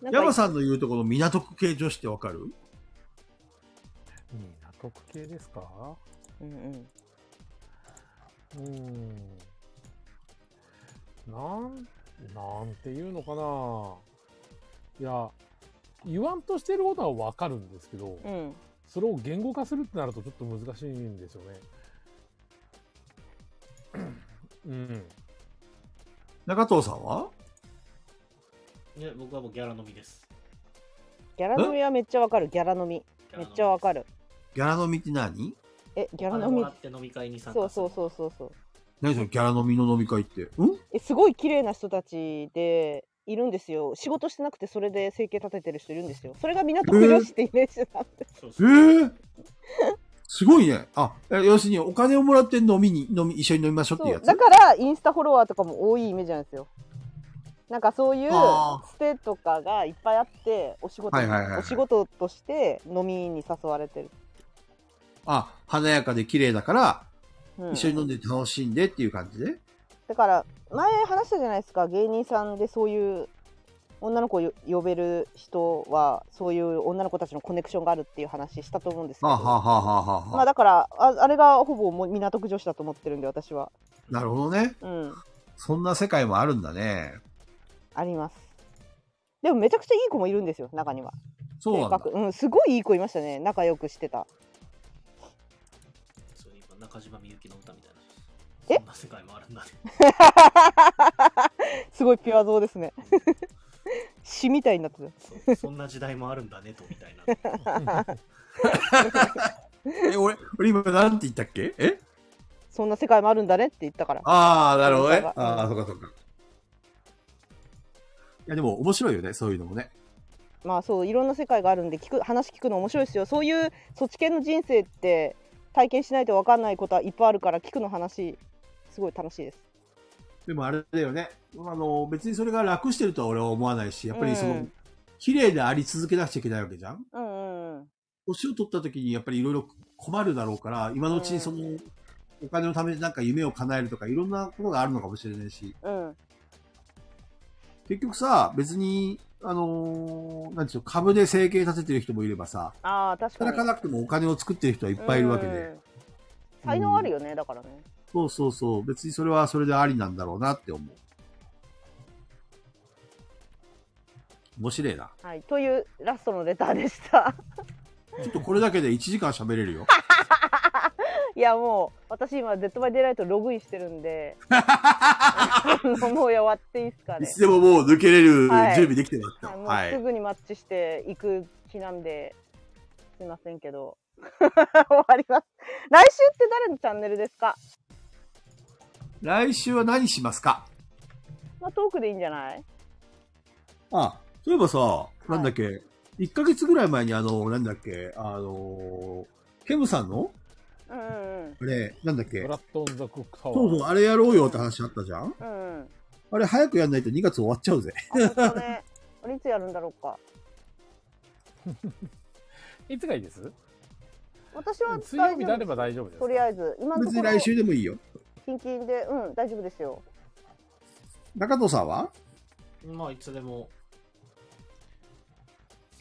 A: なんか
D: 山さんの言うとこの港区系女子ってわかる
B: 港区系ですか
A: うんうん
B: うーん。なん、なんていうのかな。いや、言わんとしてることはわかるんですけど、
A: うん
B: それを言語化するってなるとちょっと難しいんですよね。うん。
D: 中藤さんはい
C: や僕はもうギャラ飲みです。
A: ギャラ飲みはめっちゃわかるギャラ飲みめっちゃわか
C: る。
A: る
D: ギャラ飲みって何
A: えギ
C: ギ
A: ャラ飲み
C: って飲み会に参加
A: そうそう
C: う。
A: そうそうそう
D: 何そのギャラ飲みの飲み会って。うん
A: えすごい綺麗な人たちでいるんですよ仕事してなくてそれで生計立ててる人いるんですよそれが港区女子ってイメージなんで、
C: そう
D: え
C: そ
D: え
C: う
D: すごいね。あ、え要するにお金をもらって飲みに、飲み、一緒に飲みましょうっていう
A: そ
D: や
A: う
D: つ。
A: だからインスタフォロワーとかも多いイメージなんですよなんかそういう
D: あ
A: つてとかがいっぱいあってお仕事、
D: はいはいはい
A: お仕事として飲みに誘われてる、
D: あ、華やかで綺麗だから、
A: うん
D: 一緒に飲んで楽しんでっていう感じで。
A: だから前話したじゃないですか芸人さんでそういう女の子をよ呼べる人はそういう女の子たちのコネクションがあるっていう話したと思うんですけど
D: はあ、はあはあはあはあ
A: まあだからああれがほぼもう港区女子だと思ってるんで私は
D: なるほどね。
A: うん
D: そんな世界もあるんだね。
A: ありますでもめちゃくちゃいい子もいるんですよ中には
D: そうなんだ。
A: 性格うんすごいいい子いましたね仲良くしてた
C: そう今中島みゆきの歌みたいな。
A: え
C: そんな世界もあるん だね。
A: すごいピュア像です ね詩みたいになって
C: そうそんな時代もあるんだねとみたいな。
A: た
D: え、俺、俺今なんて言ったっけえ
A: そんな世界もあるんだねって言ったから
D: ああ、なるほど
A: そう。
D: ね
A: そう
D: ああ、そうかそうか。いや、でも面白いよね、そういうのもね。
A: まあそういろんな世界があるんで聞く話聞くの面白いですよそういうそっち系の人生って体験しないと分かんないことはいっぱいあるから聞くの話すごい楽しいです
D: でもあれだよね。あの、別にそれが楽してるとは俺は思わないし、やっぱりそうの
A: ん、
D: 綺麗であり続けなくちゃいけないわけじゃん
A: うんうんうん
D: 年を取った時にやっぱりいろいろ困るだろうから、今のうちにその、お金のためになんか夢を叶えるとかいろんなことがあるのかもしれないし、
A: うん
D: 結局さ、別に、あのーなんていうの、株で生計立ててる人もいればさ、
A: ああ確かに
D: 働かなくてもお金を作ってる人はいっぱいいるわけ
A: う
D: で、
A: ん才能あるよね、だからね
D: そうそうそう、別にそれはそれでありなんだろうなって思う。面白いな。
A: はいというラストのレターでした
D: ちょっとこれだけで1時間喋れるよ。
A: いやもう私今「デッドバイデイライトログインしてるん であのもうや終わっていいですか
D: い
A: ね
D: つでももう抜けれる準
A: はい
D: 備できてます
A: はい
D: よ。
A: も
D: は
A: うす
D: い。
A: ぐにマッチしていく気なんで、すいませんけど 終わります来週って誰のチャンネルですか、
D: 来週は何しますか
A: まあ、トークでいいんじゃない
D: あ、そういえばさ、
A: い
D: なんだっけ、1ヶ月ぐらい前にあの、なんだっけ、あのー、ケムさんの
A: うんうん
D: あれ、なんだっけ
B: ブ、ラッドオンザクックタワー。
D: そうそう、あれやろうよって話あったじゃん
A: うんうん
D: あれ早くやんないと2月終わっちゃうぜ。
A: あ、本当 ね。あれいつやるんだろうか。
B: いつがいいです
A: 私は
B: 水曜日であ
A: 大
B: れ
A: 丈夫
B: ば大丈夫ですか。
A: とりあえず、今のと
D: 別
A: こ
D: に
A: ろ、
D: 来週でもいいよ。
A: キンキンで、うん、大丈夫ですよ。
D: 中藤さんは
C: まあ、いつでも。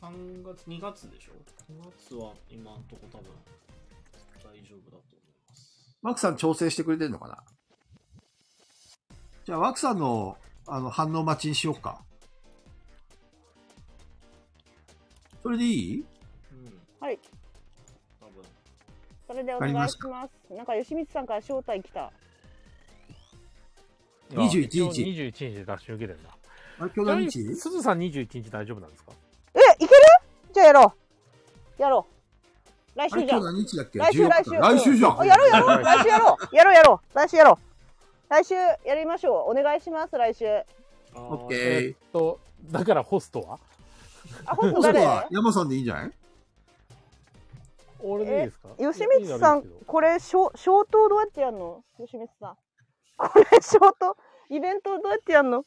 C: 3月、2月でしょ ?2 月は今んとこ多分大丈夫だと思います。
D: ワクさん調整してくれてるのかなじゃあワクさんのあの反応待ちにしようか。それでいい
C: うん。
A: はい。
C: 多分。
A: それでお
D: わか
A: 願
D: り
A: い
D: まし
A: します。なんか吉光さんから招待来た。
D: 21日
B: 二十一日でダッシュ受けてるんだ。
D: あれ今日何日
B: すずさん二十一日大丈夫なんですか。
A: え、いけるじゃあやろう。やろう。来
D: あ
A: 週
D: れ
A: じゃ
D: 今
A: ん
D: 日。何日だっけ
A: 来週、
D: 14
A: 来週。
D: 来週じゃ
A: うんあやろうやろう。来週やろう。やろうやろう。来週やろう。来週やりましょう。お願いします、来週。
C: あ
D: オッ
C: ー
B: え
D: ケ
B: っとだからホストは
A: あ、本
D: ー。
A: 当
D: そこ
A: 誰
D: は山さんでいいんじゃない
B: 俺でいいですか。
A: 吉
B: いい
A: 光
B: の
A: さ
B: はあれ
A: ん
B: ですけ、ど
A: これ、消消灯どうやってやるの吉光さん。これ、消灯、イベントどうやってやるの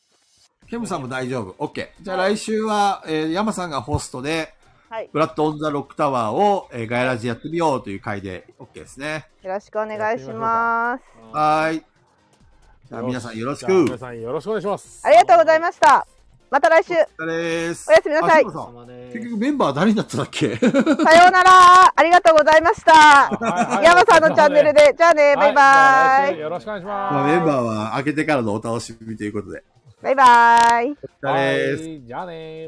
D: ケムさんも大丈夫。オッケー。じゃあ来週は、えー山さんがホストで、
A: はい。
D: ブラッド・オン・ザ・ロック・タワーを、えーガイラジやってみようという回で、オッケーですね。
A: よろしくお願いします。
C: 어,
D: はーい。じゃあ皆さんよろし
B: じ
D: く。
B: ゃあ
D: お
B: 皆さんよろしくお願いします。
A: ありがとうございました。また来週。
D: 疲れです。
A: おやすみなさい
D: あそう
C: お
D: か
C: 疲れ様です
D: 結局メンバー誰になったんだっけ
A: さようなら。ありがとうございました。
B: はい
A: 山さんのチャンネルで。じゃあね、バイバ
B: はい
A: ーイ。
B: よろしくお願いします。
D: まあメンバーは開けてからのお楽しみということで。
A: バイバーイ。
D: お疲れです。
B: はいじゃあねー。